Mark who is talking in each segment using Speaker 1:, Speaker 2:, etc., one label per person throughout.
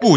Speaker 1: 不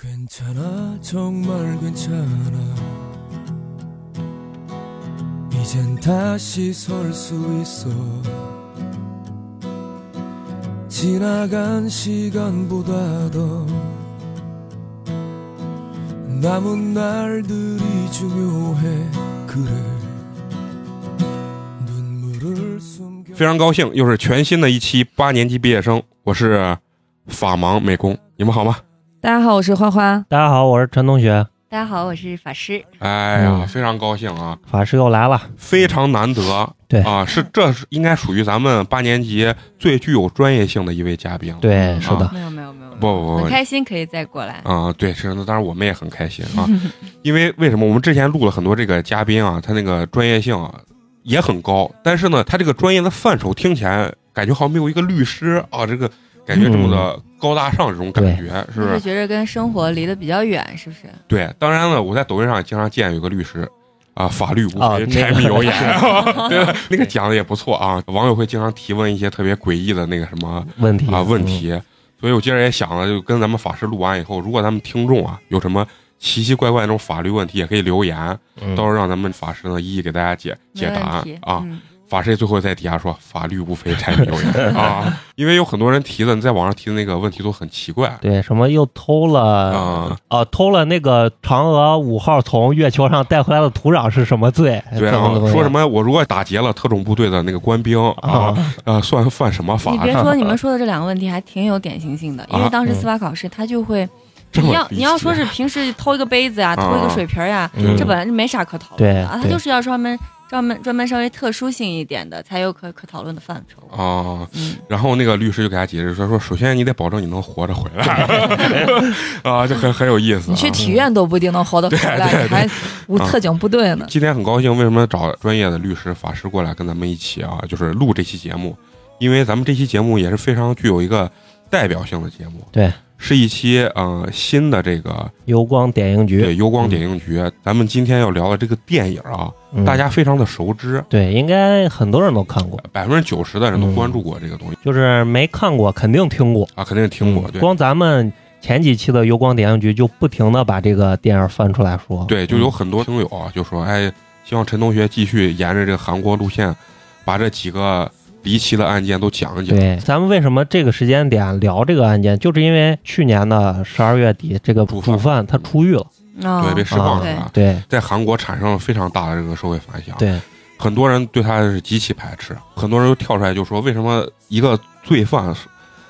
Speaker 2: 괜찮아 정말 괜찮아 이젠 다시 설 수 있어 지나간 시간보다 더 남은 날들이 중요해 그래 눈물을 숨겨
Speaker 1: 非常高兴，又是全新的一期八年级毕业生。我是法盲美工，你们好吗？
Speaker 3: 大家好，我是花花。
Speaker 4: 大家好，我是陈同学，
Speaker 5: 大家好，我是法师。
Speaker 1: 哎呀，
Speaker 4: 嗯
Speaker 1: 非常高兴啊，
Speaker 4: 法师又来了。
Speaker 1: 非常难得。
Speaker 4: 对
Speaker 1: 啊，是这是应该属于咱们八年级最具有专业性的一位嘉宾。，
Speaker 4: 对，是的，
Speaker 1: 啊
Speaker 5: 没有没有
Speaker 4: 嗯
Speaker 5: 没有，
Speaker 1: 不不不
Speaker 5: 很开心可以再过来。
Speaker 1: 啊、对，是那当然我们也很开心 啊，因为为什么我们之前录了很多这个嘉宾啊，他那个专业性啊也很高，但是呢，他这个专业的范畴听起来感觉好像没有一个律师啊这个感觉这么
Speaker 4: 嗯
Speaker 1: 的高大上这种感觉，是
Speaker 5: 就
Speaker 1: 不
Speaker 5: 是
Speaker 1: 是？
Speaker 5: 觉着跟生活离得比较远，是不是？
Speaker 1: 对，当然了，我在抖音上也经常见有一个律师。啊，法律无
Speaker 4: 啊
Speaker 1: 非
Speaker 4: 那个
Speaker 1: 柴米油盐，对吧？那个讲的也不错啊。网友会经常提问一些特别诡异的那个什么
Speaker 4: 问题
Speaker 1: 啊问，题。所以我今儿也想了，就跟咱们法师录完以后，如果咱们听众啊有什么奇奇怪怪那种法律问题，也可以留言，
Speaker 4: 嗯
Speaker 1: 到时候让咱们法师呢一一给大家解解答
Speaker 5: 没问
Speaker 1: 案
Speaker 5: 题
Speaker 1: 啊。
Speaker 5: 嗯
Speaker 1: 法师最后在底下说：“法律无非柴米油盐啊。”因为有很多人提的，你在网上提的那个问题都很奇怪
Speaker 4: 对，什么又偷了
Speaker 1: 啊。
Speaker 4: 啊？偷了那个嫦娥五号从月球上带回来的土壤是什么罪？
Speaker 1: 对
Speaker 4: 怎
Speaker 1: 啊
Speaker 4: 么怎，样
Speaker 1: 说什么我如果打劫了特种部队的那个官兵啊，
Speaker 4: 啊？
Speaker 1: 呃，算犯什么法
Speaker 5: 你？别
Speaker 4: 上
Speaker 5: 说，你们说的这两个问题还挺有典型性的，因
Speaker 1: 啊
Speaker 5: 为当时
Speaker 4: 嗯
Speaker 5: 司法考试他就会，
Speaker 1: 这
Speaker 5: 你
Speaker 1: 么
Speaker 5: 要
Speaker 1: 理
Speaker 5: 你要
Speaker 1: 解啊
Speaker 5: 说是平时偷一个杯子呀，啊偷一个水瓶呀，
Speaker 4: 嗯
Speaker 5: 这本来就没啥可讨论的啊，
Speaker 4: 对
Speaker 5: 他
Speaker 4: 对
Speaker 5: 就是要专门专门专门稍微特殊性一点的，才有可可讨论的范畴。
Speaker 1: 啊，
Speaker 5: 嗯，
Speaker 1: 然后那个律师就给他解释说：“说首先你得保证你能活着回来啊，就很很有意思、啊。
Speaker 3: 你去体院都不一定能活得回来，你还无
Speaker 1: 啊
Speaker 3: 特警部队呢。
Speaker 1: 今天很高兴，为什么找专业的律师、法师过来跟咱们一起啊？就是录这期节目，因为咱们这期节目也是非常具有一个代表性的节目，
Speaker 4: 对，
Speaker 1: 是一期呃新的这个
Speaker 4: 油光点
Speaker 1: 对
Speaker 4: 映局，
Speaker 1: 油光点映局。咱们今天要聊的这个电影啊，
Speaker 4: 嗯
Speaker 1: 大家非常的熟知，
Speaker 4: 对，应该很多人都看过，
Speaker 1: 百分之九十的人都
Speaker 4: 嗯
Speaker 1: 关注过这个东西、
Speaker 4: 就是没看过肯定听过。
Speaker 1: 啊，肯定听过。
Speaker 4: 嗯
Speaker 1: 对
Speaker 4: 光咱们前几期的油光点映局就不停的把这个电影翻出来说，
Speaker 1: 对，就有很多听友啊，就说哎，希望陈同学继续沿着这个韩国路线，把这几个离奇的案件都讲一讲。
Speaker 4: 对，咱们为什么这个时间点聊这个案件，就是因为去年的十二月底，这个
Speaker 1: 主
Speaker 4: 主
Speaker 1: 犯
Speaker 4: 犯他出狱了。
Speaker 5: 啊
Speaker 1: 对，被释放了
Speaker 5: 对
Speaker 1: 是吧？
Speaker 4: 对
Speaker 1: 在韩国产生了非常大的这个社会反响，
Speaker 4: 对，
Speaker 1: 很多人对他是极其排斥，很多人就跳出来就说，为什么一个罪犯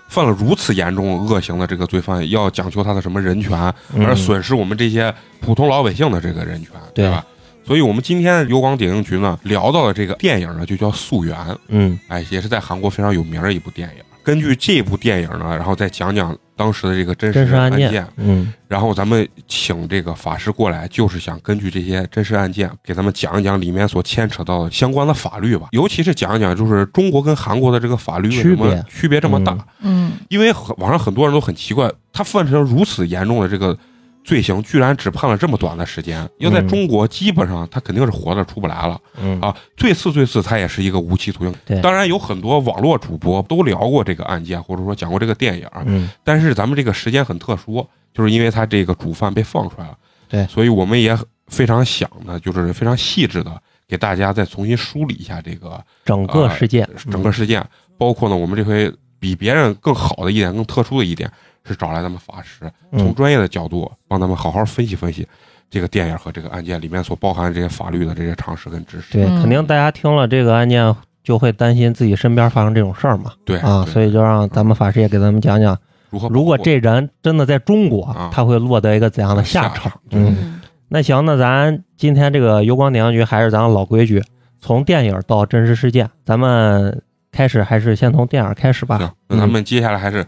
Speaker 1: 犯了如此严重恶行的这个罪犯，要讲求他的什么人权，而
Speaker 4: 嗯
Speaker 1: 损失我们这些普通老百姓的这个人权，
Speaker 4: 对
Speaker 1: 吧？所以，我们今天油光点映局呢聊到的这个电影呢，就叫《溯源》，
Speaker 4: 嗯
Speaker 1: 哎，也是在韩国非常有名的一部电影。根据这部电影呢，然后再讲讲当时的这个真
Speaker 4: 真
Speaker 1: 实
Speaker 4: 实案
Speaker 1: 件，
Speaker 4: 件，嗯
Speaker 1: 然后咱们请这个法师过来，就是想根据这些真实案件，给咱们讲一讲里面所牵扯到的相关的法律吧，尤其是讲一讲就是中国跟韩国的这个法律为
Speaker 4: 区
Speaker 1: 什么
Speaker 4: 别
Speaker 1: 区别这么大，
Speaker 4: 嗯
Speaker 3: 嗯，
Speaker 1: 因为很网上很多人都很奇怪，他犯成如此严重的这个罪行，居然只判了这么短的时间，要在
Speaker 4: 嗯
Speaker 1: 中国基本上他肯定是活着出不来了。
Speaker 4: 嗯
Speaker 1: 啊，最次最次，它也是一个无期徒
Speaker 4: 对
Speaker 1: 刑。当然，有很多网络主播都聊过这个案件，或者说讲过这个电影，
Speaker 4: 嗯，
Speaker 1: 但是咱们这个时间很特殊，就是因为他这个主犯被放出来了，
Speaker 4: 对
Speaker 1: 所以我们也非常想呢，就是非常细致的给大家再重新梳理一下这个
Speaker 4: 整个
Speaker 1: 啊
Speaker 4: 事件，嗯
Speaker 1: 整个事件，包括呢，我们这回比别人更好的一点、更特殊的一点是找来咱们法师，从
Speaker 4: 嗯
Speaker 1: 专业的角度帮咱们好好分析分析。这个电影和这个案件里面所包含的这些法律的这些常识跟知识，
Speaker 4: 对，
Speaker 3: 嗯
Speaker 4: 肯定大家听了这个案件就会担心自己身边发生这种事儿嘛，
Speaker 1: 对
Speaker 4: 啊，
Speaker 1: 对
Speaker 4: 所以就让咱们法师也给咱们讲讲，
Speaker 1: 如何保护？
Speaker 4: 如果这人真的在中国
Speaker 1: 啊，
Speaker 4: 他会落得一个怎样的下
Speaker 1: 下
Speaker 4: 场
Speaker 1: 场？
Speaker 4: 嗯，
Speaker 5: 嗯
Speaker 4: 那行，那咱今天这个油光点映局还是咱老规矩，从电影到真实事件，咱们开始还是先从电影开始吧
Speaker 1: 嗯
Speaker 4: 嗯
Speaker 1: 行，。那咱们接下来还是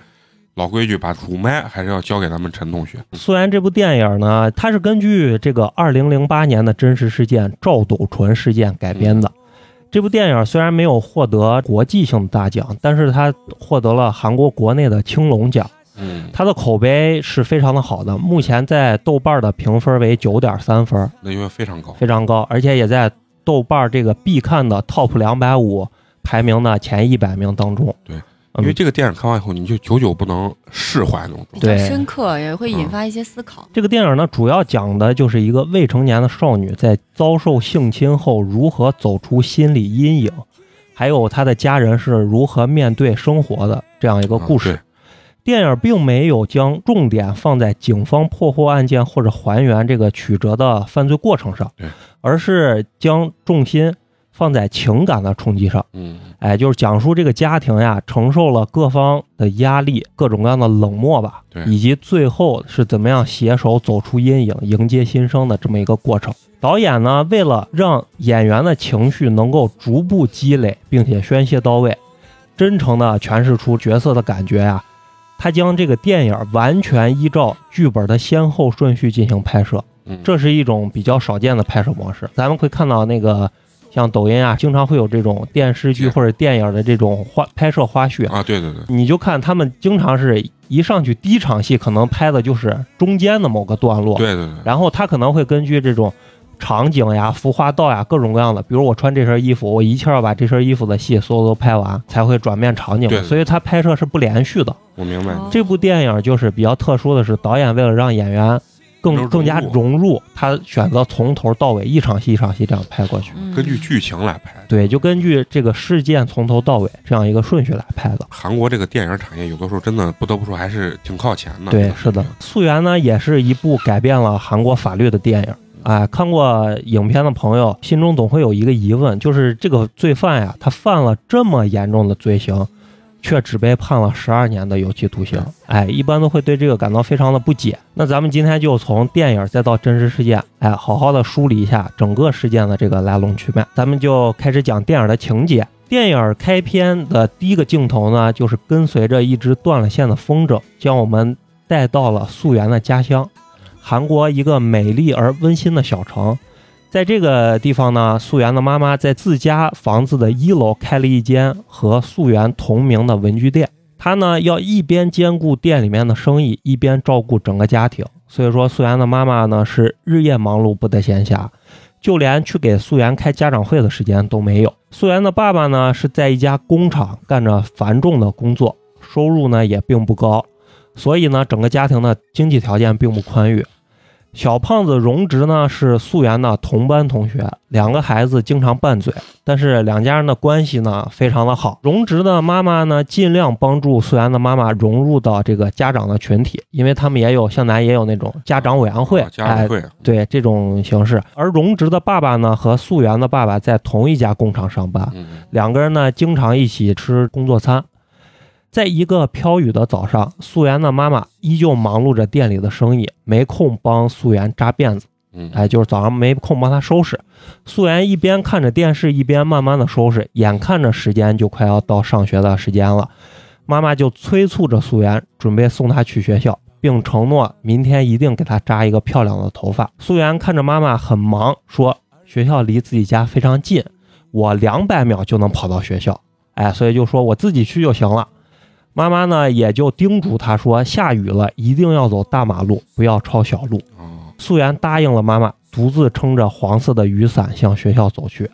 Speaker 1: 老规矩，把主麦还是要交给咱们陈同学。
Speaker 4: 虽然这部电影呢，它是根据这个二零零八年的真实事件赵斗淳事件改编的。这部电影虽然没有获得国际性的大奖，但是它获得了韩国国内的青龙奖，
Speaker 1: 嗯，
Speaker 4: 它的口碑是非常的好的。目前在豆瓣的评分为九点三分，
Speaker 1: 那因为非常高。
Speaker 4: 非常高，而且也在豆瓣这个必看的 Top 两百五排名的前一百名当中。
Speaker 1: 对
Speaker 4: 嗯，
Speaker 1: 因为这个电影看完以后，你就久久不能释怀那种。
Speaker 5: 比较
Speaker 4: 对
Speaker 5: 深刻，也会引
Speaker 1: 嗯
Speaker 5: 发一些思考。
Speaker 4: 这个电影呢，主要讲的就是一个未成年的少女在遭受性侵后如何走出心理阴影，还有她的家人是如何面对生活的这样一个故事。
Speaker 1: 啊
Speaker 4: 电影并没有将重点放在警方破获案件或者还原这个曲折的犯罪过程上
Speaker 1: 对，
Speaker 4: 而是将重心放在情感的冲击上。
Speaker 1: 嗯，
Speaker 4: 哎，就是讲述这个家庭呀，承受了各方的压力、各种各样的冷漠吧
Speaker 1: 对，
Speaker 4: 以及最后是怎么样携手走出阴影、迎接新生的这么一个过程。导演呢，为了让演员的情绪能够逐步积累，并且宣泄到位，真诚的诠释出角色的感觉呀，他将这个电影完全依照剧本的先后顺序进行拍摄。
Speaker 1: 嗯
Speaker 4: 这是一种比较少见的拍摄模式。咱们会看到那个像抖音啊，经常会有这种电视剧
Speaker 1: 是
Speaker 4: 或者电影的这种花拍摄花絮，
Speaker 1: 啊，对对对，
Speaker 4: 你就看他们经常是一上去第一场戏可能拍的就是中间的某个段落，
Speaker 1: 对对对，
Speaker 4: 然后他可能会根据这种。场景呀、服化道呀，各种各样的。比如我穿这身衣服，我一气儿要把这身衣服的戏所有都拍完，才会转变场景
Speaker 1: 对
Speaker 4: 嘛。所以它拍摄是不连续的。
Speaker 1: 我明白。
Speaker 5: 哦
Speaker 4: 这部电影就是比较特殊的是，导演为了让演员
Speaker 1: 能
Speaker 4: 更
Speaker 1: 融
Speaker 4: 更加
Speaker 1: 入
Speaker 4: 融入，他选择从头到尾一场戏一场戏这样拍过去。
Speaker 5: 嗯
Speaker 1: 根据剧情来拍，
Speaker 4: 对，就根据这个事件从头到尾这样一个顺序来拍的。
Speaker 1: 韩国这个电影产业有的时候真的不得不说还是挺靠前的。
Speaker 4: 对，是的，《溯源》呢也是一部改变了韩国法律的电影。啊，看过影片的朋友心中总会有一个疑问，就是这个罪犯呀，他犯了这么严重的罪行，却只被判了十二年的有期徒刑。哎，一般都会对这个感到非常的不解。那咱们今天就从电影再到真实事件，哎，好好的梳理一下整个事件的这个来龙去脉。咱们就开始讲电影的情节。电影开篇的第一个镜头呢，就是跟随着一只断了线的风筝，将我们带到了素媛的家乡，韩国一个美丽而温馨的小城。在这个地方呢，素媛的妈妈在自家房子的一楼开了一间和素媛同名的文具店。她呢要一边兼顾店里面的生意，一边照顾整个家庭。所以说，素媛的妈妈呢是日夜忙碌，不得闲暇，就连去给素媛开家长会的时间都没有。素媛的爸爸呢是在一家工厂干着繁重的工作，收入呢也并不高，所以呢整个家庭的经济条件并不宽裕。小胖子荣植呢是素媛的同班同学，两个孩子经常拌嘴，但是两家人的关系呢非常的好。荣植的妈妈呢尽量帮助素媛的妈妈融入到这个家长的群体，因为他们也有像咱也有那种家长委员会，
Speaker 1: 啊家
Speaker 4: 哎
Speaker 1: 长会，
Speaker 4: 对这种形式。而荣植的爸爸呢和素媛的爸爸在同一家工厂上班，
Speaker 1: 嗯，
Speaker 4: 两个人呢经常一起吃工作餐。在一个飘雨的早上，素媛的妈妈依旧忙碌着店里的生意，没空帮素媛扎辫子，
Speaker 1: 嗯，
Speaker 4: 哎，就是早上没空帮她收拾。素媛一边看着电视，一边慢慢的收拾，眼看着时间就快要到上学的时间了，妈妈就催促着素媛准备送她去学校，并承诺明天一定给她扎一个漂亮的头发。素媛看着妈妈很忙，说学校离自己家非常近，我两百秒就能跑到学校，哎，所以就说我自己去就行了。妈妈呢也就叮嘱她说，下雨了一定要走大马路，不要抄小路。
Speaker 1: 哦，
Speaker 4: 素媛答应了妈妈，独自撑着黄色的雨伞向学校走去。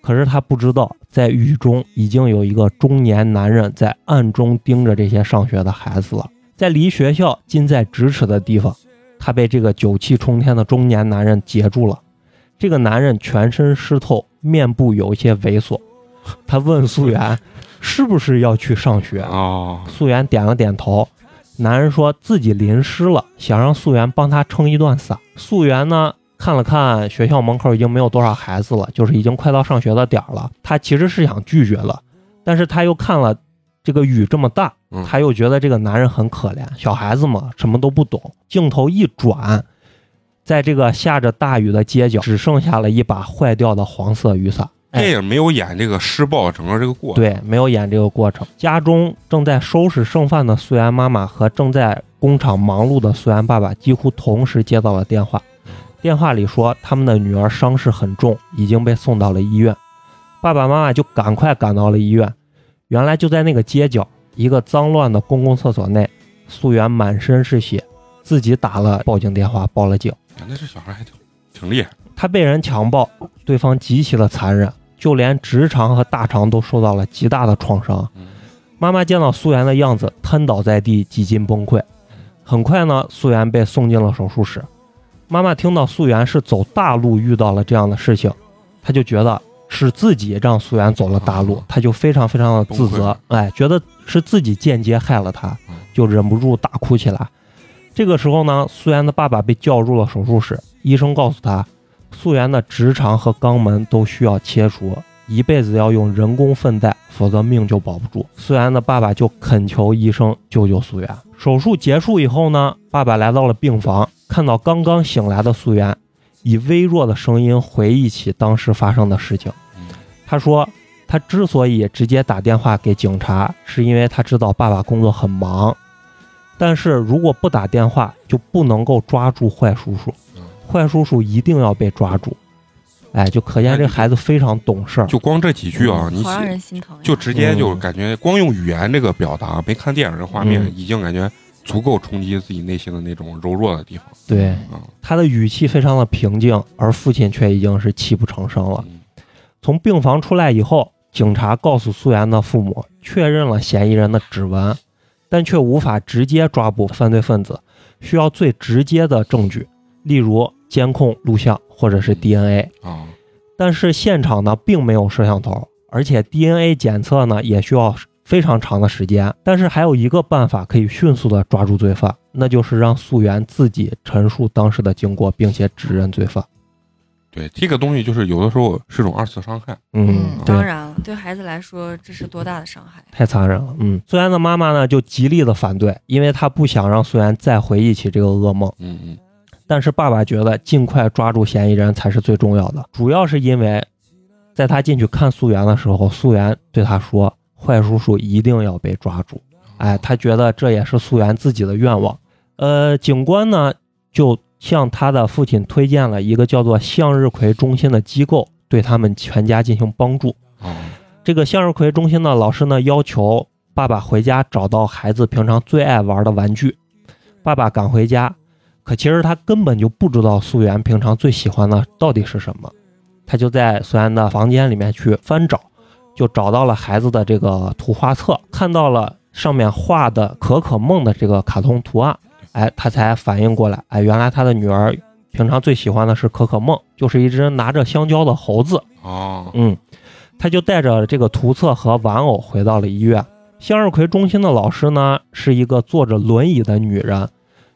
Speaker 4: 可是她不知道，在雨中已经有一个中年男人在暗中盯着这些上学的孩子了。在离学校近在咫尺的地方，她被这个酒气冲天的中年男人截住了。这个男人全身湿透，面部有一些猥琐。他问素媛：“是不是要去上学？”啊
Speaker 1: 哦，
Speaker 4: 素媛点了点头。男人说自己淋湿了，想让素媛帮他撑一段伞。素媛呢看了看学校门口已经没有多少孩子了，就是已经快到上学的点儿了。她其实是想拒绝的，但是她又看了这个雨这么大，
Speaker 1: 嗯
Speaker 4: 她又觉得这个男人很可怜，小孩子嘛什么都不懂。镜头一转，在这个下着大雨的街角，只剩下了一把坏掉的黄色雨伞。哎
Speaker 1: 电影没有演这个施暴整个这个过程。
Speaker 4: 对，没有演这个过程。家中正在收拾剩饭的素媛妈妈和正在工厂忙碌的素媛爸爸几乎同时接到了电话。电话里说，他们的女儿伤势很重，已经被送到了医院。爸爸妈妈就赶快赶到了医院。原来就在那个街角，一个脏乱的公共厕所内，素媛满身是血，自己打了报警电话，报了警。
Speaker 1: 那这小孩还挺挺厉害。
Speaker 4: 她被人强暴，对方极其的残忍，就连直肠和大肠都受到了极大的创伤。
Speaker 1: 嗯
Speaker 4: 妈妈见到素媛的样子，瘫倒在地，几近崩溃。很快呢，素媛被送进了手术室。妈妈听到素媛是走大路遇到了这样的事情，她就觉得是自己让素媛走了大路
Speaker 1: 啊，
Speaker 4: 她就非常非常的自
Speaker 1: 崩溃
Speaker 4: 责，哎，觉得是自己间接害了她
Speaker 1: 嗯，
Speaker 4: 就忍不住大哭起来。这个时候呢，素媛的爸爸被叫入了手术室，医生告诉他，素媛的直肠和肛门都需要切除，一辈子要用人工粪带，否则命就保不住。素媛的爸爸就恳求医生救救素媛。手术结束以后呢，爸爸来到了病房，看到刚刚醒来的素媛，以微弱的声音回忆起当时发生的事情
Speaker 1: 嗯。
Speaker 4: 他说，他之所以直接打电话给警察，是因为他知道爸爸工作很忙，但是如果不打电话，就不能够抓住坏叔叔
Speaker 1: 嗯，
Speaker 4: 坏叔叔一定要被抓住。哎，就可见这孩子非常懂事儿。
Speaker 1: 就光这几句啊，你
Speaker 5: 嗯好让
Speaker 1: 写
Speaker 5: 人心疼呀。
Speaker 1: 就直
Speaker 4: 嗯
Speaker 1: 接就感觉光用语言这个表达，没看电影这画面，
Speaker 4: 嗯
Speaker 1: 已经感觉足够冲击自己内心的那种柔弱的地方
Speaker 4: 对，
Speaker 1: 啊。
Speaker 4: 他的语气非常的平静，而父亲却已经是泣不成声了。
Speaker 1: 嗯
Speaker 4: 从病房出来以后，警察告诉素媛的父母，确认了嫌疑人的指纹，但却无法直接抓捕犯罪分子，需要最直接的证据，例如监控录像或者是 DNA。
Speaker 1: 啊，
Speaker 4: 但是现场呢并没有摄像头，而且 DNA 检测呢也需要非常长的时间。但是还有一个办法可以迅速的抓住罪犯，那就是让素媛自己陈述当时的经过，并且指认罪犯。
Speaker 1: 对，这个东西就是有的时候是种二次伤害，
Speaker 4: 嗯，对
Speaker 5: 当，然了，对孩子来说，这是多大的伤害！
Speaker 4: 太残忍了。嗯，素媛的妈妈呢就极力的反对，因为她不想让素媛再回忆起这个噩梦。
Speaker 1: 嗯嗯，
Speaker 4: 但是爸爸觉得尽快抓住嫌疑人才是最重要的，主要是因为，在他进去看素媛的时候，素媛对他说：“坏叔叔一定要被抓住。”哎，他觉得这也是素媛自己的愿望。呃，警官呢就向他的父亲推荐了一个叫做向日葵中心的机构，对他们全家进行帮助。
Speaker 1: 啊，
Speaker 4: 这个向日葵中心的老师呢，要求爸爸回家找到孩子平常最爱玩的玩具。爸爸赶回家，可其实他根本就不知道素媛平常最喜欢的到底是什么。他就在素媛的房间里面去翻找，就找到了孩子的这个图画册，看到了上面画的可可梦的这个卡通图案，哎，他才反应过来，哎，原来他的女儿平常最喜欢的是可可梦，就是一只拿着香蕉的猴子。
Speaker 1: 哦，
Speaker 4: 嗯，他就带着这个图册和玩偶回到了医院。向日葵中心的老师呢，是一个坐着轮椅的女人。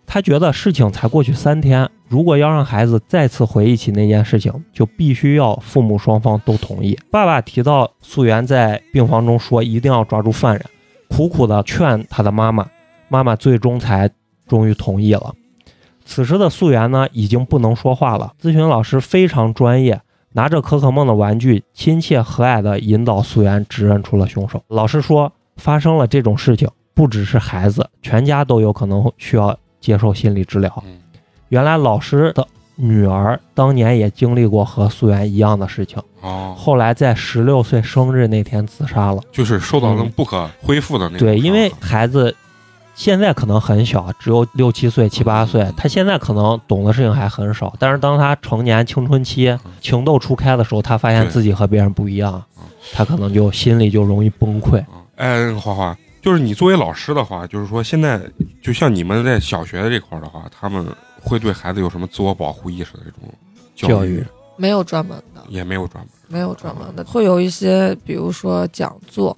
Speaker 4: 她觉得事情才过去三天，如果要让孩子再次回忆起那件事情，就必须要父母双方都同意。爸爸提到素媛在病房中说一定要抓住犯人，苦苦的劝她的妈妈，妈妈最终才终于同意了。此时的素媛呢，已经不能说话了。咨询老师非常专业，拿着可可梦的玩具，亲切和蔼地引导素媛指认出了凶手。老师说，发生了这种事情，不只是孩子，全家都有可能需要接受心理治疗。
Speaker 1: 嗯
Speaker 4: 原来老师的女儿当年也经历过和素媛一样的事情，
Speaker 1: 哦，
Speaker 4: 后来在十六岁生日那天自杀了。
Speaker 1: 就是受到那种不可恢复的那种伤害。
Speaker 4: 嗯对，因为孩子现在可能很小，只有六七岁、七
Speaker 1: 嗯
Speaker 4: 八岁，他现在可能懂的事情还很少。但是当他成年青春期
Speaker 1: 嗯
Speaker 4: 情窦初开的时候，他发现
Speaker 1: 对
Speaker 4: 自己和别人不一样
Speaker 1: 嗯，
Speaker 4: 他可能就心里就容易崩溃。
Speaker 1: 啊，哎，花花，就是你作为老师的话，就是说现在就像你们在小学的这块儿的话，他们会对孩子有什么自我保护意识的这种
Speaker 4: 教
Speaker 1: 育
Speaker 4: 育
Speaker 6: 没有专门的，
Speaker 1: 也没有专门
Speaker 6: 没有专门的，会有一些，比如说讲座，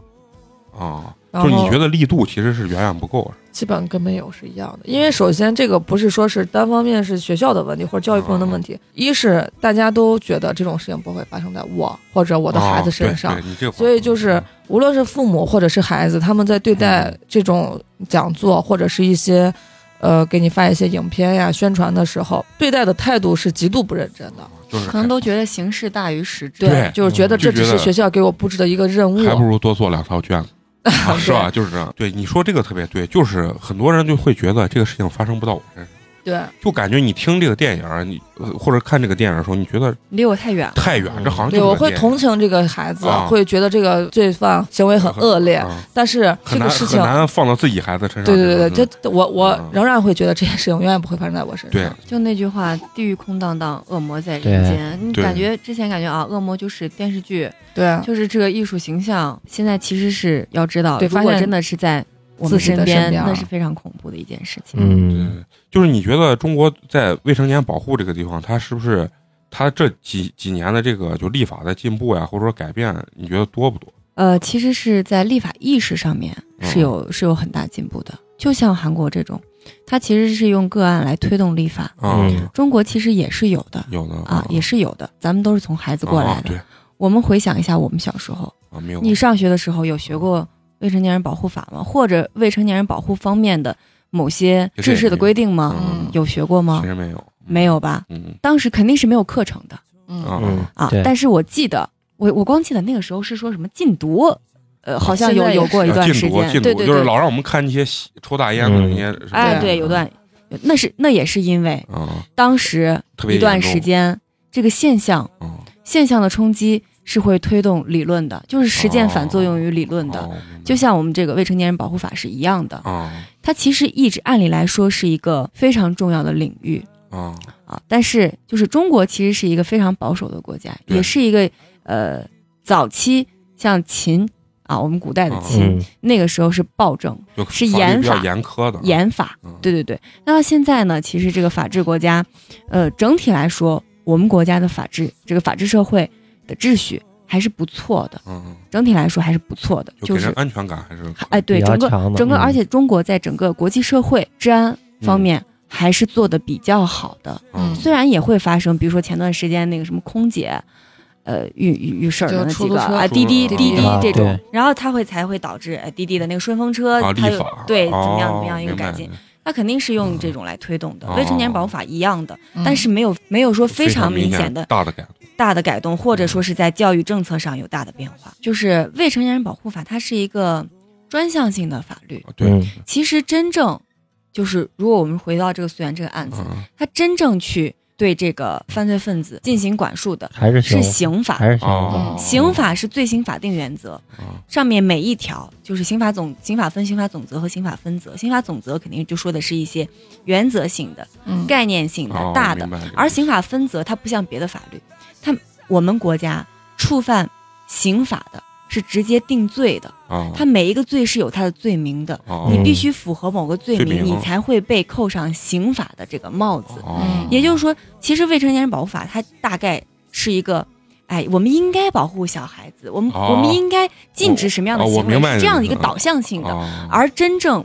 Speaker 1: 啊，
Speaker 6: 然
Speaker 1: 就是
Speaker 6: 后
Speaker 1: 你觉得力度其实是远远不够的，
Speaker 6: 基本跟没有是一样的。因为首先这个不是说是单方面是学校的问题或者教育部门的问
Speaker 1: 啊
Speaker 6: 题，一是大家都觉得这种事情不会发生在我或者我
Speaker 1: 我
Speaker 6: 的孩子身上，
Speaker 1: 哦你这个
Speaker 6: 所以就是无论是父母或者是孩子，他们在对待
Speaker 1: 嗯
Speaker 6: 这种讲座或者是一些，呃，给你发一些影片呀、宣传的时候，对待的态度是极度不认真的。
Speaker 1: 嗯就是
Speaker 5: 可能都觉得形式大于实质。
Speaker 1: 对嗯
Speaker 6: 就是觉得这只
Speaker 1: 就觉
Speaker 6: 是
Speaker 1: 得
Speaker 6: 学校给我布置的一个任务，
Speaker 1: 还不如多做两套 卷子。啊是吧？就是这样。对，你说这个特别对，就是很多人就会觉得这个事情发生不到我身上，
Speaker 6: 对，
Speaker 1: 就感觉你听这个电影儿，你呃或者看这个电影儿的时候，你觉得
Speaker 5: 离我太远了。
Speaker 1: 太远，这好像就
Speaker 6: 对
Speaker 1: 是
Speaker 6: 我
Speaker 1: 个
Speaker 6: 会
Speaker 1: 电影
Speaker 6: 同情这个孩子，
Speaker 1: 啊
Speaker 6: 会觉得这个罪犯行为很恶劣，
Speaker 1: 啊
Speaker 6: 但是这
Speaker 1: 很
Speaker 6: 个
Speaker 1: 难
Speaker 6: 事
Speaker 1: 很
Speaker 6: 情，
Speaker 1: 难放到自己孩子身上。
Speaker 6: 对对对
Speaker 1: 这
Speaker 6: 对，这我
Speaker 1: 嗯
Speaker 6: 我仍然会觉得这件事情永远不会发生在我身上。
Speaker 1: 对
Speaker 5: 就那句话，“地狱空荡荡，恶魔在人间”。你
Speaker 1: 对
Speaker 5: 感觉之前感觉啊，恶魔就是电视剧，
Speaker 6: 对啊
Speaker 5: 就是这个艺术形象。现在其实是要知道，
Speaker 6: 对
Speaker 5: 如
Speaker 6: 发
Speaker 5: 果
Speaker 6: 现
Speaker 5: 真的是在我们
Speaker 6: 自己的
Speaker 5: 身边，
Speaker 6: 身边
Speaker 5: 那是非常恐怖的一件事情。
Speaker 4: 嗯，
Speaker 1: 对，就是你觉得中国在未成年保护这个地方，它是不是它这几几年的这个就立法的进步呀，或者说改变，你觉得多不多？
Speaker 5: 呃，其实是在立法意识上面
Speaker 1: 嗯
Speaker 5: 是有、是有很大进步的。就像韩国这种，它其实是用个案来推动立法，
Speaker 1: 啊，
Speaker 4: 嗯
Speaker 5: 中国其实也是有的
Speaker 1: 有的
Speaker 5: 啊，也是有的。咱们都是从孩子过来
Speaker 1: 啊哦
Speaker 5: 的。
Speaker 1: 对
Speaker 5: 我们回想一下我们小时候，
Speaker 1: 啊，没有
Speaker 5: 你上学的时候有学过未成年人保护法吗？或者未成年人保护方面的某些制式的规定吗？
Speaker 1: 嗯，
Speaker 5: 有学过吗
Speaker 1: 其？实没有，
Speaker 5: 没，有吧？
Speaker 1: 嗯
Speaker 5: 当时肯定是没有课程的
Speaker 1: 啊
Speaker 4: 嗯
Speaker 5: 啊
Speaker 4: 对。
Speaker 5: 但是我记得，我我光记得那个时候是说什么禁毒，呃，好像
Speaker 6: 哦现
Speaker 5: 有
Speaker 6: 在也
Speaker 5: 有过一
Speaker 1: 啊
Speaker 5: 段
Speaker 1: 禁
Speaker 5: 时
Speaker 1: 毒
Speaker 5: 间，
Speaker 1: 禁
Speaker 5: 对
Speaker 1: 毒
Speaker 5: 对
Speaker 1: 就是
Speaker 5: 对，
Speaker 1: 老让我们看那些吸抽大烟的那些什么的，
Speaker 5: 哎，对，
Speaker 1: 嗯
Speaker 5: 有段，有那是那也是因为
Speaker 1: 啊，
Speaker 5: 当时
Speaker 1: 特别
Speaker 5: 一段
Speaker 1: 严重
Speaker 5: 时，间这个现象
Speaker 1: 嗯
Speaker 5: 现象的冲击是会推动理论的，就是实践反作用于理论的。
Speaker 1: 哦明白
Speaker 5: 就像我们这个未成年人保护法是一样的，
Speaker 1: 啊
Speaker 5: 它其实一直按理来说是一个非常重要的领域
Speaker 1: 啊，
Speaker 5: 啊，但是就是中国其实是一个非常保守的国家，
Speaker 1: 对
Speaker 5: 也是一个呃早期像秦啊，我们古代的秦、
Speaker 4: 嗯
Speaker 5: 那个时候是暴政
Speaker 1: 就是法律
Speaker 5: 严
Speaker 1: 比较
Speaker 5: 法
Speaker 1: 严苛的，
Speaker 5: 严法，
Speaker 1: 嗯
Speaker 5: 对对对。那到现在呢，其实这个法治国家，呃，整体来说，我们国家的法治这个法治社会的秩序还是不错的，
Speaker 1: 嗯，
Speaker 5: 整体来说还是不错的，
Speaker 1: 嗯就
Speaker 5: 就
Speaker 1: 给人
Speaker 5: 是
Speaker 1: 安全感还是可
Speaker 5: 哎对
Speaker 4: 比较
Speaker 5: 整个
Speaker 4: 强的，
Speaker 5: 整个，
Speaker 4: 嗯
Speaker 5: 而且中国在整个国际社会治安方面还是做的比较好的。
Speaker 1: 嗯
Speaker 5: 虽然也会发生，比如说前段时间那个什么空姐，呃遇遇遇事儿的那
Speaker 6: 就出
Speaker 5: 几
Speaker 6: 租
Speaker 5: 个
Speaker 6: 车
Speaker 5: 啊，
Speaker 1: 出
Speaker 5: 滴滴
Speaker 1: 租车
Speaker 5: 滴滴
Speaker 4: 啊
Speaker 5: 这种
Speaker 4: 对，
Speaker 5: 然后它会才会导致哎滴滴的那个顺风车
Speaker 1: 啊，，
Speaker 5: 它
Speaker 1: 立
Speaker 5: 有
Speaker 1: 法
Speaker 5: 对怎么样
Speaker 1: 哦
Speaker 5: 怎么样一个
Speaker 1: 明
Speaker 5: 改
Speaker 1: 白
Speaker 5: 进，它肯定是用这种来推动的
Speaker 1: 哦。
Speaker 5: 未成年人保护法一样的，
Speaker 6: 嗯
Speaker 5: 但是没有没有说非常
Speaker 1: 明
Speaker 5: 明显的
Speaker 1: 大的改动
Speaker 5: 大的改动，
Speaker 1: 嗯
Speaker 5: 或者说是在教育政策上有大的变化。就是未成年人保护法，它是一个专项性的法律。
Speaker 1: 啊，对，
Speaker 4: 嗯
Speaker 5: 其实真正就是，如果我们回到这个溯源这个案子，
Speaker 1: 嗯
Speaker 5: 它真正去对这个犯罪分子进行管束的
Speaker 4: 还是
Speaker 5: 是
Speaker 4: 行，
Speaker 5: 刑法
Speaker 4: 还。是行
Speaker 1: 哦
Speaker 4: 的，
Speaker 5: 刑法是罪行法定原则，
Speaker 1: 啊
Speaker 5: 上面每一条就是刑法总、刑法分、刑法总则和刑法分则。刑法总则肯定就说的是一些原则性的、
Speaker 6: 嗯
Speaker 5: 概念性的、
Speaker 1: 哦
Speaker 5: 大的
Speaker 1: 明，白这个
Speaker 5: 而刑法分则它不像别的法律，它我们国家触犯刑法的是直接定罪的，
Speaker 1: 啊，
Speaker 5: 它每一个罪是有它的罪名的，
Speaker 1: 哦
Speaker 5: 你
Speaker 4: 嗯
Speaker 5: 必须符合某个罪
Speaker 1: 罪
Speaker 5: 名，
Speaker 1: 名
Speaker 5: 你才会被扣上刑法的这个帽子。
Speaker 1: 哦
Speaker 6: 嗯
Speaker 5: 也就是说，其实未成年人保护法它大概是一个。哎，我们应该保护小孩子，我们、
Speaker 1: 哦
Speaker 5: 我们应该禁止什么样的
Speaker 1: 哦我
Speaker 5: 行为，
Speaker 1: 明白
Speaker 5: 是
Speaker 1: 你
Speaker 5: 这样的
Speaker 1: 的
Speaker 5: 一个
Speaker 1: 意思
Speaker 5: 导向性的。
Speaker 1: 哦
Speaker 5: 而真正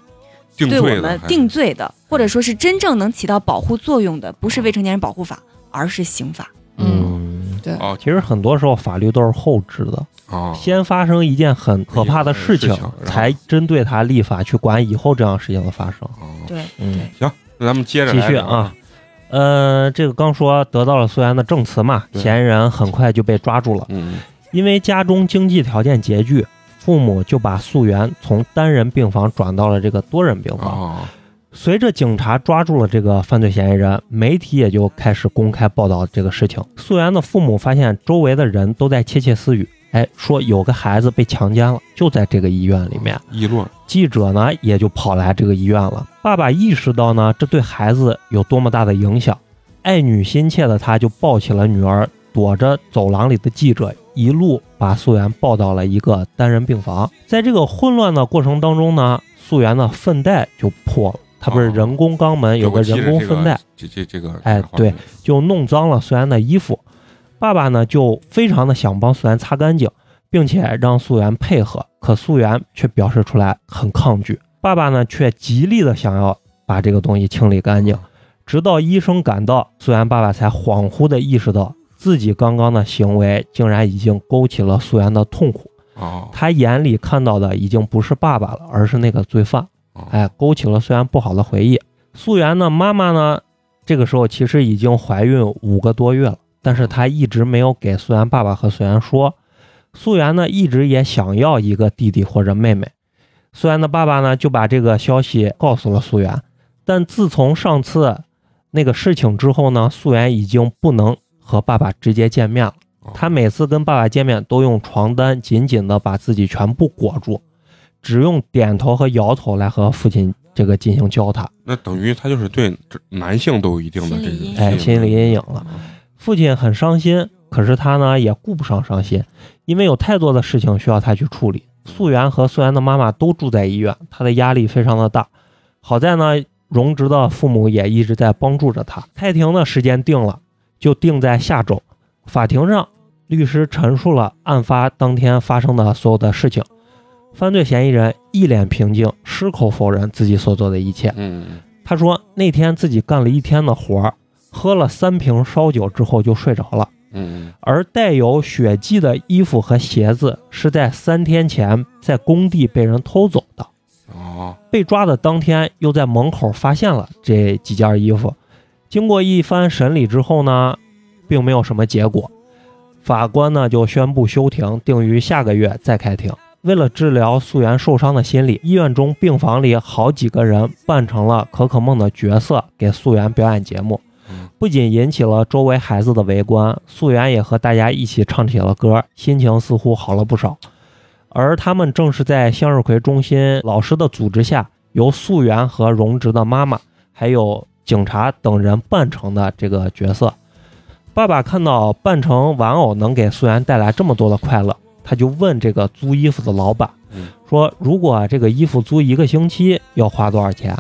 Speaker 1: 定
Speaker 5: 对
Speaker 1: 罪
Speaker 5: 我
Speaker 1: 的
Speaker 5: 们
Speaker 1: 还是嗯
Speaker 5: 定罪的，或者说是真正能起到保护作用的，不是未成年人保护法，而是刑法。
Speaker 6: 嗯，
Speaker 4: 嗯。
Speaker 6: 对，
Speaker 1: 哦
Speaker 4: 其实很多时候法律都是后置的，
Speaker 1: 啊，
Speaker 4: 先发生一件很可怕的事
Speaker 1: 一件
Speaker 4: 情
Speaker 1: 事情，然后
Speaker 4: 才针对它立法去管以后这样事情的发生。
Speaker 1: 哦
Speaker 5: 对，
Speaker 4: 嗯，
Speaker 1: 那咱们接着
Speaker 4: 继
Speaker 1: 来
Speaker 4: 续
Speaker 1: 聊
Speaker 4: 啊，，呃，这个刚说得到了苏源的证词嘛，
Speaker 1: 对
Speaker 4: 嫌疑人很快就被抓住了。
Speaker 1: 嗯
Speaker 4: 因为家中经济条件拮据，父母就把素媛从单人病房转到了这个多人病房。
Speaker 1: 啊
Speaker 4: 随着警察抓住了这个犯罪嫌疑人，媒体也就开始公开报道这个事情。素媛的父母发现周围的人都在窃窃私语，哎，说有个孩子被强奸了，就在这个医院里面。
Speaker 1: 议论
Speaker 4: 记者呢也就跑来这个医院了。爸爸意识到呢这对孩子有多么大的影响，爱女心切的他就抱起了女儿，躲着走廊里的记者，一路把素媛抱到了一个单人病房。在这个混乱的过程当中呢，素媛的粪袋就破了，她不是
Speaker 1: 哦
Speaker 4: 人工肛门有
Speaker 1: 我
Speaker 4: 个
Speaker 1: 记着
Speaker 4: 人工
Speaker 1: 这个
Speaker 4: 粪袋，
Speaker 1: 这这这个
Speaker 4: 哎
Speaker 1: 画
Speaker 4: 对
Speaker 1: 面
Speaker 4: 就弄脏了素媛的衣服。爸爸呢就非常的想帮素媛擦干净，并且让素媛配合，可素媛却表示出来很抗拒。爸爸呢却极力的想要把这个东西清理干净，直到医生赶到，素媛爸爸才恍惚的意识到自己刚刚的行为竟然已经勾起了素媛的痛苦。
Speaker 1: 哦
Speaker 4: 他眼里看到的已经不是爸爸了，而是那个罪犯。
Speaker 1: 哦
Speaker 4: 哎，勾起了虽然不好的回忆。素媛呢，妈妈呢，这个时候其实已经怀孕五个多月了。但是他一直没有给素媛爸爸和素媛说。素媛呢，一直也想要一个弟弟或者妹妹。素媛的爸爸呢，就把这个消息告诉了素媛。但自从上次那个事情之后呢，素媛已经不能和爸爸直接见面了。
Speaker 1: 啊
Speaker 4: 她每次跟爸爸见面都用床单紧紧的把自己全部裹住，只用点头和摇头来和父亲这个进行交谈。
Speaker 1: 那等于他就是对这男性都有一定的这
Speaker 3: 心理
Speaker 1: 个
Speaker 3: 阴影
Speaker 4: 哎，心理阴影了。父亲很伤心，可是他呢也顾不上伤心，因为有太多的事情需要他去处理。素媛和素媛的妈妈都住在医院，她的压力非常的大。好在呢，荣植的父母也一直在帮助着他。开庭的时间定了，就定在下周。法庭上，律师陈述了案发当天发生的所有的事情。犯罪嫌疑人一脸平静，矢口否认自己所做的一切。
Speaker 1: 嗯，
Speaker 4: 他说那天自己干了一天的活儿，喝了三瓶烧酒之后就睡着了。
Speaker 1: 嗯
Speaker 4: 而带有血迹的衣服和鞋子是在三天前在工地被人偷走的。
Speaker 1: 嗯，哦，
Speaker 4: 被抓的当天又在门口发现了这几件衣服。经过一番审理之后呢，并没有什么结果，法官呢就宣布休庭，定于下个月再开庭。为了治疗素媛受伤的心理，医院中病房里好几个人扮成了可可梦的角色，给素媛表演节目
Speaker 1: 嗯。
Speaker 4: 不仅引起了周围孩子的围观，素媛也和大家一起唱起了歌，心情似乎好了不少。而他们正是在向日葵中心老师的组织下，由素媛和荣植的妈妈，还有警察等人扮成的这个角色。爸爸看到扮成玩偶能给素媛带来这么多的快乐，他就问这个租衣服的老板
Speaker 1: 嗯，
Speaker 4: 说：“如果这个衣服租一个星期要花多少钱？”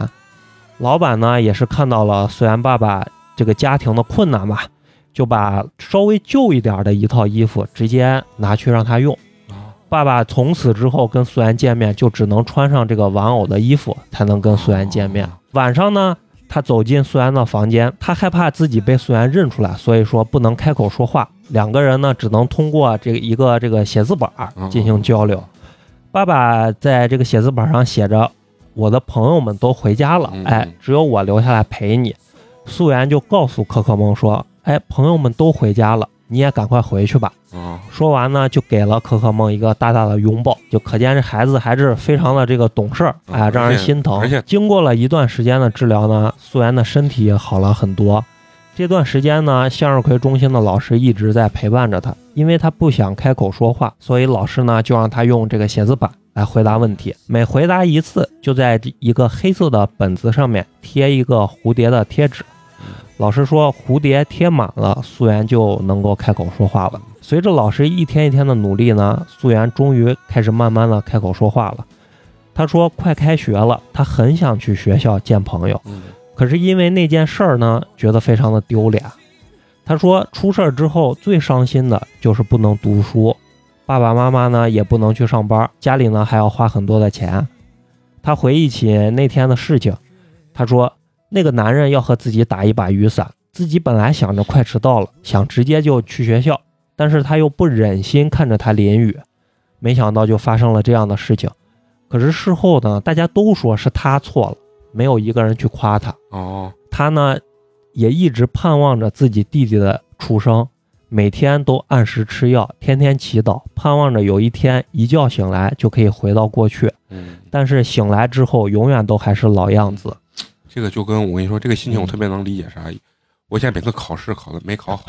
Speaker 4: 老板呢也是看到了素媛爸爸这个家庭的困难吧，就把稍微旧一点的一套衣服直接拿去让他用。
Speaker 1: 哦
Speaker 4: 爸爸从此之后跟素媛见面，就只能穿上这个玩偶的衣服才能跟素媛见面
Speaker 1: 哦。
Speaker 4: 晚上呢，他走进素媛的房间，他害怕自己被素媛认出来，所以说不能开口说话。两个人呢，只能通过这个一个这个写字板儿
Speaker 1: 啊
Speaker 4: 进行交流。爸爸在这个写字板上写着：“我的朋友们都回家了
Speaker 1: 嗯，
Speaker 4: 哎，只有我留下来陪你。”素媛就告诉可可梦说：“哎，朋友们都回家了，你也赶快回去吧。”
Speaker 1: 哦，
Speaker 4: 说完呢，就给了可可梦一个大大的拥抱，就可见这孩子还是非常的这个懂事儿，
Speaker 1: 嗯
Speaker 4: 哎，
Speaker 1: 而且
Speaker 4: 让人心疼。
Speaker 1: 而且
Speaker 4: 经过了一段时间的治疗呢，素媛的身体也好了很多。这段时间呢，向日葵中心的老师一直在陪伴着他，因为他不想开口说话，所以老师呢就让他用这个写字板来回答问题。每回答一次，就在这一个黑色的本子上面贴一个蝴蝶的贴纸。老师说，蝴蝶贴满了，素媛就能够开口说话了。随着老师一天一天的努力呢，素媛终于开始慢慢的开口说话了。她说：“快开学了，她很想去学校见朋友，
Speaker 1: 嗯
Speaker 4: 可是因为那件事儿呢，觉得非常的丢脸。”她说：“出事儿之后最伤心的就是不能读书，爸爸妈妈呢也不能去上班，家里呢还要花很多的钱。”她回忆起那天的事情，她说：“那个男人要和自己打一把雨伞，自己本来想着快迟到了，想直接就去学校。”但是他又不忍心看着他淋雨，没想到就发生了这样的事情。可是事后呢，大家都说是他错了，没有一个人去夸他。
Speaker 1: 哦，
Speaker 4: 他呢，也一直盼望着自己弟弟的出生，每天都按时吃药，天天祈祷，盼望着有一天一觉醒来就可以回到过去。
Speaker 1: 嗯，
Speaker 4: 但是醒来之后，永远都还是老样子。
Speaker 1: 这个就跟我跟你说，这个心情
Speaker 4: 嗯
Speaker 1: 我特别能理解啥。我现在每次考试考的没考 好，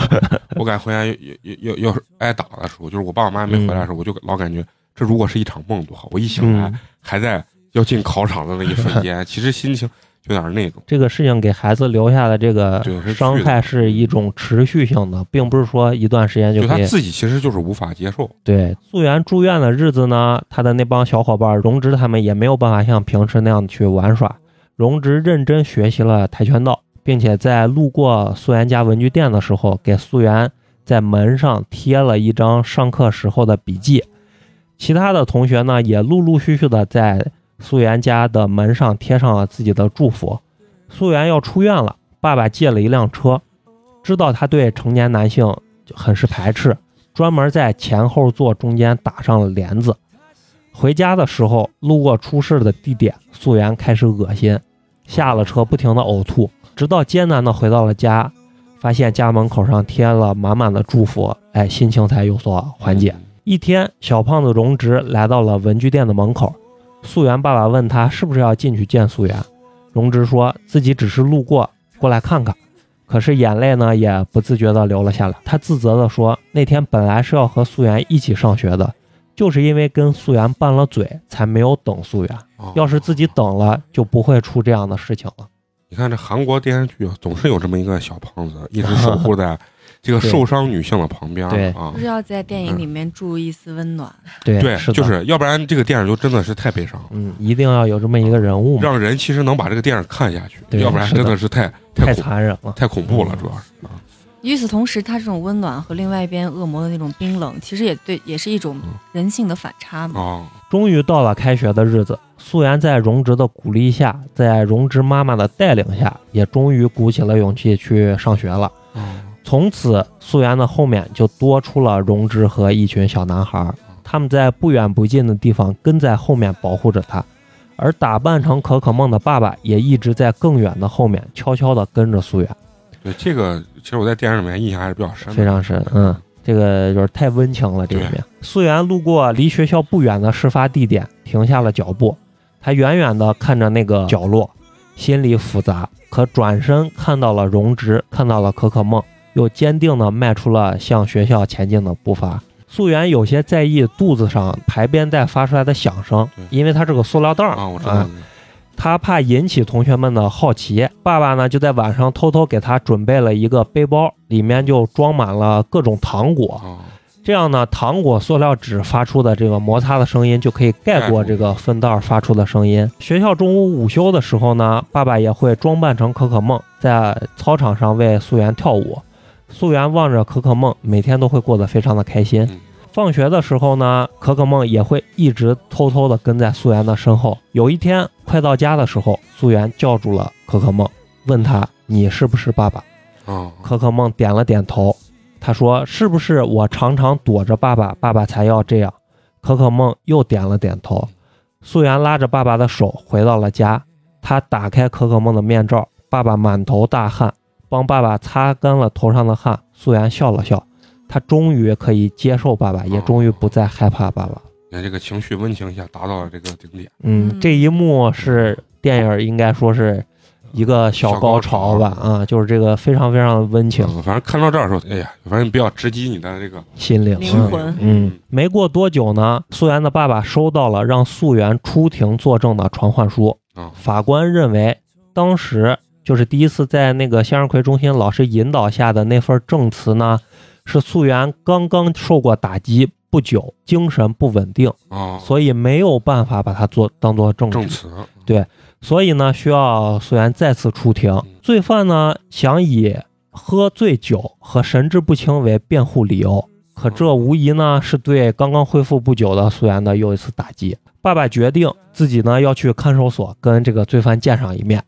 Speaker 1: 我感觉回家要要要要挨打的时候，就是我爸我妈没回来的时候，我就老感觉这如果是一场梦多好。我一醒来
Speaker 4: 嗯，
Speaker 1: 还在要进考场的那一瞬间，其实心情有点那种。
Speaker 4: 这个事情给孩子留下的这个
Speaker 1: 对是
Speaker 4: 伤害是一种持续性的，并不是说一段时间就
Speaker 1: 就他
Speaker 4: 可以
Speaker 1: 自己其实就是无法接受，
Speaker 4: 对，素媛住院的日子呢，她的那帮小伙伴荣植他们也没有办法像平时那样去玩耍。荣植认真学习了跆拳道，并且在路过素媛家文具店的时候，给素媛在门上贴了一张上课时候的笔记。其他的同学呢，也陆陆续续的在素媛家的门上贴上了自己的祝福。素媛要出院了，爸爸借了一辆车，知道她对成年男性就很是排斥，专门在前后座中间打上了帘子。回家的时候，路过出事的地点，素媛开始恶心，下了车不停的呕吐，直到艰难的回到了家，发现家门口上贴了满满的祝福，哎，心情才有所缓解。
Speaker 1: 嗯
Speaker 4: 一天，小胖子荣直来到了文具店的门口，素媛爸爸问他是不是要进去见素媛，荣直说自己只是路过，过来看看。可是眼泪呢也不自觉地流了下来。他自责地说：“那天本来是要和素媛一起上学的，就是因为跟素媛拌了嘴，才没有等素媛。
Speaker 1: 哦
Speaker 4: 要是自己等了，就不会出这样的事情了。
Speaker 1: 你看这韩国电视剧啊，总是有这么一个小胖子，一直守 护在这个受伤女性的旁边
Speaker 4: 对
Speaker 1: 啊
Speaker 5: 不。是要在电影里面注一丝温暖。
Speaker 4: 对
Speaker 1: 对，
Speaker 4: 是的
Speaker 1: 就是要不然这个电影就真的是太悲伤了，
Speaker 4: 嗯，一定要有这么一个人物嘛，
Speaker 1: 让人其实能把这个电影看下去，
Speaker 4: 对
Speaker 1: 要不然
Speaker 4: 是的
Speaker 1: 真的是太
Speaker 4: 太
Speaker 1: 恐
Speaker 4: 残忍了。
Speaker 1: 太恐怖了，主要是啊，
Speaker 5: 与此同时，他这种温暖和另外一边恶魔的那种冰冷，其实也对，也是一种人性的反差嘛。
Speaker 1: 嗯哦
Speaker 4: 终于到了开学的日子，素媛在荣植的鼓励下，在荣植妈妈的带领下，也终于鼓起了勇气去上学了。
Speaker 1: 哦
Speaker 4: 从此，素媛的后面就多出了荣之和一群小男孩儿，他们在不远不近的地方跟在后面保护着她，而打扮成可可梦的爸爸也一直在更远的后面悄悄地跟着素媛，
Speaker 1: 对这个，其实我在电影里面印象还是比较深的，
Speaker 4: 非常深，嗯，这个就是太温情了这里面。素媛路过离学校不远的事发地点，停下了脚步，她远远地看着那个角落，心里复杂，可转身看到了荣植，看到了可可梦，又坚定地迈出了向学校前进的步伐。素媛有些在意肚子上排便袋发出来的响声
Speaker 1: 对，
Speaker 4: 因为它是个塑料袋儿
Speaker 1: 啊，我知道，
Speaker 4: 他怕引起同学们的好奇，爸爸呢就在晚上偷偷给他准备了一个背包，里面就装满了各种糖果。
Speaker 1: 啊，
Speaker 4: 这样呢，糖果塑料纸发出的这个摩擦的声音就可以盖过这个粪袋发出的声音。学校中午午休的时候呢，爸爸也会装扮成可可梦，在操场上为素媛跳舞。素媛望着可可梦，每天都会过得非常的开心
Speaker 1: 嗯。
Speaker 4: 放学的时候呢，可可梦也会一直偷偷的跟在素媛的身后。有一天快到家的时候，素媛叫住了可可梦，问他：“你是不是爸爸？”
Speaker 1: 哦
Speaker 4: 可可梦点了点头，他说：“是不是我常常躲着爸爸，爸爸才要这样？”可可梦又点了点头。素媛拉着爸爸的手回到了家，她打开可可梦的面罩，爸爸满头大汗，帮爸爸擦干了头上的汗。素媛笑了笑，她终于可以接受爸
Speaker 1: 哦
Speaker 4: 爸，也终于不再害怕爸爸了。
Speaker 1: 你看这个情绪温情一下达到了这个顶点，
Speaker 4: 嗯，
Speaker 5: 嗯
Speaker 4: 这一幕是电影应该说是一个小
Speaker 1: 小
Speaker 4: 高
Speaker 1: 高
Speaker 4: 潮
Speaker 1: 潮
Speaker 4: 吧？啊，就是这个非常非常温情
Speaker 1: 嗯反正看到这儿的时候，哎呀，反正比较直击你的这个
Speaker 4: 心灵，
Speaker 5: 灵
Speaker 4: 嗯
Speaker 5: 魂
Speaker 4: 嗯，没过多久呢，素媛的爸爸收到了让素媛出庭作证的传唤书。
Speaker 1: 啊，
Speaker 4: 法官认为，当时就是第一次在那个向日葵中心老师引导下的那份证词呢，是素媛刚刚受过打击不久，精神不稳定，
Speaker 1: 啊，
Speaker 4: 所以没有办法把它做当做证
Speaker 1: 证
Speaker 4: 据。
Speaker 1: 词，
Speaker 4: 所以呢，需要素媛再次出庭。罪犯呢想以喝醉酒和神志不清为辩护理由，可这无疑呢是对刚刚恢复不久的素媛的又一次打击。爸爸决定自己呢要去看守所跟这个罪犯见上一面。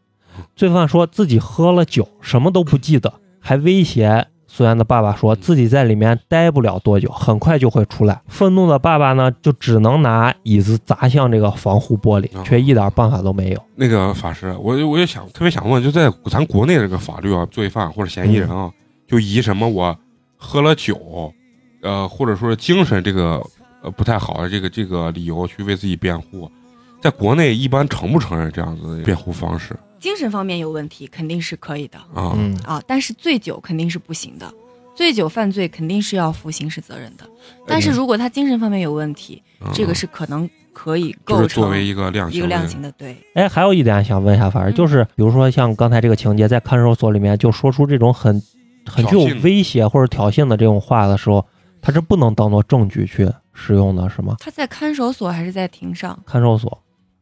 Speaker 4: 罪犯说自己喝了酒，什么都不记得，还威胁素媛的爸爸说自己在里面待不了多久，很快就会出来。愤怒的爸爸呢就只能拿椅子砸向这个防护玻璃，却一点办法都没有。
Speaker 1: 那个法师，我就我就想特别想问，就在咱国内这个法律啊，罪犯或者嫌疑人
Speaker 4: 嗯
Speaker 1: 啊，就以什么我喝了酒，呃，或者说是精神这个呃不太好的这个这个理由去为自己辩护，在国内一般承不承认这样子的辩护方式
Speaker 5: 精神方面有问题肯定是可以的
Speaker 1: 啊？
Speaker 4: 嗯，
Speaker 5: 啊，但是醉酒肯定是不行的，醉酒犯罪肯定是要负刑事责任的。但是如果他精神方面有问题，
Speaker 1: 哎嗯
Speaker 5: 这个是可能可以
Speaker 1: 就
Speaker 5: 构
Speaker 1: 是作
Speaker 5: 成
Speaker 1: 为一个量
Speaker 5: 一
Speaker 1: 刑
Speaker 5: 个
Speaker 1: 的
Speaker 5: 量刑的，对，
Speaker 4: 哎，还有一点想问一下，反正
Speaker 5: 嗯
Speaker 4: 就是，比如说像刚才这个情节，在看守所里面就说出这种很很具
Speaker 1: 挑
Speaker 4: 有
Speaker 1: 衅
Speaker 4: 威胁或者挑衅的这种话的时候，他是不能当做证据去使用的，是吗？
Speaker 5: 他在看守所还是在庭上，
Speaker 4: 看守所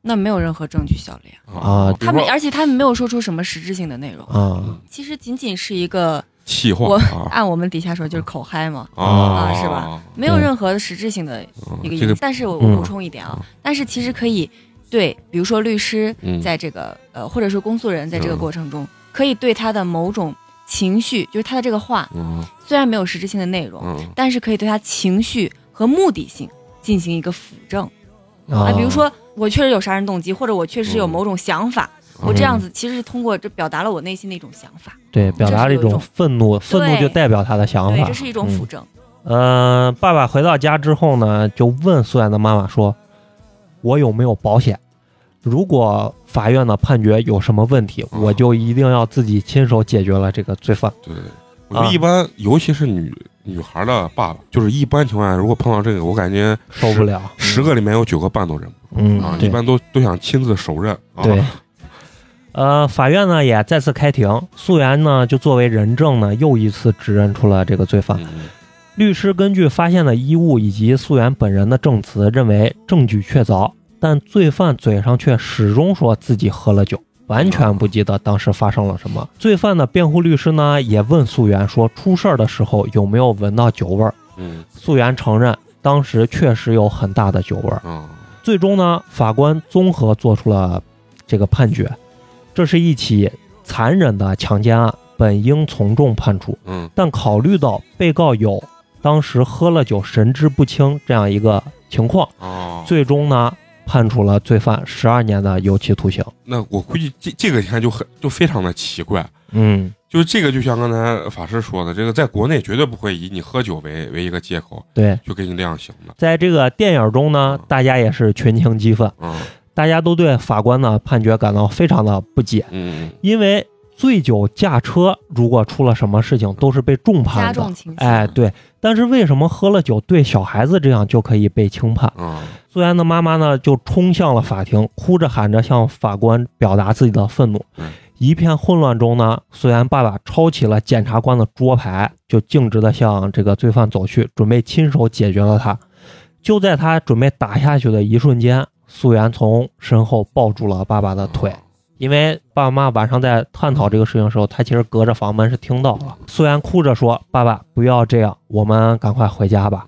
Speaker 5: 那没有任何证据效力啊。
Speaker 4: 啊
Speaker 1: 比
Speaker 5: 他
Speaker 1: 如
Speaker 5: 们
Speaker 1: 说
Speaker 5: 而且他们没有说出什么实质性的内容，
Speaker 4: 啊，
Speaker 5: 其实仅仅是一个
Speaker 1: 气话
Speaker 5: 我
Speaker 1: 啊
Speaker 5: 按我们底下说就是口嗨嘛，
Speaker 1: 啊
Speaker 5: 啊是吧？没有任何实质性的
Speaker 1: 嗯
Speaker 5: 一
Speaker 1: 这
Speaker 5: 个影
Speaker 1: 个
Speaker 5: 响。但是我
Speaker 4: 嗯
Speaker 5: 我补充一点啊，但是其实可以对，比如说律师
Speaker 1: 嗯
Speaker 5: 在这个呃，或者说公诉人在这个
Speaker 1: 嗯
Speaker 5: 过程中，可以对他的某种情绪，就是他的这个话
Speaker 1: 嗯
Speaker 5: 虽然没有实质性的内容，
Speaker 1: 嗯
Speaker 5: 但是可以对他情绪和目的性进行一个辅证
Speaker 4: 啊
Speaker 5: 啊，比如说我确实有杀人动机，或者我确实有某种想法，
Speaker 4: 嗯
Speaker 5: 我这样子其实是通过这表达了我内心的一种想法，
Speaker 4: 对，表达了一
Speaker 5: 这是有一
Speaker 4: 种
Speaker 5: 种
Speaker 4: 愤怒，愤怒就代表他的想
Speaker 5: 对，
Speaker 4: 法
Speaker 5: 这。是一种辅正。
Speaker 4: 嗯、爸爸回到家之后呢，就问苏冉的妈妈说：“我有没有保险？如果法院的判决有什么问题，
Speaker 1: 嗯
Speaker 4: 我就一定要自己亲手解决了这个罪犯。
Speaker 1: 对，我觉
Speaker 4: 啊
Speaker 1: 得一般，尤其是女女孩的爸爸，就是一般情况下，如果碰到这个，我感觉
Speaker 4: 受不了。”
Speaker 1: 十个里面有九个半都认不
Speaker 4: 嗯
Speaker 1: 住啊，，一
Speaker 4: 对
Speaker 1: 般都都想亲自手刃啊。
Speaker 4: 对，呃，法院呢也再次开庭，素媛呢就作为人证呢又一次指认出了这个罪犯。
Speaker 1: 嗯，
Speaker 4: 律师根据发现的衣物以及素媛本人的证词，认为证据确凿，但罪犯嘴上却始终说自己喝了酒，完全不记得当时发生了什么。罪犯的辩护律师呢也问素媛说，出事儿的时候有没有闻到酒味儿？
Speaker 1: 嗯
Speaker 4: 素媛承认当时确实有很大的酒味儿。
Speaker 1: 嗯
Speaker 4: 最终呢，法官综合做出了这个判决，这是一起残忍的强奸案，本应从重判处。
Speaker 1: 嗯
Speaker 4: 但考虑到被告有当时喝了酒神志不清这样一个情况，
Speaker 1: 哦，
Speaker 4: 最终呢判处了罪犯十二年的有期徒刑。
Speaker 1: 那我估计这这个你看就很就非常的奇怪。
Speaker 4: 嗯，
Speaker 1: 就是这个，就像刚才法师说的，这个在国内绝对不会以你喝酒为为一个借口
Speaker 4: 对，
Speaker 1: 就给你量刑的。
Speaker 4: 在这个电影中呢，大家也是群情激愤，
Speaker 1: 嗯
Speaker 4: 大家都对法官的判决感到非常的不解，
Speaker 1: 嗯
Speaker 4: 因为醉酒驾车如果出了什么事情，都是被重
Speaker 5: 加
Speaker 4: 判的
Speaker 5: 重。情节，
Speaker 4: 哎，对，但是为什么喝了酒对小孩子这样就可以被轻判？
Speaker 1: 嗯
Speaker 4: 苏安的妈妈呢，就冲向了法庭，哭着喊着向法官表达自己的愤怒
Speaker 1: 嗯。
Speaker 4: 一片混乱中呢，苏安爸爸抄起了检察官的桌牌，就径直的向这个罪犯走去，准备亲手解决了他。就在他准备打下去的一瞬间，素媛从身后抱住了爸爸的腿，因为爸爸妈妈晚上在探讨这个事情的时候，他其实隔着房门是听到了。素媛哭着说：“爸爸，不要这样，我们赶快回家吧。”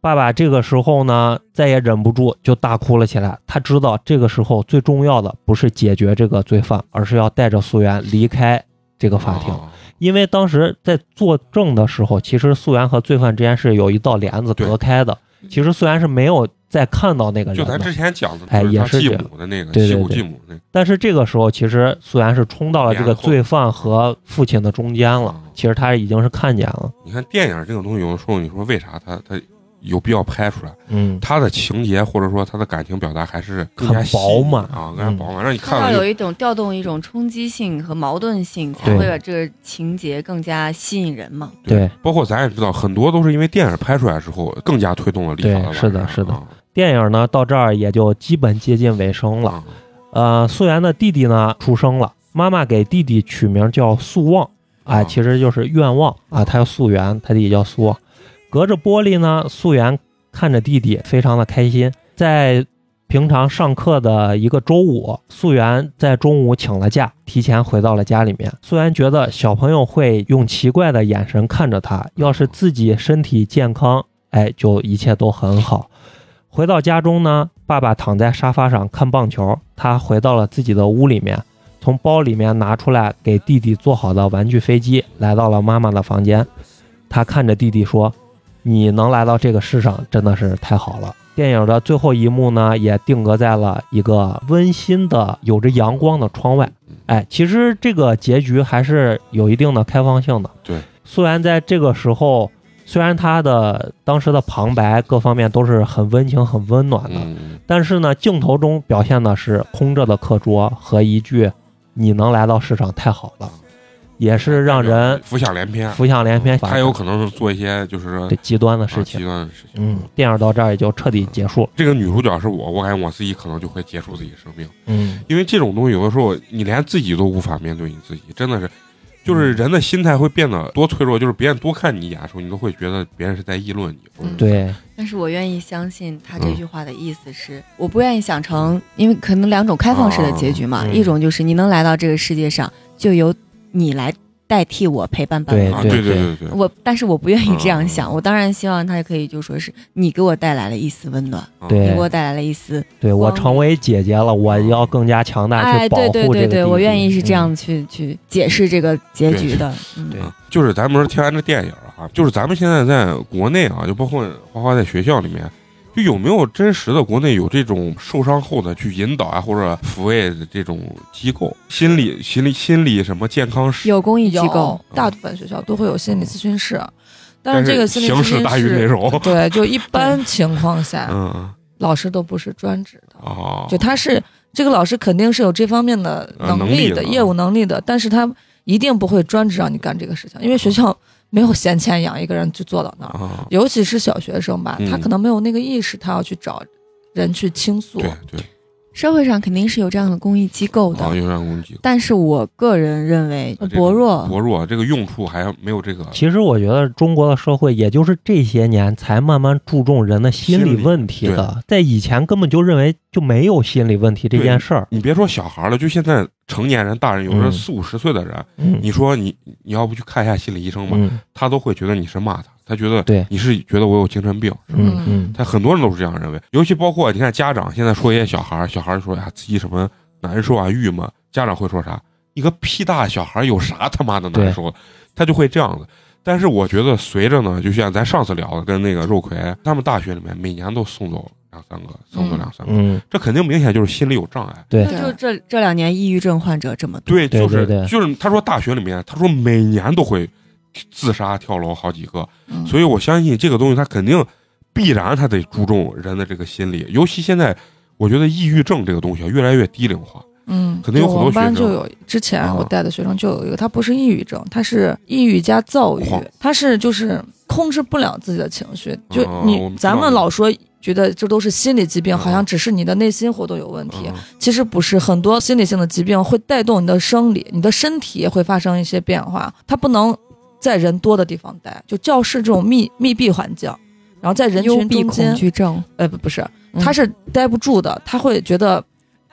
Speaker 4: 爸爸这个时候呢，再也忍不住就大哭了起来。他知道这个时候最重要的不是解决这个罪犯，而是要带着素媛离开这个法庭，
Speaker 1: 哦
Speaker 4: 因为当时在作证的时候，其实素媛和罪犯之间是有一道帘子
Speaker 1: 对
Speaker 4: 隔开的。其实素媛是没有再看到那个人
Speaker 1: 就
Speaker 4: 的，
Speaker 1: 咱之前讲的，
Speaker 4: 哎
Speaker 1: 就是他
Speaker 4: 也是
Speaker 1: 继
Speaker 4: 这样
Speaker 1: 母的那个
Speaker 4: 对对
Speaker 1: 继母
Speaker 4: 对
Speaker 1: 继母那个。
Speaker 4: 但是这个时候，其实素媛是冲到了这个罪犯和父亲的中间了
Speaker 1: 然后。
Speaker 4: 其实他已经是看见了，
Speaker 1: 你看电影这种东西，有的时候你说为啥他他有必要拍出来？
Speaker 4: 嗯，
Speaker 1: 他的情节或者说他的感情表达还是更加
Speaker 4: 很
Speaker 1: 细
Speaker 4: 饱满嗯
Speaker 1: 啊，更加饱满，让你
Speaker 5: 看
Speaker 1: 看
Speaker 5: 到
Speaker 1: 了
Speaker 5: 有
Speaker 1: 就
Speaker 5: 一种调动一种冲击性和矛盾性，才
Speaker 4: 对
Speaker 5: 会把这个情节更加吸引人嘛。
Speaker 4: 对。
Speaker 1: 包括咱也知道，很多都是因为电影拍出来之后，更加推动了立法
Speaker 4: 对是的
Speaker 1: 完善
Speaker 4: 是的
Speaker 1: 啊
Speaker 4: 电影呢到这儿也就基本接近尾声了。
Speaker 1: 啊
Speaker 4: 呃，素媛的弟弟呢出生了，妈妈给弟弟取名叫素望，哎、
Speaker 1: 啊
Speaker 4: 其实就是愿望啊，他叫素媛，他弟弟叫素望。隔着玻璃呢，素媛看着弟弟，非常的开心。在平常上课的一个周五，素媛在中午请了假，提前回到了家里面。素媛觉得小朋友会用奇怪的眼神看着她，要是自己身体健康，哎，就一切都很好。回到家中呢，爸爸躺在沙发上看棒球，他回到了自己的屋里面，从包里面拿出来给弟弟做好的玩具飞机，来到了妈妈的房间。他看着弟弟说：“你能来到这个世上，真的是太好了。”电影的最后一幕呢，也定格在了一个温馨的、有着阳光的窗外。
Speaker 1: 嗯
Speaker 4: 哎，其实这个结局还是有一定的开放性的。
Speaker 1: 对，
Speaker 4: 素然在这个时候，虽然他的当时的旁白各方面都是很温情、很温暖的，
Speaker 1: 嗯，
Speaker 4: 但是呢，镜头中表现的是空着的课桌和一句“你能来到市场太好了”，也是让人
Speaker 1: 浮想联翩。
Speaker 4: 浮想联翩。
Speaker 1: 他嗯有可能是做一些就是说
Speaker 4: 对极端的
Speaker 1: 啊
Speaker 4: 事
Speaker 1: 极
Speaker 4: 情。
Speaker 1: 端的事情。
Speaker 4: 嗯，电影到这儿也就彻底结束了。
Speaker 1: 这个女主角是我，我感觉我自己可能就会结束自己生命，
Speaker 4: 嗯，
Speaker 1: 因为这种东西有的时候你连自己都无法面对你自己，真的是，就是人的心态会变得多脆弱，就是别人多看你一眼的时候，你都会觉得别人是在议论你，或者是
Speaker 4: 对，
Speaker 5: 但是我愿意相信他
Speaker 1: 嗯
Speaker 5: 这句话的意思是，我不愿意想成，因为可能两种开放式的结局嘛，
Speaker 1: 哦
Speaker 4: 啊嗯
Speaker 5: 一种就是你能来到这个世界上，就由你来代替我陪伴伴
Speaker 4: 对
Speaker 5: 我。
Speaker 1: 啊，对对对，
Speaker 5: 我，但是我不愿意这样想，
Speaker 1: 嗯
Speaker 5: 我当然希望他可以就说是你给我带来了一丝温暖，
Speaker 1: 啊
Speaker 4: 对
Speaker 5: 你给我带来了一丝
Speaker 4: 对我
Speaker 5: 光
Speaker 4: 成为姐姐了，我要更加强大去
Speaker 5: 哎，
Speaker 4: 保
Speaker 5: 对
Speaker 4: 护这
Speaker 5: 对
Speaker 4: 个弟弟。
Speaker 5: 对对，我愿意是
Speaker 4: 嗯
Speaker 5: 这样去、去解释这个结局的。嗯，
Speaker 4: 对
Speaker 1: 嗯就是咱们说听完这电影啊，就是咱们现在在国内啊，就包括花花在学校里面，就有没有真实的国内有这种受伤后的去引导啊，或者抚慰的这种机构，心理心理心理什么健康师？
Speaker 5: 有公益机构
Speaker 3: 有，大部分学校都会有心理咨询室，
Speaker 1: 嗯
Speaker 3: 但
Speaker 1: 但
Speaker 3: 是这个心理咨
Speaker 1: 形式
Speaker 3: 询
Speaker 1: 大于内
Speaker 3: 室，
Speaker 1: 容。
Speaker 3: 对，就一般情况下，
Speaker 1: 嗯
Speaker 3: 老师都不是专职的，
Speaker 1: 哦，
Speaker 3: 就他是这个老师肯定是有这方面的
Speaker 1: 呃
Speaker 3: 能
Speaker 1: 能
Speaker 3: 力
Speaker 1: 力
Speaker 3: 的、
Speaker 1: 的
Speaker 3: 业务能力的，但是他一定不会专职让你干这个事情，因
Speaker 1: 哦
Speaker 3: 为学校没有闲钱养一个人就坐到那儿，
Speaker 1: 啊，
Speaker 3: 尤其是小学生吧，
Speaker 1: 嗯
Speaker 3: 他可能没有那个意识，他要去找人去倾诉
Speaker 1: 对。对，
Speaker 5: 社会上肯定是有这样的公益机构的，
Speaker 1: 啊，有点攻击。啊
Speaker 5: 但是我个人认为
Speaker 1: 这个
Speaker 5: 薄弱，
Speaker 1: 薄弱，这个用处还没有这个
Speaker 4: 嗯其实我觉得中国的社会，也就是这些年才慢慢注重人的心理问题的，在以前根本就认为就没有心理问题这件事儿。
Speaker 1: 你别说小孩了，就现在成年人、大人，有时候
Speaker 4: 嗯
Speaker 1: 四五十岁的人，
Speaker 4: 嗯
Speaker 1: 你说你你要不去看一下心理医生吧，
Speaker 4: 嗯
Speaker 1: 他都会觉得你是骂他，他觉得
Speaker 4: 对
Speaker 1: 你是觉得我有精神病，
Speaker 4: 嗯嗯，
Speaker 1: 他很多人都是这样认为。尤其包括你看家长现在说一些小孩儿，小孩儿说呀自己什么难受啊、郁闷，家长会说啥？你个屁大小孩儿有啥他妈的难受的？他就会这样子。但是我觉得随着呢，就像咱上次聊的，跟那个肉葵他们大学里面每年都送走两三个，送走两三个，
Speaker 4: 嗯，
Speaker 1: 这肯定明显就是心理有障碍。
Speaker 4: 对
Speaker 5: 那就这这两年抑郁症患者这么多，
Speaker 1: 对，
Speaker 4: 对
Speaker 1: 就是
Speaker 4: 对对
Speaker 1: 就是，他说大学里面，他说每年都会自杀跳楼好几个，
Speaker 3: 嗯
Speaker 1: 所以我相信这个东西，它肯定必然它得注重人的这个心理，尤其现在，我觉得抑郁症这个东西啊越来越低龄化，
Speaker 3: 嗯，
Speaker 1: 可能有很多
Speaker 3: 我们班
Speaker 1: 学生
Speaker 3: 就有，之前
Speaker 1: 啊
Speaker 3: 我带的学生就有一个，他不是抑郁症，他是抑郁加躁郁
Speaker 1: 狂，
Speaker 3: 他是就是控制不了自己的情绪。就
Speaker 1: 啊
Speaker 3: 你、
Speaker 1: 我们知道
Speaker 3: 咱们老说觉得这都是心理疾病，
Speaker 1: 啊
Speaker 3: 好像只是你的内心活动有问题，
Speaker 1: 嗯
Speaker 3: 其实不是，很多心理性的疾病会带动你的生理，你的身体也会发生一些变化，它不能在人多的地方待，就教室这种密密闭环境，然后在人
Speaker 5: 幽
Speaker 3: 群
Speaker 5: 闭
Speaker 3: 中
Speaker 5: 恐
Speaker 3: 间，
Speaker 5: 惧症，
Speaker 3: 呃，不不是，
Speaker 5: 嗯
Speaker 3: 他是待不住的，他会觉得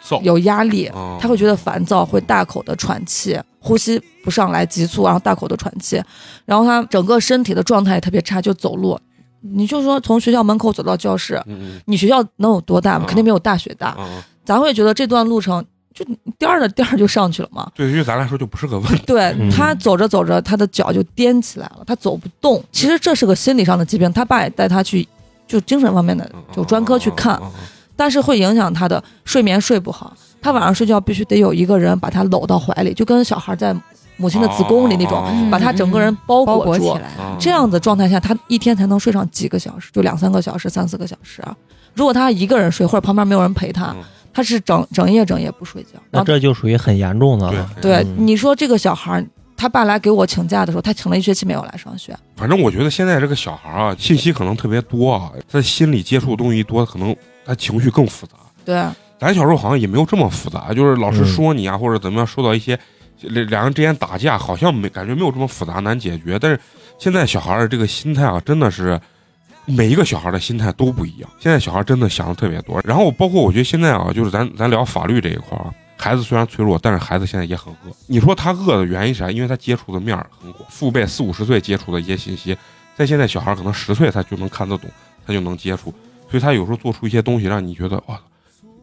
Speaker 1: 躁，
Speaker 3: 有压力。
Speaker 1: 嗯
Speaker 3: 他会觉得烦躁，会大口的喘气，呼吸不上来，急促，然后大口的喘气，然后他整个身体的状态也特别差，就走路，你就说从学校门口走到教室，
Speaker 1: 嗯
Speaker 3: 你学校能有多大吗？
Speaker 1: 啊
Speaker 3: 肯定没有大学大
Speaker 1: 嗯，嗯，
Speaker 3: 咱会觉得这段路程就颠儿的颠儿就上去了嘛。
Speaker 1: 对于咱来说就不是个问题，
Speaker 3: 对
Speaker 4: 嗯
Speaker 3: 他走着走着，他的脚就颠起来了，他走不动。其实这是个心理上的疾病，他爸也带他去就精神方面的
Speaker 1: 嗯
Speaker 3: 就专科去看，
Speaker 1: 嗯嗯嗯
Speaker 3: 但是会影响他的睡眠睡不好。他晚上睡觉必须得有一个人把他搂到怀里，就跟小孩在母亲的子宫里那种，
Speaker 1: 哦
Speaker 3: 把他整个人包
Speaker 5: 包
Speaker 3: 裹
Speaker 5: 裹
Speaker 3: 住。
Speaker 5: 起来，
Speaker 1: 嗯
Speaker 3: 这样的状态下，他一天才能睡上几个小时，就两三个小时、三四个小时啊。如果他一个人睡，或者旁边没有人陪他
Speaker 1: 嗯，
Speaker 3: 他是整整夜整夜不睡觉。然
Speaker 4: 那
Speaker 3: 后
Speaker 4: 这就属于很严重的
Speaker 1: 啊对
Speaker 4: 了。
Speaker 3: 对，
Speaker 4: 嗯
Speaker 3: 你说这个小孩儿，他爸来给我请假的时候，他请了一学期没有来上学。
Speaker 1: 反正我觉得现在这个小孩儿啊，信息可能特别多啊，他心理接触的东西一多，可能他情绪更复杂。
Speaker 3: 对，
Speaker 1: 咱小时候好像也没有这么复杂，就是老师说你啊，或者怎么样，受到一些两两人之间打架，好像没感觉没有这么复杂难解决。但是现在小孩儿这个心态啊，真的是每一个小孩儿的心态都不一样。现在小孩儿真的想的特别多，然后包括我觉得现在啊，就是咱咱聊法律这一块儿啊。孩子虽然脆弱，但是孩子现在也很恶。你说他恶的原因是啥？因为他接触的面儿很广，父辈四五十岁接触的一些信息，在现在小孩儿可能十岁他就能看得懂，他就能接触，所以他有时候做出一些东西让你觉得哇，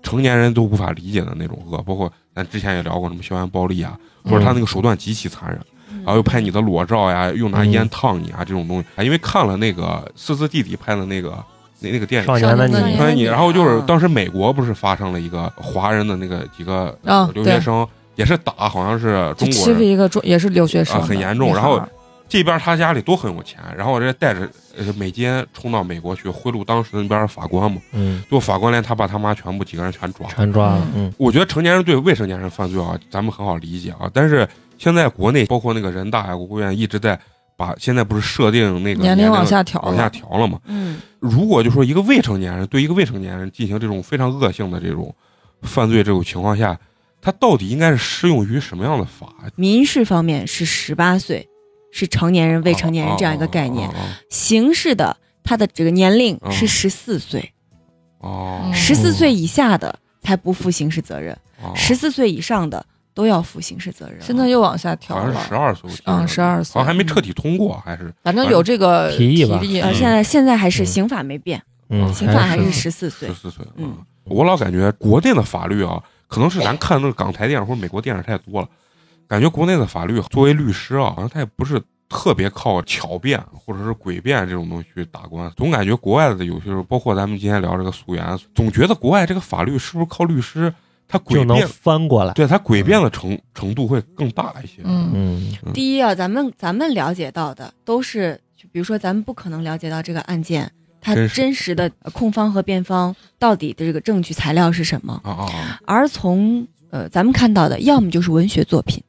Speaker 1: 成年人都无法理解的那种恶，包括咱之前也聊过什么校园暴力啊，
Speaker 4: 嗯
Speaker 1: 或者他那个手段极其残忍，
Speaker 5: 嗯
Speaker 1: 然后又拍你的裸照呀，又拿
Speaker 4: 嗯
Speaker 1: 烟烫你啊、这种东西。啊因为看了那个四字弟弟拍的那个那那个电影
Speaker 4: 嗯少。年的
Speaker 5: 少
Speaker 4: 你
Speaker 5: 年
Speaker 1: 所以你，然后就是
Speaker 5: 啊
Speaker 1: 当时美国不是发生了一个华人的那个几
Speaker 5: 哦
Speaker 1: 个
Speaker 3: 啊
Speaker 1: 留学生，也是打，好像是
Speaker 3: 就
Speaker 1: 中
Speaker 3: 欺
Speaker 1: 国
Speaker 3: 负
Speaker 1: 人，
Speaker 3: 一个中也是留学生的、
Speaker 1: 啊很严重
Speaker 3: 女孩儿
Speaker 1: 然后这边他家里都很有钱，然后这带着呃美金冲到美国去贿赂当时那边的法官嘛，
Speaker 4: 嗯，
Speaker 1: 就法官连他爸他妈全部几个人全抓了，
Speaker 4: 全抓了。嗯
Speaker 1: 我觉得成年人对未成年人犯罪啊，咱们很好理解啊。但是现在国内包括那个人大呀、国务院一直在把现在不是设定那个
Speaker 3: 年
Speaker 1: 龄
Speaker 3: 龄往下调
Speaker 1: 往下
Speaker 3: 了。
Speaker 1: 调了嘛？
Speaker 5: 嗯，
Speaker 1: 如果就说一个未成年人对一个未成年人进行这种非常恶性的这种犯罪这种情况下，他到底应该是适用于什么样的法？
Speaker 5: 民事方面是十八岁，是成年
Speaker 1: 哦
Speaker 5: 人、未成年人这样一个概念
Speaker 1: 啊。啊
Speaker 5: 刑事的，他的这个年龄
Speaker 1: 嗯
Speaker 5: 是十四岁，
Speaker 1: 哦，
Speaker 5: 十四岁以下的才不负刑事责任，
Speaker 1: 哦
Speaker 5: 十四岁以上的都要负刑事责任。
Speaker 3: 现在又往下调
Speaker 1: 好像是十
Speaker 3: 了，
Speaker 1: 二岁，我记得
Speaker 3: 嗯12岁
Speaker 1: 好像还没彻底通过，还是
Speaker 3: 反正有这个
Speaker 4: 提议吧
Speaker 5: 呃，
Speaker 1: 嗯
Speaker 5: 现在现在还是
Speaker 4: 嗯
Speaker 5: 刑法没变，
Speaker 4: 嗯，
Speaker 5: 刑法还
Speaker 4: 是
Speaker 5: 是十四岁
Speaker 1: 十。四岁。
Speaker 5: 嗯
Speaker 1: 嗯，我老感觉国内的法律啊，可能是咱看那个港台电影或者美国电影太多了，感觉国内的法律作为律师啊，好像他也不是特别靠巧辩或者是诡辩这种东西去打官司，总感觉国外的有些时候，包括咱们今天聊这个溯源，啊总觉得国外这个法律是不是靠律师他
Speaker 4: 就
Speaker 1: 诡
Speaker 4: 能
Speaker 1: 辩，
Speaker 4: 翻过来。
Speaker 1: 对他诡辩的程程度会更大一些。
Speaker 6: 嗯，
Speaker 4: 嗯，
Speaker 5: 第一啊，咱们咱们了解到的都是，就比如说咱们不可能了解到这个案件它
Speaker 1: 真实
Speaker 5: 真实的呃控方和辩方到底的这个证据材料是什么，
Speaker 1: 啊啊
Speaker 5: 而从呃咱们看到的，要么就是文学作品，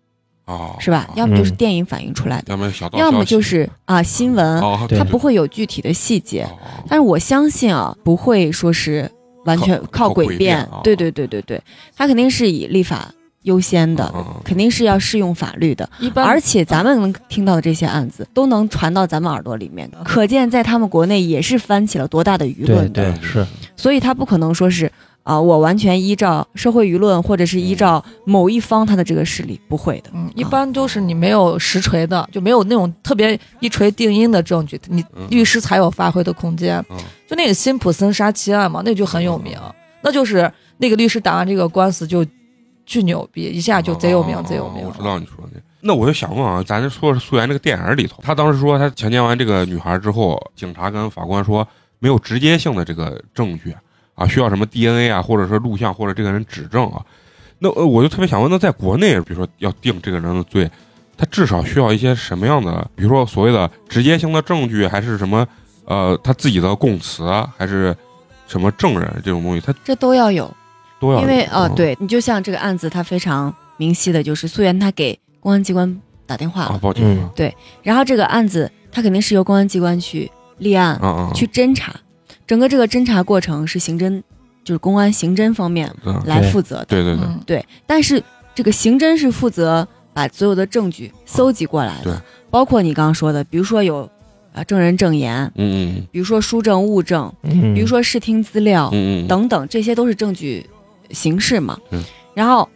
Speaker 1: 啊啊！
Speaker 5: 是吧？要么就是电影反映出来的，
Speaker 1: 要么小道消息，
Speaker 5: 要么就是啊新闻，
Speaker 1: 哦，
Speaker 4: 对
Speaker 5: 它不会有具体的细节。
Speaker 1: 哦哦
Speaker 5: 但是我相信啊，不会说是完全
Speaker 1: 靠靠
Speaker 5: 靠
Speaker 1: 诡
Speaker 5: 诡
Speaker 1: 辩
Speaker 5: 辩，
Speaker 1: 啊
Speaker 5: 对对对对对，他肯定是以立法优先的，
Speaker 1: 嗯嗯嗯
Speaker 5: 肯定是要适用法律的。
Speaker 6: 一般
Speaker 5: 而且咱们能听到的这些案子都能传到咱们耳朵里面的，
Speaker 6: 嗯
Speaker 5: 可见在他们国内也是翻起了多大的舆
Speaker 4: 对
Speaker 5: 论的。
Speaker 4: 对是，
Speaker 5: 所以他不可能说是啊、我完全依照社会舆论或者是依照某一方他的这个势力，不会的。
Speaker 6: 嗯，一般就是你没有实锤的，就没有那种特别一锤定音的证据，你
Speaker 1: 嗯
Speaker 6: 律师才有发挥的空间
Speaker 1: 嗯。
Speaker 6: 就那个辛普森杀妻案嘛，那就很有名，那就是那个律师打完这个官司就巨牛逼，一下就贼有名，
Speaker 1: 哦
Speaker 6: 贼有名
Speaker 1: 我。知道你说的那。那我就想问啊，咱说是素媛这个电影里头，他当时说他强奸完这个女孩之后，警察跟法官说没有直接性的这个证据啊，需要什么 DNA 啊，或者是录像或者这个人指证啊。那呃，我就特别想问，那在国内，比如说要定这个人的罪，他至少需要一些什么样的，比如说所谓的直接性的证据，还是什么呃他自己的供词啊，还是什么证人这种东西，他
Speaker 5: 这都要有，
Speaker 1: 都要
Speaker 5: 因为呃，
Speaker 1: 嗯
Speaker 5: 对你就像这个案子，它非常明晰的就是素媛她给公安机关打电话了
Speaker 1: 啊，报警
Speaker 4: 嗯
Speaker 1: 啊
Speaker 5: 然后这个案子它肯定是由公安机关去立案、
Speaker 1: 啊啊，
Speaker 5: 去侦查，整个这个侦查过程是刑侦，就是公安刑侦方面
Speaker 1: 嗯
Speaker 5: 来
Speaker 4: 对
Speaker 5: 负责的。
Speaker 1: 对对对，
Speaker 6: 嗯，
Speaker 5: 对，但是这个刑侦是负责把所有的证据搜集过来的，
Speaker 1: 啊对
Speaker 5: 包括你刚刚说的，比如说有啊证人证言，
Speaker 1: 嗯嗯。
Speaker 5: 比如说书证物证，
Speaker 4: 嗯，
Speaker 5: 比如说视听资料、
Speaker 1: 嗯嗯，
Speaker 5: 等等，这些都是证据形式嘛。
Speaker 1: 嗯
Speaker 5: 然后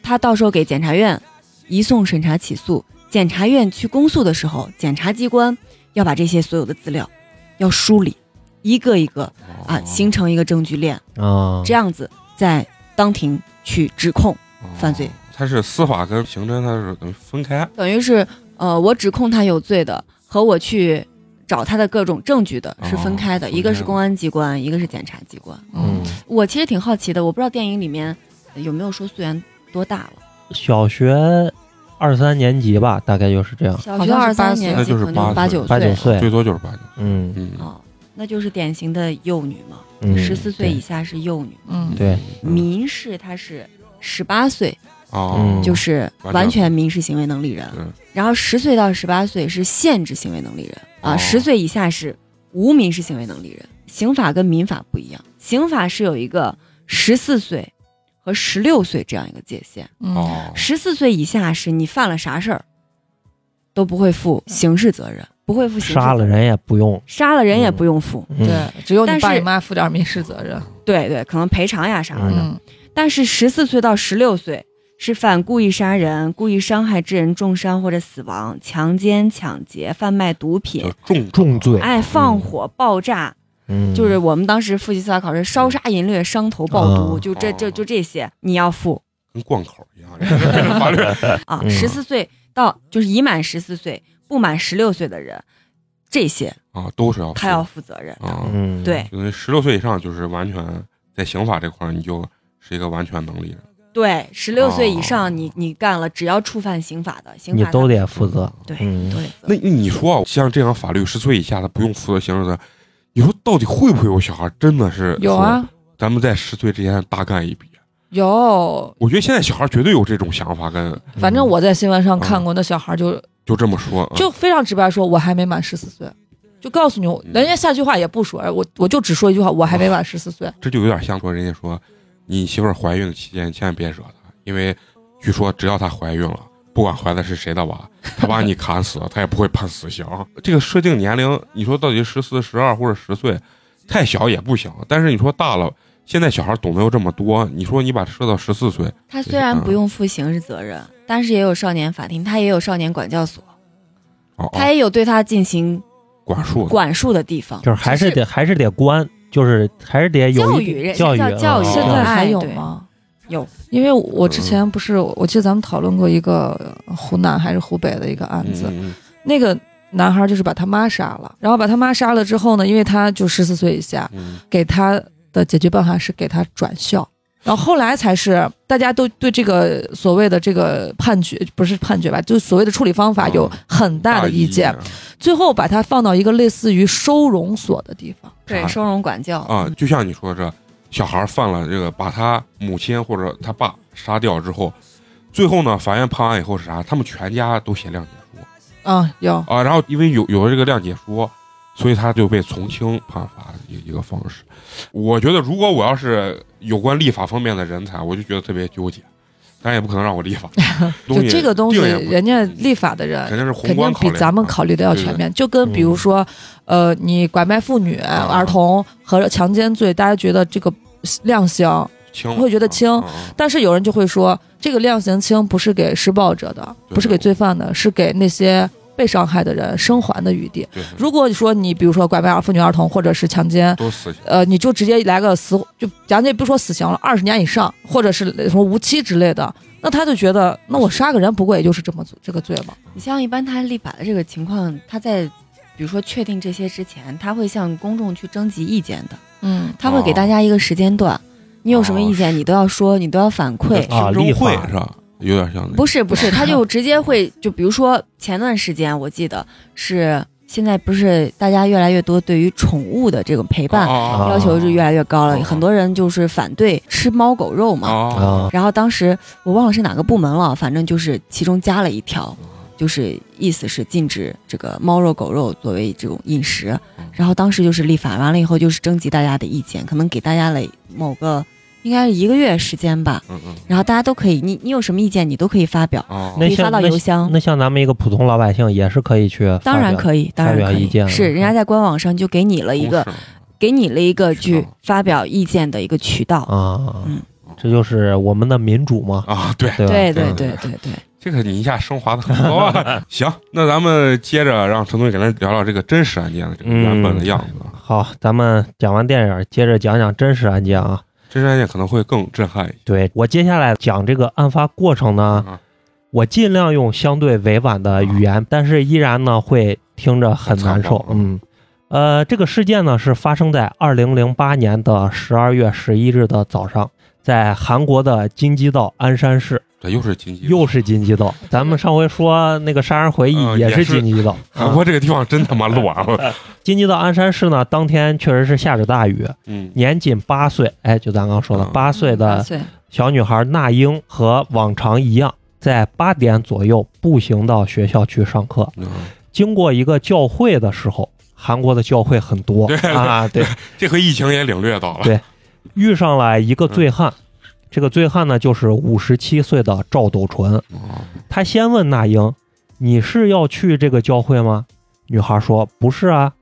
Speaker 5: 他到时候给检察院移送审查起诉，检察院去公诉的时候，检察机关要把这些所有的资料要梳理，一个一个
Speaker 1: 哦
Speaker 5: 啊，形成一个证据链，
Speaker 4: 啊，
Speaker 5: 这样子在当庭去指控。犯罪
Speaker 1: 哦，它是司法跟刑侦它是等于分开。
Speaker 5: 等于是呃，我指控他有罪的和我去找他的各种证据的是分开的，
Speaker 1: 哦
Speaker 5: 一个是
Speaker 1: 分开
Speaker 5: 公安机关，一个是检察机关。
Speaker 4: 嗯，
Speaker 5: 我其实挺好奇的，我不知道电影里面有没有说素媛多大了，
Speaker 4: 小学二三年级吧，大概就是这样，
Speaker 5: 小
Speaker 6: 好
Speaker 5: 学
Speaker 6: 像是八
Speaker 5: 二三
Speaker 6: 岁
Speaker 5: 年级
Speaker 1: 那就是
Speaker 5: 可能
Speaker 1: 八
Speaker 5: 八
Speaker 1: 岁
Speaker 5: 九
Speaker 4: 八九
Speaker 5: 岁
Speaker 4: 岁，
Speaker 1: 最多就是八年。
Speaker 4: 嗯
Speaker 1: 嗯，
Speaker 5: 哦，那就是典型的幼女嘛，
Speaker 4: 嗯，
Speaker 5: 十四岁
Speaker 4: 对
Speaker 5: 以下是幼女，
Speaker 6: 嗯，
Speaker 4: 对
Speaker 1: 嗯
Speaker 5: 民事她是。十八岁
Speaker 1: 哦
Speaker 4: 嗯，
Speaker 5: 就是
Speaker 1: 完全
Speaker 5: 完全民事行为能力人，
Speaker 1: 嗯
Speaker 5: 然后十岁到十八岁是限制行为能力人
Speaker 1: 哦
Speaker 5: 啊，十、岁以下是无民事行为能力人。刑法跟民法不一样，刑法是有一个十四岁和十六岁这样一个界限，
Speaker 6: 嗯，
Speaker 1: 哦，
Speaker 5: 十四岁以下是你犯了啥事儿都不会负刑事责任，不会负刑事责任
Speaker 4: 杀了，人也不用，
Speaker 5: 杀了人也不用负。
Speaker 4: 嗯
Speaker 6: 对，只有你
Speaker 5: 但
Speaker 6: 爸
Speaker 5: 是
Speaker 6: 你妈负点民事责任。
Speaker 5: 对对，可能赔偿呀啥的。
Speaker 4: 嗯
Speaker 6: 嗯，
Speaker 5: 但是十四岁到十六岁是犯故意杀人、故意伤害致人重伤或者死亡、强奸、抢劫、贩卖毒品
Speaker 1: 叫、重
Speaker 4: 重罪，
Speaker 5: 爱放火、爆炸，
Speaker 4: 嗯，
Speaker 5: 就是我们当时复习司法考试，烧杀淫掠、伤头爆毒，
Speaker 4: 嗯
Speaker 5: 就这这
Speaker 1: 哦
Speaker 5: 就这些你要付
Speaker 1: 跟贯口一样，这 个法律
Speaker 5: 啊
Speaker 4: 嗯。
Speaker 5: 十四岁到就是已满十四岁、不满十六岁的人，这些
Speaker 1: 啊都
Speaker 4: 哦
Speaker 1: 是要
Speaker 5: 他要负责任。
Speaker 1: 啊，
Speaker 4: 嗯，
Speaker 5: 对
Speaker 1: 因为十六岁以上就是完全在刑法这块儿你就是一个完全能力人，
Speaker 5: 对，十六岁以
Speaker 1: 哦
Speaker 5: 上你你干了，只要触犯刑法的，刑
Speaker 4: 你
Speaker 5: 法
Speaker 4: 都
Speaker 5: 的
Speaker 4: 得负责，
Speaker 5: 对
Speaker 4: 嗯
Speaker 5: 都得负责
Speaker 1: 那那你说啊，像这样法律十岁以下他不用负责刑事责任，你说到底会不会有小孩真的是
Speaker 6: 有啊
Speaker 1: 说，咱们在十岁之前大干一笔？
Speaker 6: 有，
Speaker 1: 我觉得现在小孩绝对有这种想法，跟
Speaker 6: 反正我在新闻上看
Speaker 1: 嗯
Speaker 6: 过，那小孩就
Speaker 1: 就这么说，啊
Speaker 6: 就非常直白说，我还没满十四岁，就告诉你，
Speaker 1: 嗯
Speaker 6: 人家下句话也不说，哎我我就只说一句话，我还没满十四岁。
Speaker 1: 这就有点像说人家说，你媳妇儿怀孕的期间，你千万别惹她，因为据说只要她怀孕了，不管怀的是谁的娃，她 把你砍死，她也不会判死刑。这个设定年龄，你说到底十四、十二或者十岁，太小也不行。但是你说大了，现在小孩懂得又这么多，你说你把设到十四岁，
Speaker 5: 他虽然不用负刑事责任，但是也有少年法庭，他也有少年管教所，
Speaker 1: 哦，
Speaker 5: 他
Speaker 1: 哦
Speaker 5: 也有对他进行
Speaker 1: 管束
Speaker 5: 管束的地方。
Speaker 4: 就是还是得还是得关，就是还是得有
Speaker 5: 教
Speaker 4: 一
Speaker 5: 育
Speaker 4: 定
Speaker 5: 人
Speaker 4: 教育
Speaker 5: 叫教育
Speaker 4: 啊
Speaker 5: 哦
Speaker 6: 现在还
Speaker 5: 哎
Speaker 6: 有
Speaker 5: 对
Speaker 6: 吗？
Speaker 5: 有，
Speaker 6: 因为
Speaker 3: 呃
Speaker 6: 我之前不是，我记得咱们讨论过一个湖南还是湖北的一个案
Speaker 1: 嗯
Speaker 6: 子，
Speaker 1: 嗯
Speaker 3: 那个男孩就是把他妈杀了，然后把他妈杀了之后呢，因为他就十四岁以下，
Speaker 1: 嗯
Speaker 3: 给他的解决办法是给他转校。然后后来才是大家都对这个所谓的这个判决不是判决吧，就所谓的处理方法有
Speaker 1: 嗯
Speaker 3: 很哦大的意
Speaker 1: 啊
Speaker 3: 见，最后把他放到一个类似于收容所的地方。
Speaker 5: 对，收容管教，
Speaker 3: 嗯
Speaker 1: 啊，就像你说这，小孩犯了这个，把他母亲或者他爸杀掉之后，最后呢，法院判完以后是啥？他们全家都写谅解书
Speaker 3: 啊，有
Speaker 1: 啊，然后因为有有了这个谅解书，所以他就被从轻判罚的一一个方式。我觉得如果我要是有关立法方面的人才，我就觉得特别纠结，但也不可能让我立 法。
Speaker 3: 就这个东西，嗯
Speaker 1: 定也不嗯
Speaker 3: 人家立法的人
Speaker 1: 肯定是宏
Speaker 3: 肯
Speaker 1: 观
Speaker 3: 定
Speaker 1: 考
Speaker 3: 比
Speaker 1: 虑，啊嗯
Speaker 3: 咱们考虑的要
Speaker 1: 对对嗯
Speaker 3: 全面。就跟比如说，呃，你拐卖妇女、
Speaker 1: 啊
Speaker 3: 儿童和强奸罪，大家觉得这个量刑，
Speaker 1: 轻了，
Speaker 3: 会觉得轻
Speaker 1: 啊啊
Speaker 3: 但是有人就会说，这个量刑轻不是给施暴者的，
Speaker 1: 对
Speaker 3: 不是给罪犯的，是给那些被伤害的人生还的余地。
Speaker 1: 对，
Speaker 3: 如果你说你比如说拐卖儿妇女儿童或者是强奸，
Speaker 1: 都死刑
Speaker 3: 呃，你就直接来个死，就咱这不说死刑了，二十年以上，或者是什么无期之类的，那他就觉得，那我杀个人不过也就是这么这个罪嘛。
Speaker 5: 你像一般他立法的这个情况，他在比如说确定这些之前，他会向公众去征集意见的，
Speaker 3: 嗯，
Speaker 5: 他会给大家一个时间段，你有什么意见你都要说，你都要反馈。
Speaker 4: 啊
Speaker 1: 听证
Speaker 4: 立
Speaker 1: 会
Speaker 4: 法
Speaker 1: 是吧？有点像那个
Speaker 5: 不是不是，他就直接会就比如说前段时间我记得是现在不是大家越来越多对于宠物的这个陪伴
Speaker 1: 啊
Speaker 5: 要求是越来越高
Speaker 4: 哦
Speaker 5: 了，
Speaker 1: 啊
Speaker 5: 很多人就是反对吃猫狗肉嘛。
Speaker 1: 啊
Speaker 4: 啊
Speaker 5: 然后当时我忘了是哪个部门了，反正就是其中加了一条，就是意思是禁止这个猫肉、狗肉作为这种饮食
Speaker 1: 嗯。
Speaker 5: 然后当时就是立法，完了以后就是征集大家的意见，可能给大家了某个应该是一个月时间吧。
Speaker 1: 嗯嗯
Speaker 5: 然后大家都可以，你你有什么意见，你都可以发表，
Speaker 1: 啊，
Speaker 5: 可
Speaker 4: 那
Speaker 5: 以
Speaker 4: 像
Speaker 5: 发到
Speaker 4: 那
Speaker 5: 邮箱。
Speaker 4: 那像咱们一个普通老百姓也是可以去发表，
Speaker 5: 当然可以，当然
Speaker 4: 发
Speaker 5: 可
Speaker 4: 表意
Speaker 5: 以
Speaker 4: 见，了
Speaker 5: 是人家在官网上就给你了一个，
Speaker 1: 公示
Speaker 5: 给你了一个
Speaker 1: 渠道
Speaker 5: 去发表意见的一个渠道。
Speaker 4: 啊
Speaker 5: 嗯，
Speaker 4: 这就是我们的民主嘛，
Speaker 1: 啊，对，
Speaker 4: 对吧？嗯
Speaker 5: 对
Speaker 1: 对对
Speaker 5: 对对对对，
Speaker 1: 这个你一下升华的很高啊。行，那咱们接着让陈总给咱聊聊这个真实案件的这个原本的样子。啊。
Speaker 4: 好，咱们讲完电影，接着讲讲真实案件啊。
Speaker 1: 真实案件可能会更震撼一些。
Speaker 4: 对我接下来讲这个案发过程呢，
Speaker 1: 啊，
Speaker 4: 我尽量用相对委婉的语言，但是依然呢会听着很难受
Speaker 1: 很。残暴
Speaker 4: 嗯，呃，这个事件呢是发生在二零零八年的十二月十一日的早上，在韩国的金鸡道鞍山市，
Speaker 1: 这又是经济，
Speaker 4: 又是金鸡道。咱们上回说那个杀人回忆
Speaker 1: 嗯
Speaker 4: 也
Speaker 1: 也
Speaker 4: 是
Speaker 1: 是
Speaker 4: 金鸡道，
Speaker 1: 韩
Speaker 4: 啊
Speaker 1: 国这个地方真他妈乱了。
Speaker 4: 金鸡道鞍山市呢，当天确实是下着大雨，
Speaker 1: 嗯，
Speaker 4: 年仅八岁，哎，就咱刚说的
Speaker 1: 嗯
Speaker 4: 八岁的
Speaker 5: 八岁
Speaker 4: 小女孩那英和往常一样，在八点左右步行到学校去上课。
Speaker 1: 嗯
Speaker 4: 经过一个教会的时候，韩国的教会很多
Speaker 1: 对
Speaker 4: 啊，对，
Speaker 1: 这回疫情也领略到了。
Speaker 4: 对遇上了一个醉汉，这个醉汉呢就是五十七岁的赵斗淳，
Speaker 1: 啊
Speaker 4: 他先问那英：“你是要去这个教会吗？”女孩说：“不是啊。”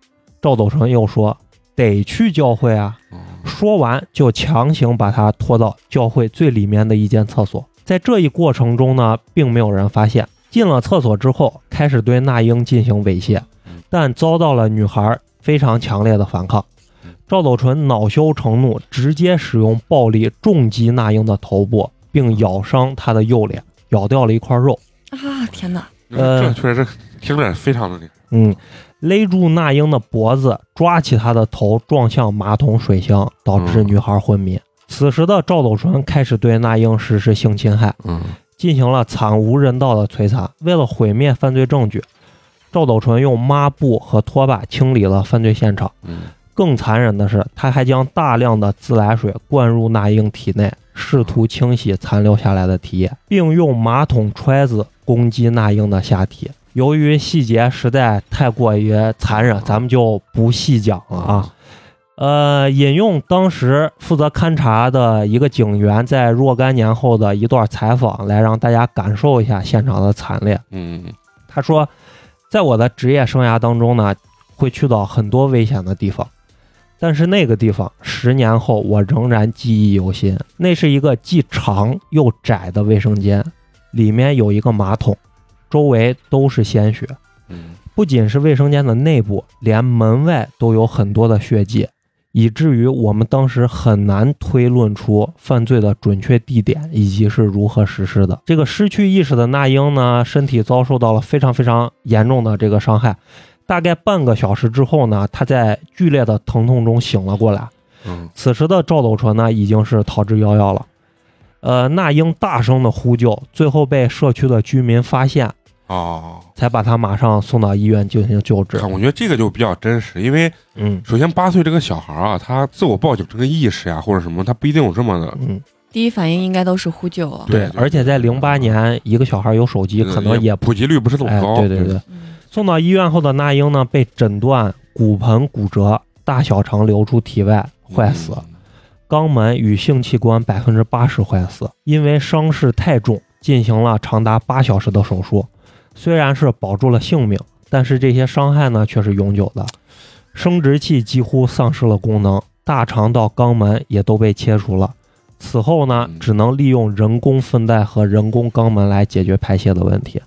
Speaker 4: 赵斗淳又说：“得去教会啊。”
Speaker 1: 哦
Speaker 4: 说完就强行把她拖到教会最里面的一间厕所。在这一过程中呢，并没有人发现。进了厕所之后，开始对那英进行猥亵
Speaker 1: 嗯，
Speaker 4: 但遭到了女孩非常强烈的反抗
Speaker 1: 嗯。
Speaker 4: 赵斗淳恼羞成怒，直接使用暴力重击那英的头部，并咬伤她的右脸，咬掉了一块肉。
Speaker 5: 啊！天哪，
Speaker 1: 嗯这
Speaker 4: 呃
Speaker 1: 确实听着非常的那个。
Speaker 4: 嗯，勒住那英的脖子，抓起她的头撞向马桶水箱，导致女孩昏迷。此时的赵斗淳开始对那英实施性侵害，
Speaker 1: 嗯
Speaker 4: 进行了惨无人道的摧残。为了毁灭犯罪证据，赵斗淳用抹布和拖把清理了犯罪现场。
Speaker 1: 嗯，
Speaker 4: 更残忍的是，他还将大量的自来水灌入那英体内，试图清洗残留下来的体液，并用马桶揣子攻击那英的下体。由于细节实在太过于残忍，咱们就不细讲了啊。呃，引用当时负责勘查的一个警员在若干年后的一段采访，来让大家感受一下现场的惨烈。
Speaker 1: 嗯
Speaker 4: 他说，在我的职业生涯当中呢，会去到很多危险的地方，但是那个地方十年后我仍然记忆犹新。那是一个既长又窄的卫生间，里面有一个马桶，周围都是鲜血。
Speaker 1: 嗯
Speaker 4: 不仅是卫生间的内部，连门外都有很多的血迹，以至于我们当时很难推论出犯罪的准确地点以及是如何实施的。这个失去意识的那英呢，身体遭受到了非常非常严重的这个伤害。大概半个小时之后呢，他在剧烈的疼痛中醒了过来。
Speaker 1: 嗯，
Speaker 4: 此时的赵斗淳呢，已经是逃之夭夭了。呃，那英大声的呼救，最后被社区的居民发现，
Speaker 1: 哦，
Speaker 4: 才把他马上送到医院进行救治
Speaker 1: 看，。我觉得这个就比较真实，因为
Speaker 4: 嗯
Speaker 1: 首先八岁这个小孩啊，他自我报警这个意识呀、或者什么，他不一定有这么的，
Speaker 4: 嗯，
Speaker 5: 第一反应应该都是呼救啊。
Speaker 1: 对
Speaker 4: 而且在零八年，一个小孩有手机，可能也不
Speaker 1: 普及率不是这么
Speaker 4: 哎，
Speaker 1: 高，
Speaker 4: 对对对。送到医院后的那英呢，被诊断骨盆骨折，大小肠流出体外，
Speaker 1: 嗯
Speaker 4: 坏死。肛门与性器官百分之八十坏死，因为伤势太重，进行了长达八小时的手术。虽然是保住了性命，但是这些伤害呢却是永久的，生殖器几乎丧失了功能，大肠到肛门也都被切除了。此后呢
Speaker 1: 嗯，
Speaker 4: 只能利用人工粪带和人工肛门来解决排泄的问题。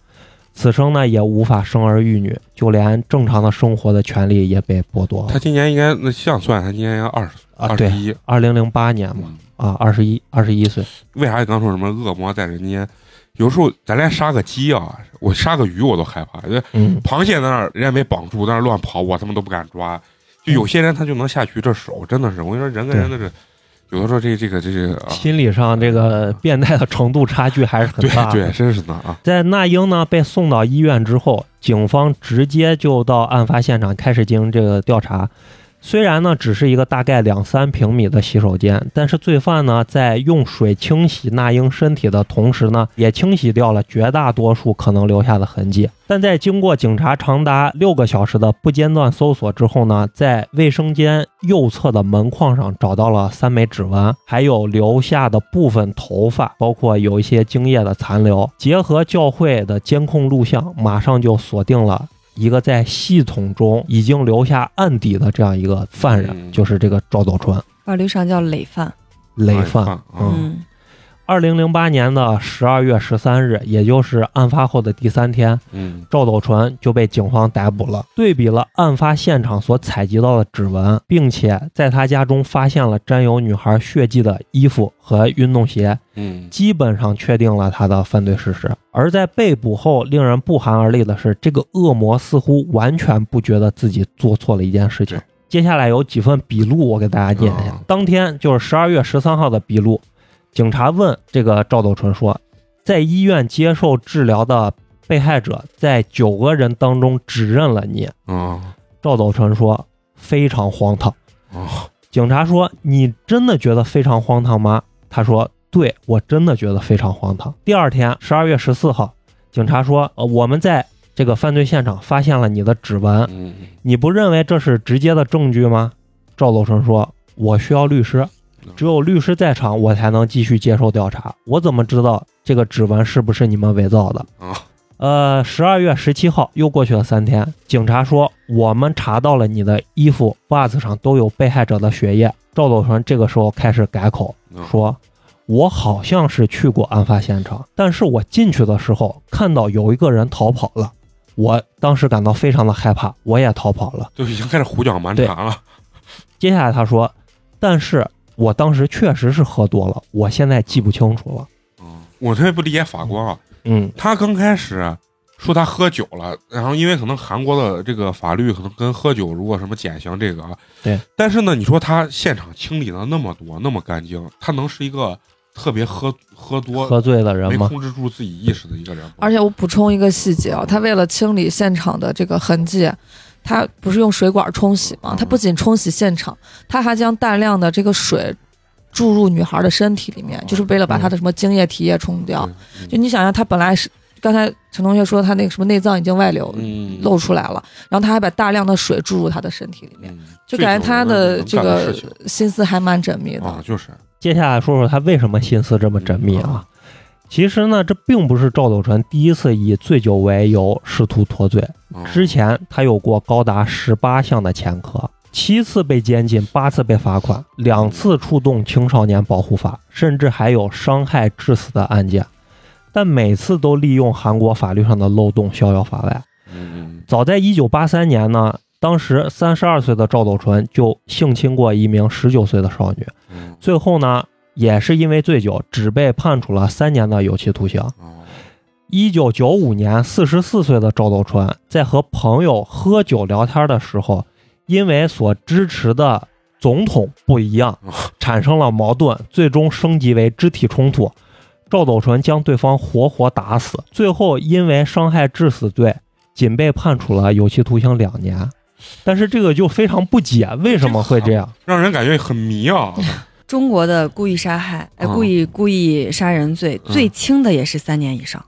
Speaker 4: 此生呢，也无法生儿育女，就连正常的生活的权利也被剥夺了
Speaker 1: 他。今年应该那像算，他今年应该二十
Speaker 4: 啊，
Speaker 1: 二
Speaker 4: 对
Speaker 1: 十，一。
Speaker 4: 二零零八年嘛，啊，二十一，二十一岁。
Speaker 1: 为啥你刚说什么恶魔在人间？有时候咱连杀个鸡啊，我杀个鱼我都害怕。因为
Speaker 4: 嗯，
Speaker 1: 螃蟹在那儿人家没绑住，在那儿乱跑，我他妈都不敢抓。就有些人他就能下去，这手真的是，我跟你说，人跟人的这，有的时候这这个这个啊，
Speaker 4: 心理上这个变态的程度差距还是很
Speaker 1: 对
Speaker 4: 大的。
Speaker 1: 对，真是的啊，
Speaker 4: 在那英呢被送到医院之后，警方直接就到案发现场开始进行这个调查。虽然呢只是一个大概两三平米的洗手间，但是罪犯呢在用水清洗那英身体的同时呢，也清洗掉了绝大多数可能留下的痕迹。但在经过警察长达六个小时的不间断搜索之后呢，在卫生间右侧的门框上找到了三枚指纹，还有留下的部分头发，包括有一些精液的残留。结合教会的监控录像，马上就锁定了。一个在系统中已经留下案底的这样一个犯人，
Speaker 1: 嗯
Speaker 4: 就是这个赵斗淳
Speaker 5: 法律上叫累犯。
Speaker 4: 累
Speaker 1: 哎
Speaker 4: 犯。
Speaker 1: 啊，
Speaker 5: 嗯，
Speaker 4: 二零零八年的十二月十三日，也就是案发后的第三天，
Speaker 1: 嗯，
Speaker 4: 赵斗淳就被警方逮捕了。对比了案发现场所采集到的指纹，并且在他家中发现了沾有女孩血迹的衣服和运动鞋，
Speaker 1: 嗯，
Speaker 4: 基本上确定了他的犯罪事实。而在被捕后，令人不寒而栗的是，这个恶魔似乎完全不觉得自己做错了一件事情
Speaker 1: 对。
Speaker 4: 接下来有几份笔录，我给大家念一下。
Speaker 1: 嗯
Speaker 4: 当天就是十二月十三号的笔录，警察问这个赵斗淳说，在医院接受治疗的被害者在九个人当中指认了你。
Speaker 1: 啊，
Speaker 4: 赵斗淳说非常荒唐。
Speaker 1: 哦，
Speaker 4: 警察说：“你真的觉得非常荒唐吗？”他说：“对我真的觉得非常荒唐。”第二天，十二月十四号，警察说：“呃，我们在这个犯罪现场发现了你的指纹，
Speaker 1: 嗯，
Speaker 4: 你不认为这是直接的证据吗？”赵斗淳说：“我需要律师，只有律师在场，我才能继续接受调查。我怎么知道这个指纹是不是你们伪造的？”
Speaker 1: 啊，
Speaker 4: 呃，十二月十七号又过去了三天，警察说我们查到了你的衣服、袜子上都有被害者的血液。赵斗淳这个时候开始改口
Speaker 1: 嗯
Speaker 4: 说。我好像是去过案发现场，但是我进去的时候看到有一个人逃跑了，我当时感到非常的害怕，我也逃跑了。
Speaker 1: 就已经开始胡搅蛮缠了，
Speaker 4: 接下来他说，但是我当时确实是喝多了，我现在记不清楚了。
Speaker 1: 嗯，我特别不理解法官啊，
Speaker 4: 嗯，
Speaker 1: 他刚开始说他喝酒了，然后因为可能韩国的这个法律可能跟喝酒如果什么减刑这个啊，
Speaker 4: 对，
Speaker 1: 但是呢，你说他现场清理了那么多那么干净，他能是一个特别喝喝多
Speaker 4: 喝醉的人
Speaker 1: 没
Speaker 4: 嘛，
Speaker 1: 控制住自己意识的一个人吗？
Speaker 6: 而且我补充一个细节啊，他为了清理现场的这个痕迹，他不是用水管冲洗吗
Speaker 1: 嗯？
Speaker 6: 他不仅冲洗现场，他还将大量的这个水注入女孩的身体里面
Speaker 1: 嗯，
Speaker 6: 就是为了把她的什么精液、体液冲掉。
Speaker 1: 对，
Speaker 6: 啊
Speaker 1: 嗯
Speaker 6: 就你想想，他本来是刚才陈同学说他那个什么内脏已经外流
Speaker 1: 嗯
Speaker 6: 露出来了，然后他还把大量的水注入她的身体里面，
Speaker 1: 嗯
Speaker 6: 就感觉他的
Speaker 1: 这
Speaker 6: 这
Speaker 1: 种人能干
Speaker 6: 个
Speaker 1: 事情
Speaker 6: 心思还蛮缜密的。
Speaker 1: 啊，就是
Speaker 4: 接下来说说他为什么心思这么缜密啊？其实呢，这并不是赵斗淳第一次以醉酒为由试图脱罪，啊
Speaker 1: 嗯
Speaker 4: 之前他有过高达十八项的前科，七次被监禁，八次被罚款，两次触动青少年保护法，甚至还有伤害致死的案件，但每次都利用韩国法律上的漏洞逍遥法外。
Speaker 1: 嗯
Speaker 4: 早在一九八三年呢，当时三十二岁的赵斗淳就性侵过一名十九岁的少女，
Speaker 1: 嗯
Speaker 4: 最后呢，也是因为醉酒，只被判处了三年的有期徒刑。
Speaker 1: 哦
Speaker 4: 一九九五年，四十四岁的赵斗淳在和朋友喝酒聊天的时候，因为所支持的总统不一样
Speaker 1: 哦，
Speaker 4: 产生了矛盾，最终升级为肢体冲突。赵斗淳将对方活活打死，最后因为伤害致死罪，仅被判处了有期徒刑两年。但是这个就非常不解，为什么会这样？
Speaker 1: 让人感觉很迷啊。
Speaker 5: 中国的故意杀害，哎，
Speaker 1: 嗯
Speaker 5: 故意故意杀人罪
Speaker 1: 嗯
Speaker 5: 最轻的也是三年以上。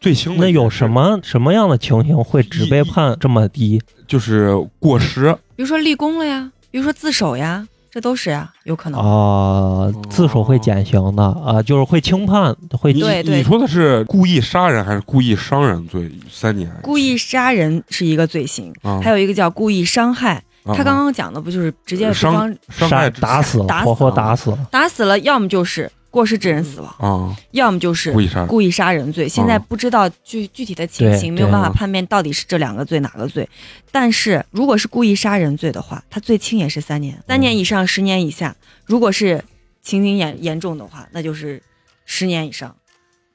Speaker 1: 最轻的
Speaker 4: 那有
Speaker 1: 也是
Speaker 4: 什么什么样的情形会只被判这么低？
Speaker 1: 就是过失，
Speaker 5: 比如说立功了呀，比如说自首呀，这都是呀，有可能。
Speaker 4: 啊，自首会减刑的啊，就是会轻判，会
Speaker 1: 你
Speaker 5: 对
Speaker 1: 你说的是故意杀人还是故意伤人罪？三年。
Speaker 5: 故意杀人是一个罪行，
Speaker 1: 啊，
Speaker 5: 还有一个叫故意伤害。
Speaker 1: 啊
Speaker 5: 他刚刚讲的不就是直接对
Speaker 1: 伤
Speaker 5: 方
Speaker 1: 伤
Speaker 4: 杀
Speaker 1: 害
Speaker 4: 打死
Speaker 5: 打
Speaker 4: 了，
Speaker 5: 死
Speaker 4: 活活
Speaker 5: 了
Speaker 4: 打死了。
Speaker 5: 打死了，要么就是过失致人死亡，
Speaker 1: 啊，
Speaker 5: 要么就是
Speaker 1: 故意杀人。
Speaker 5: 故意杀人罪。现在不知道具具体的情
Speaker 4: 嗯对
Speaker 5: 形，没有
Speaker 4: 对
Speaker 5: 办法判辨到底是这两个罪哪个罪。但是如果是故意杀人罪的话，他最轻也是三年，三
Speaker 4: 嗯
Speaker 5: 年以上十年以下。如果是情形严严重的话，那就是十年以上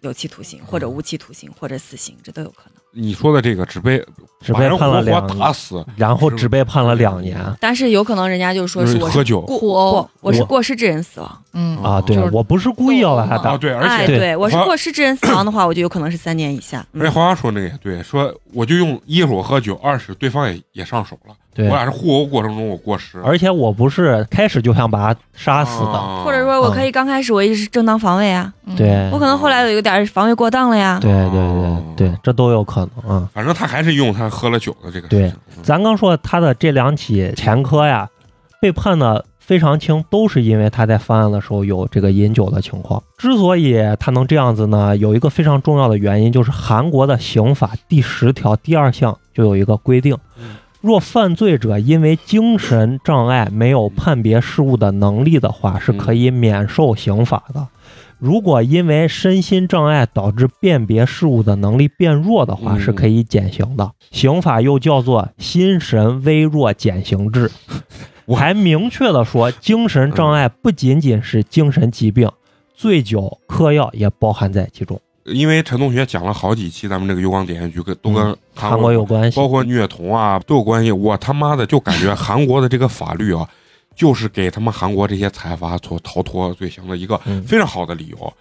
Speaker 5: 有期徒刑，
Speaker 4: 嗯
Speaker 5: 或者无期徒刑，或者死刑，这都有可能。
Speaker 1: 你说的这个只被
Speaker 4: 只
Speaker 1: 把
Speaker 4: 被
Speaker 1: 人
Speaker 4: 判了
Speaker 1: 活活
Speaker 4: 两
Speaker 1: 打死，
Speaker 4: 然后
Speaker 1: 是
Speaker 4: 只被判了两年
Speaker 5: 但是有可能人家就说
Speaker 1: 就是是
Speaker 5: 我
Speaker 1: 喝
Speaker 5: 是
Speaker 1: 酒
Speaker 5: 故
Speaker 3: 互殴
Speaker 5: 不，我是
Speaker 4: 我
Speaker 5: 过失致人死亡。
Speaker 3: 嗯
Speaker 1: 啊
Speaker 4: 啊！对
Speaker 3: 就是
Speaker 4: 我不是故意要把他
Speaker 3: 啊
Speaker 1: 啊，
Speaker 4: 打，
Speaker 1: 对，而
Speaker 5: 哎，
Speaker 1: 且
Speaker 5: 对我是
Speaker 1: 花
Speaker 5: 过失致人死亡的话，我就有可能是三年以下。
Speaker 1: 而且
Speaker 5: 嗯，
Speaker 1: 花花说那个也对，说我就用一是我喝酒，二是对方也也上手了，
Speaker 4: 对
Speaker 1: 我，俩是互殴过程中我过失，
Speaker 4: 而且我不是开始就想把他杀死的，
Speaker 1: 啊
Speaker 5: 或者说我
Speaker 4: 嗯
Speaker 5: 可以刚开始我一直是正当防卫啊，
Speaker 3: 嗯
Speaker 4: 对
Speaker 5: 我可能后来有一点防卫过当了呀。
Speaker 4: 对对
Speaker 1: 哦
Speaker 4: 对对，这都有可能啊。
Speaker 1: 反正他还是用他喝了酒的这个事情。嗯
Speaker 4: 咱刚说他的这两起前科呀，被判的非常轻，都是因为他在犯案的时候有这个饮酒的情况。之所以他能这样子呢，有一个非常重要的原因，就是韩国的刑法第十条第二项就有一个规定
Speaker 1: 嗯，
Speaker 4: 若犯罪者因为精神障碍没有判别事物的能力的话，是可以免受刑罚的。如果因为身心障碍导致辨别事物的能力变弱的话，
Speaker 1: 嗯，
Speaker 4: 是可以减刑的。刑法又叫做心神微弱减刑制
Speaker 1: 我
Speaker 4: 还明确的说，精神障碍不仅仅是精神疾病，醉酒、嗑药也包含在其中，
Speaker 1: 嗯因为陈同学讲了好几期咱们这个《幽光点穴局》跟都跟
Speaker 4: 嗯韩国有关系
Speaker 1: 包。括虐童啊都有关系。我他妈的就感觉韩国的这个法律啊，就是给他们韩国这些财阀所逃脱罪行的一个
Speaker 4: 嗯
Speaker 1: 非常好的理由，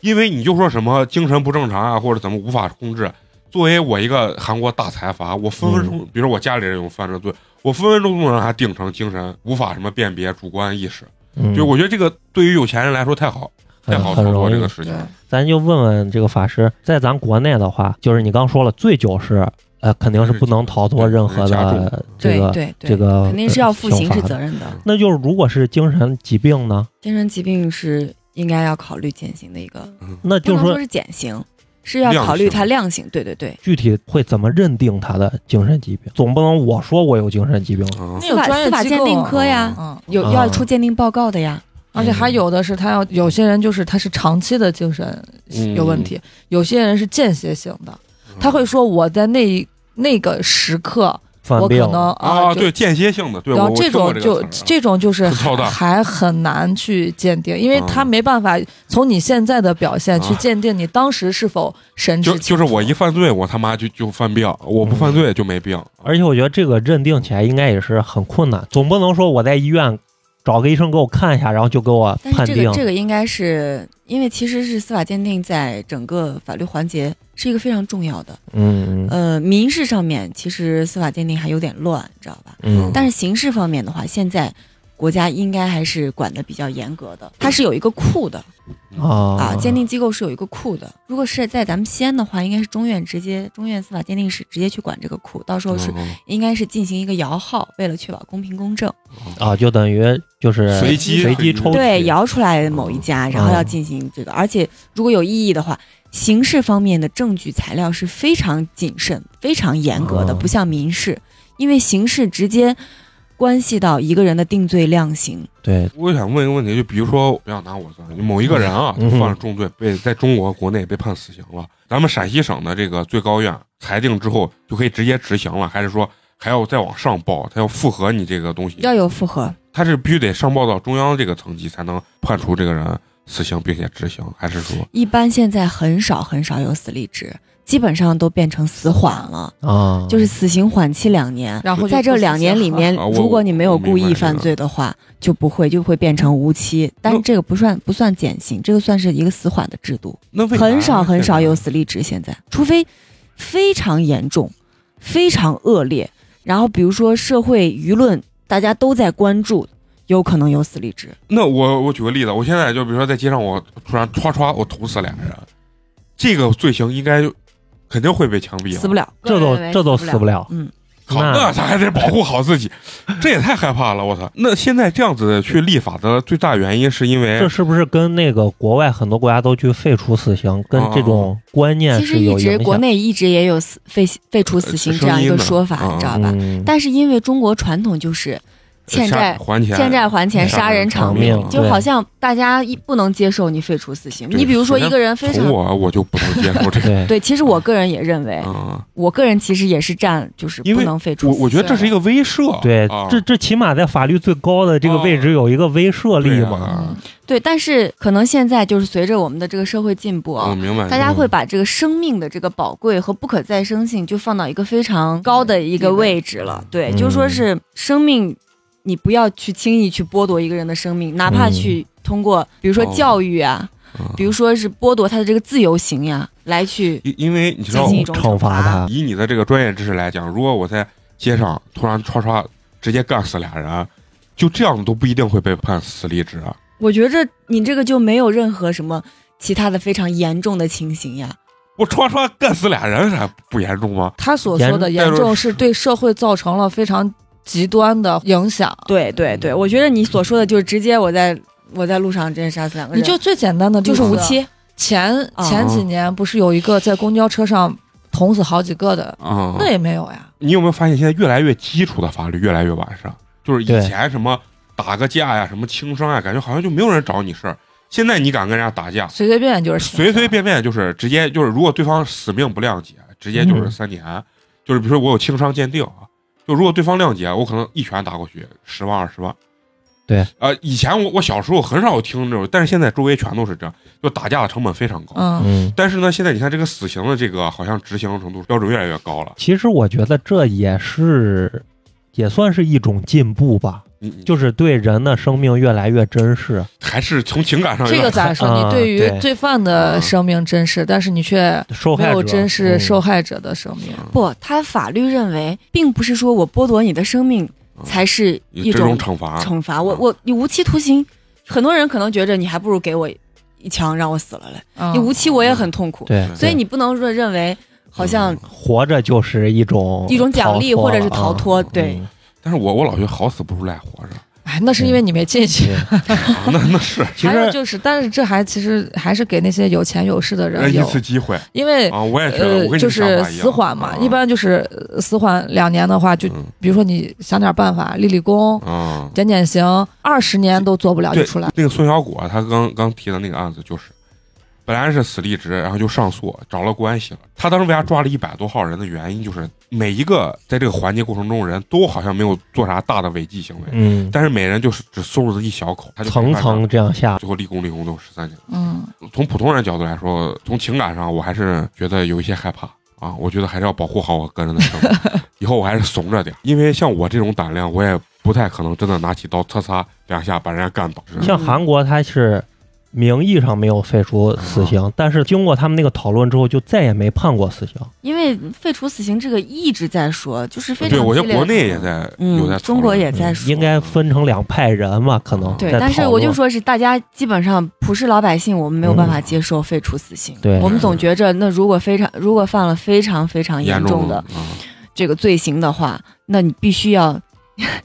Speaker 1: 因为你就说什么精神不正常啊，或者怎么无法控制。作为我一个韩国大财阀，我分分钟，
Speaker 4: 嗯
Speaker 1: 比如说我家里人有犯这罪，我分分钟都能让他定成精神无法什么辨别主观意识。
Speaker 4: 嗯
Speaker 1: 就我觉得这个对于有钱人来说太好，太
Speaker 4: 很
Speaker 1: 好
Speaker 4: 很
Speaker 1: 操作
Speaker 4: 容
Speaker 1: 这
Speaker 4: 易
Speaker 1: 个。事情了。
Speaker 4: 咱就问问这个法师，在咱国内的话，就是你刚说了，醉酒是呃肯定是不能逃脱任何
Speaker 1: 对加重
Speaker 4: 的这个
Speaker 5: 对对
Speaker 4: 这个呃
Speaker 5: 肯定是要负刑事
Speaker 4: 刑罚
Speaker 5: 责
Speaker 4: 的。嗯
Speaker 5: 任的。
Speaker 4: 那就是如果是精神疾病呢，
Speaker 5: 精神疾病是应该要考虑减刑的一个，
Speaker 1: 嗯
Speaker 4: 那
Speaker 5: 不
Speaker 4: 就
Speaker 5: 能
Speaker 4: 是
Speaker 5: 说
Speaker 4: 说
Speaker 5: 是减刑，是要考虑
Speaker 3: 啊
Speaker 5: 它量刑。对对对，
Speaker 4: 具体会怎么认定他的精神疾病？总不能我说我有精神疾病了
Speaker 1: 嗯
Speaker 3: 那
Speaker 5: 司
Speaker 3: 有
Speaker 5: 法
Speaker 3: 专业
Speaker 5: 司法
Speaker 3: 机
Speaker 5: 鉴
Speaker 3: 构
Speaker 5: 定
Speaker 3: 啊
Speaker 5: 科呀，
Speaker 3: 嗯，
Speaker 5: 有
Speaker 4: 啊
Speaker 5: 要出鉴定报告的呀。
Speaker 3: 而且还有的是他要有些人就是他是长期的精神
Speaker 1: 嗯
Speaker 3: 有问题，有些人是间歇性的，他会说我在那一那个时刻
Speaker 4: 犯
Speaker 3: 我可
Speaker 4: 病
Speaker 3: 能
Speaker 1: 啊，
Speaker 3: 就
Speaker 1: 对间歇性的，对，
Speaker 3: 然
Speaker 1: 我
Speaker 3: 后
Speaker 1: 我
Speaker 3: 这
Speaker 1: 听过
Speaker 3: 种
Speaker 1: 这
Speaker 3: 就
Speaker 1: 个词儿啊
Speaker 3: 这种就是
Speaker 1: 很操蛋
Speaker 3: 还很难去鉴定，因为他
Speaker 1: 嗯
Speaker 3: 没办法从你现在的表现去
Speaker 1: 啊
Speaker 3: 鉴定你当时是否神志
Speaker 1: 就就是我一犯罪，我他妈就就犯病，我不
Speaker 4: 嗯
Speaker 1: 犯罪就没病。
Speaker 4: 而且我觉得这个认定起来应该也是很困难，总不能说我在医院找个医生给我看一下，然后就给我
Speaker 5: 但是
Speaker 4: 判
Speaker 5: 这
Speaker 4: 定
Speaker 5: 个。这个应该是因为其实是司法鉴定在整个法律环节是一个非常重要的。
Speaker 4: 嗯嗯
Speaker 5: 呃，民事上面其实司法鉴定还有点乱，你知道吧？
Speaker 4: 嗯，
Speaker 5: 但是刑事方面的话，现在国家应该还是管的比较严格的，它是有一个库的。啊，
Speaker 4: 啊
Speaker 5: 鉴定机构是有一个库的。如果是在咱们西安的话，应该是中院直接中院司法鉴定室直接去管这个库，到时候
Speaker 4: 哦
Speaker 5: 是、
Speaker 1: 嗯
Speaker 5: 应该是进行一个摇号，为了确保公平公正。
Speaker 4: 啊，就等于就是
Speaker 1: 随机
Speaker 4: 随机抽取哦
Speaker 5: 对，摇出来某一家，然后要进行这个，而且如果有异议的话。刑事方面的证据材料是非常谨慎、非常严格的，
Speaker 4: 哦
Speaker 5: 不像民事，因为刑事直接关系到一个人的定罪量刑。
Speaker 4: 对
Speaker 1: 我想问一个问题，就比如说，不要拿我算，某一个人啊，
Speaker 4: 嗯
Speaker 1: 他犯了重罪，被在中国国内被判死刑了，咱们陕西省的这个最高院裁定之后，就可以直接执行了，还是说还要再往上报，他要复核你这个东西，
Speaker 5: 要有复核，
Speaker 1: 他是必须得上报到中央这个层级才能判处这个人死刑并且执行，还是说
Speaker 5: 一般现在很少很少有死立执，基本上都变成死缓了，
Speaker 4: 啊，
Speaker 5: 就是死刑缓期两年。
Speaker 3: 然后就
Speaker 5: 在这
Speaker 3: 不
Speaker 5: 两年里面
Speaker 1: 啊我，
Speaker 5: 如果你没有故
Speaker 1: 我明
Speaker 5: 意
Speaker 1: 白
Speaker 5: 犯罪的话，就不会就会变成无期，但这个不算不算减刑，这个算是一个死缓的制度，
Speaker 1: 那为啥
Speaker 5: 很少很少有
Speaker 1: 现
Speaker 5: 死立执现在，除非非常严重、非常恶劣，然后比如说社会舆论大家都在关注，有可能有死立执。
Speaker 1: 在？那我我举个例子，我现在就比如说在街上，我突然歘歘我捅死俩人，这个罪行应该肯定会被枪毙
Speaker 5: 死
Speaker 1: 了。
Speaker 5: 不了，
Speaker 4: 这都
Speaker 5: 个人
Speaker 4: 这都死不
Speaker 5: 了。
Speaker 4: 了。
Speaker 5: 嗯，
Speaker 1: 好，
Speaker 4: 那
Speaker 1: 那他还得保护好自己，这也太害怕了，我操！那现在这样子去立法的最大原因是因为
Speaker 4: 这是不是跟那个国外很多国家都去废除死刑，跟这种观念
Speaker 5: 哦其实
Speaker 4: 是
Speaker 5: 一
Speaker 4: 有
Speaker 5: 直
Speaker 4: 影
Speaker 5: 国
Speaker 4: 响？
Speaker 5: 内一直也有死废废除死刑这样一个说法，
Speaker 1: 呃
Speaker 5: 你知道吧？
Speaker 4: 嗯，
Speaker 5: 啊但是因为中国传统就是欠
Speaker 1: 下
Speaker 5: 债
Speaker 1: 还钱，
Speaker 5: 欠债还钱，
Speaker 1: 杀
Speaker 5: 杀
Speaker 1: 人
Speaker 5: 人偿
Speaker 1: 偿
Speaker 4: 命
Speaker 5: 命，就
Speaker 4: 对
Speaker 5: 好像大家一不能接受你废除死刑。
Speaker 1: 对
Speaker 5: 你比如说一个人非
Speaker 1: 捅
Speaker 5: 常
Speaker 1: 我我就不能接受这 个。
Speaker 4: 对，
Speaker 5: 对，其实我个人也认为，
Speaker 1: 嗯，
Speaker 5: 我个人其实也是站就是
Speaker 1: 因为
Speaker 5: 不能废除
Speaker 1: 我
Speaker 5: 死刑。
Speaker 1: 我觉得这是一个威慑，
Speaker 4: 对
Speaker 1: 啊、，
Speaker 4: 这这起码在法律最高的这个位置有一个威慑力
Speaker 1: 对
Speaker 4: 嘛。
Speaker 1: 啊
Speaker 5: 对，但是可能现在就是随着我们的这个社会进步啊，
Speaker 1: 我明白，嗯
Speaker 5: 大家会把这个生命的这个宝贵和不可再生性就放到一个非常高的一个位置了。对，
Speaker 4: 嗯
Speaker 5: 就说是生命，你不要去轻易去剥夺一个人的生命，哪怕去通过比如说
Speaker 1: 嗯哦
Speaker 5: 教育啊，
Speaker 1: 嗯
Speaker 5: 比如说是剥夺他的这个自由行呀、来去
Speaker 1: 因因为你知
Speaker 5: 进
Speaker 1: 道
Speaker 5: 行，一种
Speaker 4: 惩罚他，
Speaker 1: 以你的这个专业知识来讲，如果我在街上突然唰唰直接干死俩人，就这样都不一定会被判死立职啊。
Speaker 5: 我觉着你这个就没有任何什么其他的非常严重的情形呀。
Speaker 1: 我唰唰干死俩人还不严重吗？
Speaker 3: 他所说的严
Speaker 1: 严重
Speaker 3: 重是对社会造成了非常极端的影响。
Speaker 5: 对对对，我觉得你所说的就是直接我在我在路上直接杀死两个
Speaker 3: 你
Speaker 5: 人，
Speaker 3: 就最简单的
Speaker 5: 就是无。期。
Speaker 3: 前
Speaker 5: 啊
Speaker 3: 前几年不是有一个在公交车上捅死好几个的，
Speaker 1: 啊、
Speaker 3: 那也没有呀。
Speaker 1: 你有没有发现现在越来越基础的法律越来越完善？就是以
Speaker 4: 对
Speaker 1: 前什么打个架呀、什么轻伤呀，感觉好像就没有人找你事儿。现在你敢跟人家打架，
Speaker 3: 随随便便就是行
Speaker 1: 随随便便就是直接就是，如果对方死命不谅解，直接就是
Speaker 4: 嗯
Speaker 1: 三年。就是比如说我有轻伤鉴定啊，就如果对方谅解，我可能一拳打过去，十万二十万。
Speaker 4: 对，
Speaker 1: 呃，以前我我小时候很少有听这种，但是现在周围全都是这样，就打架的成本非常高。
Speaker 3: 嗯，
Speaker 4: 嗯，
Speaker 1: 但是呢，现在你看这个死刑的这个好像执行程度标准越来越高了。
Speaker 4: 其实我觉得这也是也算是一种进步吧，
Speaker 1: 你你
Speaker 4: 就是对人的生命越来越珍视。
Speaker 1: 还是从情感上有
Speaker 3: 这个
Speaker 1: 点
Speaker 3: 咋说？
Speaker 4: 啊
Speaker 3: 你对于
Speaker 4: 对
Speaker 3: 罪犯的生命珍视，但是你却
Speaker 4: 受
Speaker 3: 没
Speaker 4: 害
Speaker 3: 有
Speaker 4: 者
Speaker 3: 珍视受
Speaker 4: 嗯
Speaker 3: 害者的生命。
Speaker 5: 不，他法律认为，并不是说我剥夺你的生命
Speaker 1: 嗯
Speaker 5: 才是一
Speaker 1: 这种
Speaker 5: 种
Speaker 1: 惩罚，啊
Speaker 5: 惩罚。我我你无期徒刑，很多人可能觉着你还不如给我一枪让我死了嘞。
Speaker 3: 嗯
Speaker 5: 你无期我也很痛苦，
Speaker 4: 啊对，
Speaker 5: 所以
Speaker 4: 对
Speaker 5: 你不能说认为好
Speaker 1: 嗯
Speaker 5: 像
Speaker 4: 活着就是一种
Speaker 5: 一种奖励
Speaker 4: 逃脱
Speaker 5: 或者是
Speaker 4: 了啊
Speaker 5: 逃脱。对，
Speaker 4: 嗯
Speaker 1: 但是我我老觉得好死不如赖活着，
Speaker 3: 哎，那是因为你没进去。
Speaker 4: 对
Speaker 1: 啊那那是
Speaker 4: 其
Speaker 3: 还有
Speaker 4: 实
Speaker 3: 就是，但是这还其实还是给那些有钱有势的人
Speaker 1: 呃一
Speaker 3: 有，
Speaker 1: 次机会
Speaker 3: 因为
Speaker 1: 啊！我也觉得，我
Speaker 3: 呃
Speaker 1: 跟你
Speaker 3: 就
Speaker 1: 的想法
Speaker 3: 是
Speaker 1: 一
Speaker 3: 死
Speaker 1: 样
Speaker 3: 缓嘛，
Speaker 1: 啊
Speaker 3: 一般就是呃死缓两年的话，就
Speaker 1: 嗯
Speaker 3: 比如说你想点办法，立立
Speaker 4: 嗯
Speaker 3: 功，
Speaker 1: 啊，
Speaker 3: 减减刑，二十年都做不了就
Speaker 1: 对
Speaker 3: 出来。
Speaker 1: 那个宋小果他刚刚提的那个案子就是，本来是死立职，然后就上诉，找了关系了。他当时为啥抓了一百多号人的原因，就是每一个在这个环节过程中人都好像没有做啥大的违纪行为，
Speaker 4: 嗯，
Speaker 1: 但是每人就是只松了一小口，他就
Speaker 4: 层
Speaker 1: 没办法
Speaker 4: 层这样下，
Speaker 1: 最后立功立功都十三年。
Speaker 3: 嗯，
Speaker 1: 从普通人角度来说，从情感上，我还是觉得有一些害怕啊。我觉得还是要保护好我个人的生 命，以后我还是怂着点儿，因为像我这种胆量，我也不太可能真的拿起刀擦擦两下把人家干倒。
Speaker 5: 嗯
Speaker 4: 像韩国，它是名义上没有废除
Speaker 1: 啊
Speaker 4: 死刑，但是经过他们那个讨论之后，就再也没判过死刑。
Speaker 5: 因为废除死刑这个一直在说，就是非常
Speaker 1: 对，我觉
Speaker 5: 激
Speaker 1: 得
Speaker 5: 烈
Speaker 1: 国
Speaker 5: 的
Speaker 1: 内也在、有在
Speaker 5: 嗯，
Speaker 1: 讨
Speaker 5: 中国
Speaker 1: 论
Speaker 5: 也在
Speaker 4: 嗯
Speaker 5: 说，
Speaker 4: 应该分成两派人嘛，可能
Speaker 5: 对，
Speaker 4: 在
Speaker 5: 但是
Speaker 4: 讨
Speaker 5: 我
Speaker 4: 论
Speaker 5: 就，说是大家基本上普世老百姓，我们没有办
Speaker 1: 嗯
Speaker 5: 法接受废除死刑。
Speaker 4: 对
Speaker 5: 我们总觉着那如果非常如果犯了非常非常严
Speaker 1: 严
Speaker 5: 重的
Speaker 1: 啊、
Speaker 5: 这个罪行的话，那你必须要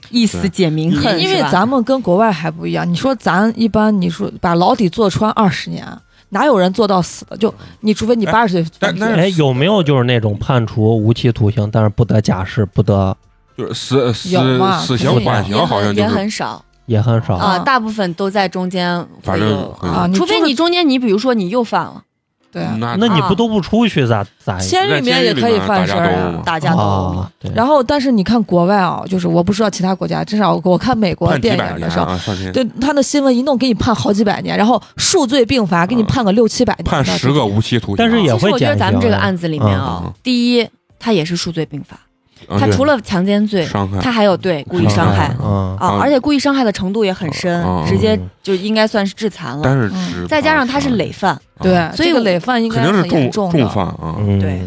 Speaker 5: 一死解民恨，
Speaker 3: 因
Speaker 5: 是
Speaker 3: 为
Speaker 5: 吧
Speaker 3: 咱们跟国外还不一样。你说咱一般，你说把牢底坐穿二十年，哪有人坐到死的？就你除非你
Speaker 1: 哎
Speaker 3: 八十岁
Speaker 1: 但
Speaker 3: 犯罪，
Speaker 1: 但是
Speaker 4: 哎，有没有就是那种判处无期徒刑，但是不得假释，不得
Speaker 1: 就是死死
Speaker 3: 有嘛
Speaker 1: 死
Speaker 3: 肯
Speaker 1: 刑
Speaker 3: 定有
Speaker 1: 缓刑
Speaker 5: 也很
Speaker 1: 好像就
Speaker 5: 也
Speaker 1: 是
Speaker 5: 很少
Speaker 4: 也很少？
Speaker 5: 啊，
Speaker 3: 啊
Speaker 5: 大部分都在中间会有，
Speaker 1: 反正
Speaker 3: 啊
Speaker 1: 嗯
Speaker 3: 你
Speaker 5: 除非
Speaker 3: 坐
Speaker 5: 你中间你比如说你又犯了，
Speaker 3: 对啊，
Speaker 1: 那
Speaker 4: 那你
Speaker 3: 啊
Speaker 4: 不都不出去咋
Speaker 1: 哎
Speaker 4: 咋？
Speaker 3: 监狱里面也可以犯事
Speaker 1: 在
Speaker 3: 儿
Speaker 1: 监狱里面大家都
Speaker 5: 大家啊
Speaker 3: 啊。
Speaker 5: 都、
Speaker 4: 啊，对，
Speaker 3: 然后，但是你看国外啊，就是我不知道其他国家，至少我看美国
Speaker 1: 判
Speaker 3: 电
Speaker 1: 几
Speaker 3: 影
Speaker 1: 百
Speaker 3: 的
Speaker 1: 年
Speaker 3: 时候，
Speaker 1: 啊，上天
Speaker 3: 对他的新闻一弄给你判好几百年，然后数罪并罚，给你判个六七百年，
Speaker 1: 判十个无期徒刑啊，
Speaker 4: 但是也
Speaker 5: 其实
Speaker 4: 会
Speaker 5: 我觉得
Speaker 4: 减
Speaker 5: 咱们这
Speaker 4: 刑
Speaker 5: 个
Speaker 4: 啊
Speaker 5: 案子里面
Speaker 1: 嗯
Speaker 5: 啊，
Speaker 1: 嗯
Speaker 5: 第一，他也是数罪并罚，
Speaker 1: 啊
Speaker 5: 他
Speaker 1: 对
Speaker 5: 除了强奸罪，
Speaker 1: 伤害
Speaker 5: 他还有对故意伤害
Speaker 4: 嗯，
Speaker 5: 啊
Speaker 1: 嗯，
Speaker 5: 而且故意伤害的程度也很深，
Speaker 1: 嗯
Speaker 5: 直接就应该算是致残了。
Speaker 1: 但是
Speaker 3: 嗯
Speaker 1: 只
Speaker 5: 再加上他是
Speaker 1: 判
Speaker 5: 累犯，
Speaker 1: 啊
Speaker 3: 对，
Speaker 5: 所以
Speaker 3: 这个
Speaker 5: 我
Speaker 3: 累犯应该
Speaker 1: 肯定是
Speaker 3: 很严
Speaker 1: 重
Speaker 3: 的
Speaker 1: 重犯啊，
Speaker 4: 嗯
Speaker 5: 对，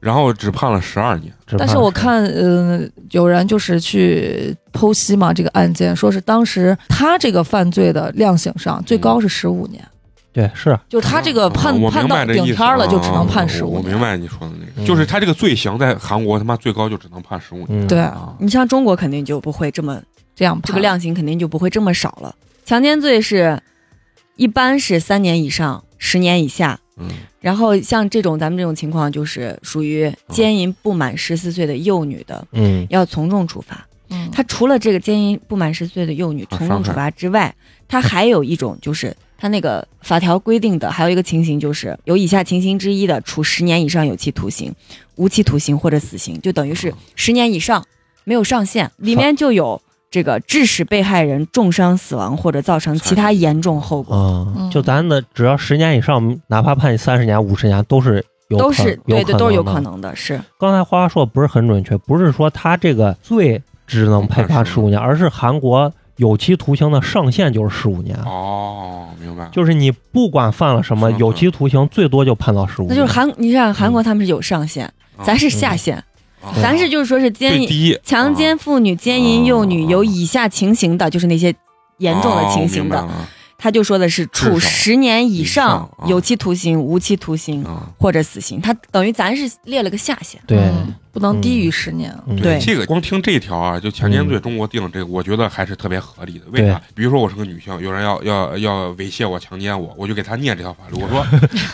Speaker 1: 然后只判了十二年，
Speaker 4: 只
Speaker 3: 但
Speaker 4: 怕
Speaker 3: 是我看，嗯、有人就是去剖析嘛这个案件，说是当时他这个犯罪的量刑上最高是十五年，
Speaker 4: 对是
Speaker 3: 就是他这个判、
Speaker 1: 啊我
Speaker 3: 判
Speaker 1: 明白
Speaker 3: 到
Speaker 1: 这
Speaker 3: 顶
Speaker 1: 意思
Speaker 3: 天了，就只能
Speaker 1: 啊
Speaker 3: 判
Speaker 1: 我
Speaker 3: 十五
Speaker 1: 我
Speaker 3: 年。
Speaker 1: 明白你说的那个，
Speaker 4: 嗯
Speaker 1: 就是他这个罪行在韩国他妈最高就只能判十五年
Speaker 4: 嗯
Speaker 3: 对，
Speaker 1: 啊，
Speaker 5: 你像中国肯定就不会这么
Speaker 3: 这样判
Speaker 5: 这个量刑肯定就不会这么少了。强奸罪是一般是三年以上，十年以下。
Speaker 1: 嗯
Speaker 5: 然后像这种咱们这种情况，就是属于奸淫不满十四岁的幼女的，
Speaker 4: 嗯
Speaker 5: 要从重处罚。
Speaker 3: 嗯，
Speaker 5: 他除了这个奸淫不满十岁的幼女
Speaker 1: 啊
Speaker 5: 从
Speaker 1: 伤害
Speaker 5: 重处罚之外，他还有一种就是他那个法条规定的，还有一个情形就是有以下情形之一的，处十年以上有期徒刑、无期徒刑或者死刑，就等于
Speaker 4: 哦
Speaker 5: 是十年以上没有上限，里面就有这个致使被害人重伤、死亡或者造成其他严重后果，
Speaker 4: 啊
Speaker 3: 嗯，
Speaker 4: 就咱的只要十年以上，哪怕判三十年、五十年，都是有
Speaker 5: 都
Speaker 4: 可
Speaker 5: 是
Speaker 4: 有
Speaker 5: 对对，都是有
Speaker 4: 可能
Speaker 5: 可
Speaker 4: 的
Speaker 5: 能的，是
Speaker 4: 刚才花花说的不是很准确，不是说他这个罪只能判
Speaker 1: 判
Speaker 4: 判
Speaker 1: 十
Speaker 4: 十
Speaker 1: 五
Speaker 4: 五年，而是韩国有期徒刑的上限就是十五年，
Speaker 1: 哦，明白，
Speaker 4: 就是你不管犯了什么，
Speaker 1: 是的
Speaker 4: 有期徒刑最多就判到十五
Speaker 5: 那
Speaker 4: 年。
Speaker 5: 就是韩，你看韩
Speaker 4: 嗯
Speaker 5: 国他们是有上限，
Speaker 4: 哦
Speaker 5: 咱是下限，
Speaker 1: 啊
Speaker 5: 咱是就是说是奸
Speaker 1: 最
Speaker 5: 淫。
Speaker 1: 低
Speaker 5: 强奸妇女、奸淫幼
Speaker 1: 哦
Speaker 5: 女有以下情形的，就是那些严重的情形的，
Speaker 1: 啊
Speaker 5: 他就说的是处
Speaker 1: 至少
Speaker 5: 十年以
Speaker 1: 以
Speaker 5: 上
Speaker 1: 上啊
Speaker 5: 有期徒刑、无期徒刑
Speaker 1: 啊，
Speaker 5: 或者死刑，他等于咱是列了个下限。
Speaker 4: 对，
Speaker 3: 嗯不能低于十年。啊
Speaker 4: 嗯
Speaker 5: 对
Speaker 1: 这个光听这条啊，就强奸罪
Speaker 4: 嗯
Speaker 1: 中国定的这个，我觉得还是特别合理的。为啥？比如说我是个女性，有人要要要猥亵我、强奸我，我就给他念这条法律，我 说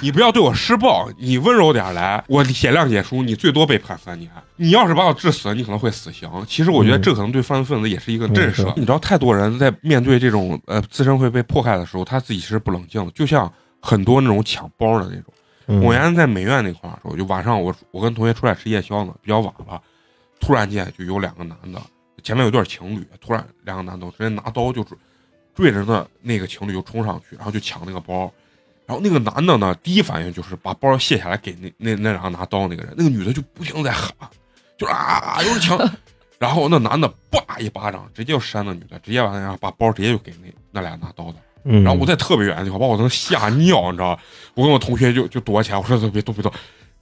Speaker 1: 你不要对我施暴，你温柔点儿来，我写谅解书，你最多被判三年。你要是把我致死，你可能会死刑。其实我觉得
Speaker 4: 嗯
Speaker 1: 这可能对犯罪分子也是一个震慑
Speaker 4: 嗯。
Speaker 1: 你知道，太多人在面对这种呃自身会被迫害的时候，他自己其实不冷静的，就像很多那种抢包的那种。
Speaker 4: 嗯
Speaker 1: 我原来在美院那块儿的时候，就晚上我我跟同学出来吃夜宵呢，比较晚了，突然间就有两个男的，前面有对儿情侣，突然两个男的直接拿刀就追对着那那个情侣就冲上去，然后就抢那个包，然后那个男的呢，第一反应就是把包卸下来给那那那两个拿刀那个人，那个女的就不停地在喊，就是啊有人抢，然后那男的叭一巴掌直接就扇那女的，直接把那俩把包直接就给那那俩拿刀的。
Speaker 4: 嗯，
Speaker 1: 然后我在特别远的地方把我能吓尿，你知道吧？我跟我同学就就躲起来，我说别动别动。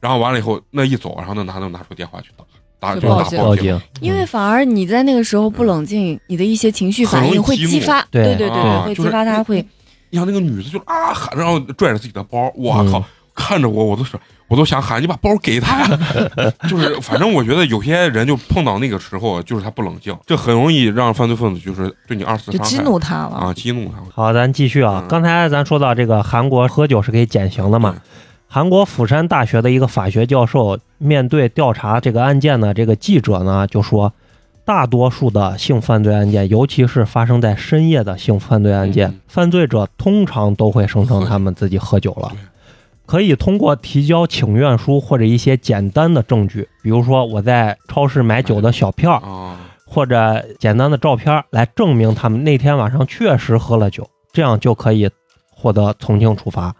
Speaker 1: 然后完了以后，那一走，然后那男的拿出电话去打打
Speaker 3: 去
Speaker 1: 就打
Speaker 3: 报警
Speaker 1: 报
Speaker 4: 嗯报警，
Speaker 5: 因为反而你在那个时候不冷静，你的一些情绪反应会激发，
Speaker 4: 很容
Speaker 5: 对
Speaker 4: 易
Speaker 5: 对对
Speaker 1: 啊
Speaker 5: 对，会
Speaker 1: 就
Speaker 5: 激
Speaker 1: 是
Speaker 5: 发他会
Speaker 1: 你看那个女的就啊喊，然后拽着自己的包，我
Speaker 4: 嗯
Speaker 1: 靠，看着我我都是我都想喊你把包给 他呀。就是反正我觉得有些人就碰到那个时候，就是他不冷静，这很容易让犯罪分子就是对你二次
Speaker 3: 就
Speaker 1: 伤害
Speaker 3: 激怒他了，
Speaker 1: 啊激怒他。
Speaker 4: 好，咱继续啊
Speaker 1: 嗯。
Speaker 4: 刚才咱说到这个韩国喝酒是可以减刑的嘛
Speaker 1: 嗯？
Speaker 4: 韩国釜山大学的一个法学教授面对调查这个案件的这个记者呢，就说，大多数的性犯罪案件，尤其是发生在深夜的性犯罪案件，
Speaker 1: 嗯
Speaker 4: 犯罪者通常都会声称他们自己喝酒了
Speaker 1: 对。
Speaker 4: 可以通过提交请愿书或者一些简单的证据，比如说我在超市买酒的小票，
Speaker 1: 啊，
Speaker 4: 或者简单的照片来证明他们那天晚上确实喝了酒，这样就可以获得从轻处罚。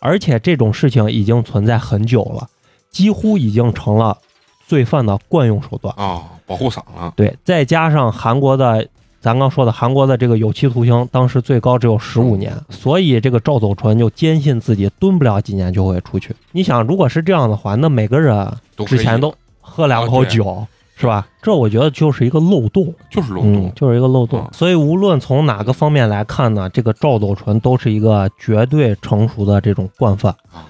Speaker 4: 而且这种事情已经存在很久了，几乎已经成了罪犯的惯用手段。
Speaker 1: 啊，保护伞了，
Speaker 4: 对，再加上韩国的，咱刚说的韩国的这个有期徒刑，当时最高只有十五年，所以这个赵走纯就坚信自己蹲不了几年就会出去。你想，如果是这样的话，那每个人
Speaker 1: 都可以
Speaker 4: 之前都喝两
Speaker 1: 啊
Speaker 4: 口
Speaker 1: 对
Speaker 4: 酒，是吧？这我觉得就是一个漏洞。
Speaker 1: 就是漏
Speaker 4: 嗯
Speaker 1: 洞，，
Speaker 4: 就是一个漏洞。
Speaker 1: 啊
Speaker 4: 所以无论从哪个方面来看呢，这个赵斗淳都是一个绝对成熟的这种惯犯
Speaker 1: 啊。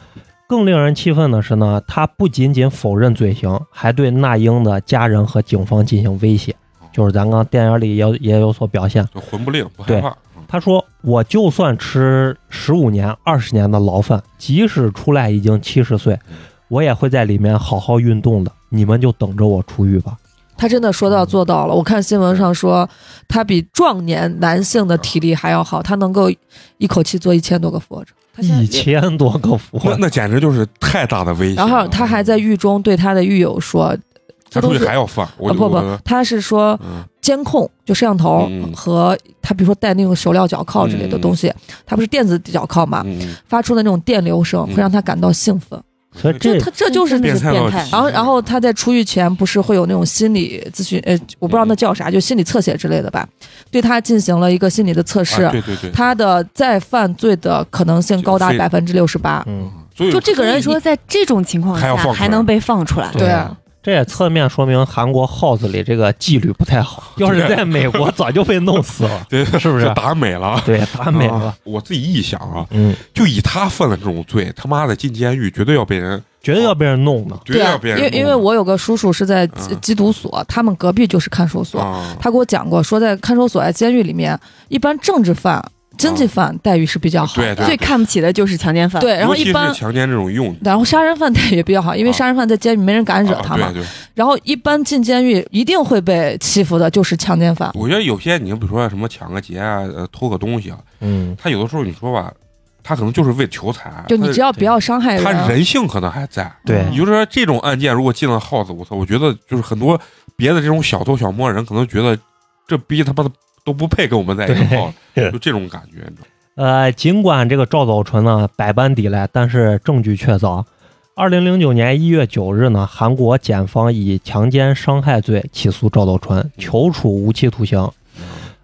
Speaker 4: 更令人气愤的是呢，他不仅仅否认罪行，还对那英的家人和警方进行威胁，
Speaker 1: 哦
Speaker 4: 就是咱刚电影里也有也有所表现。
Speaker 1: 就魂不吝，不害
Speaker 4: 对
Speaker 1: 怕。嗯
Speaker 4: 他说：“我就算吃十五年、二十年的牢饭，即使出来已经七十岁
Speaker 1: 嗯，
Speaker 4: 我也会在里面好好运动的。你们就等着我出狱吧。”
Speaker 3: 他真的说到做到了。我看新闻上说，他比壮年男性的体力还要好，他能够一口气做一千多个俯卧撑。他现在
Speaker 4: 一千多个啊俯
Speaker 1: 那
Speaker 4: 卧，
Speaker 1: 那简直就是太大的危险了。嗯
Speaker 3: 然后他还在狱中对他的狱友说，
Speaker 1: 他
Speaker 3: 这
Speaker 1: 出
Speaker 3: 都
Speaker 1: 去
Speaker 3: 是
Speaker 1: 还要犯，我
Speaker 3: 啊
Speaker 1: 就
Speaker 3: 不不
Speaker 1: 我，
Speaker 3: 他是说
Speaker 1: 嗯
Speaker 3: 监控，就摄像头
Speaker 1: 嗯嗯
Speaker 3: 和他比如说戴那种手镣脚铐之类的东西，他不是电子脚铐嘛，
Speaker 1: 嗯，
Speaker 3: 发出的那种电流声
Speaker 1: 嗯
Speaker 3: 会让他感到兴奋。
Speaker 4: 所以这
Speaker 3: 他这就是
Speaker 5: 真
Speaker 1: 变
Speaker 5: 的是
Speaker 1: 态到
Speaker 5: 变
Speaker 1: 极
Speaker 5: 态
Speaker 1: 致。
Speaker 3: 然后，然后他在出狱前不是会有那种心理咨询，
Speaker 1: 嗯
Speaker 3: 呃，我不知道那叫啥，就心理测写之类的吧，对他进行了一个心理的测试
Speaker 1: 啊，对对对，
Speaker 3: 他的再犯罪的可能性高达
Speaker 1: 就非
Speaker 3: 百分之六十八。
Speaker 4: 嗯，
Speaker 1: 所以
Speaker 3: 就这个
Speaker 5: 所以
Speaker 3: 人
Speaker 5: 说，在这种情况
Speaker 1: 还要
Speaker 5: 下
Speaker 1: 放出来
Speaker 5: 还能被放出来，
Speaker 3: 对
Speaker 4: 啊，这也侧面说明韩国 house 里这个纪律不太好。要 是在美国，早就被弄死了，
Speaker 1: 对
Speaker 4: 是不
Speaker 1: 这
Speaker 4: 是？
Speaker 1: 打美了啊。
Speaker 4: 对，打美了
Speaker 1: 啊。我自己一想啊，
Speaker 4: 嗯，
Speaker 1: 就以他犯了这种罪，他妈的进监狱绝对要被人，
Speaker 4: 绝对要被人弄的。
Speaker 1: 绝对
Speaker 3: 啊
Speaker 1: 要，被
Speaker 3: 因
Speaker 1: 人
Speaker 3: 为
Speaker 1: 弄。
Speaker 3: 因为我有个叔叔是在缉
Speaker 1: 嗯
Speaker 3: 缉毒所，他们隔壁就是看守所，
Speaker 1: 啊，
Speaker 3: 他给我讲过，说在看守所啊、监狱里面，一般政治犯、经济犯待遇是比较好
Speaker 1: 对
Speaker 3: 的，
Speaker 1: 对
Speaker 5: 最看不起的就是强奸犯。
Speaker 3: 对然后
Speaker 1: 尤其
Speaker 3: 一般
Speaker 1: 是强奸这种用
Speaker 3: 然后杀人犯待遇也比较好，因为
Speaker 1: 啊
Speaker 3: 杀人犯在监狱没人敢惹他嘛。
Speaker 1: 啊对对，
Speaker 3: 然后一般进监狱一定会被欺负的，就是强奸犯。
Speaker 1: 我觉得有些你就比如说什么抢个劫啊，呃，偷个东西啊，
Speaker 4: 嗯，
Speaker 1: 他有的时候你说吧，他可能就是为求财，啊
Speaker 3: 就你只要不要伤害
Speaker 1: 他
Speaker 3: 人，啊
Speaker 1: 他人性可能还在。啊
Speaker 4: 对
Speaker 1: 你就说这种案件如果进了 house，我操，我觉得就是很多别的这种小偷小摸人可能觉得这逼他妈的都不配跟我们在一个 house，
Speaker 4: 对
Speaker 1: 就这种感觉，你知道吗？
Speaker 4: 呃，尽管这个赵斗淳呢百般抵赖，但是证据确凿。二零零九年一月九日呢，韩国检方以强奸伤害罪起诉赵斗淳，求处无期徒刑。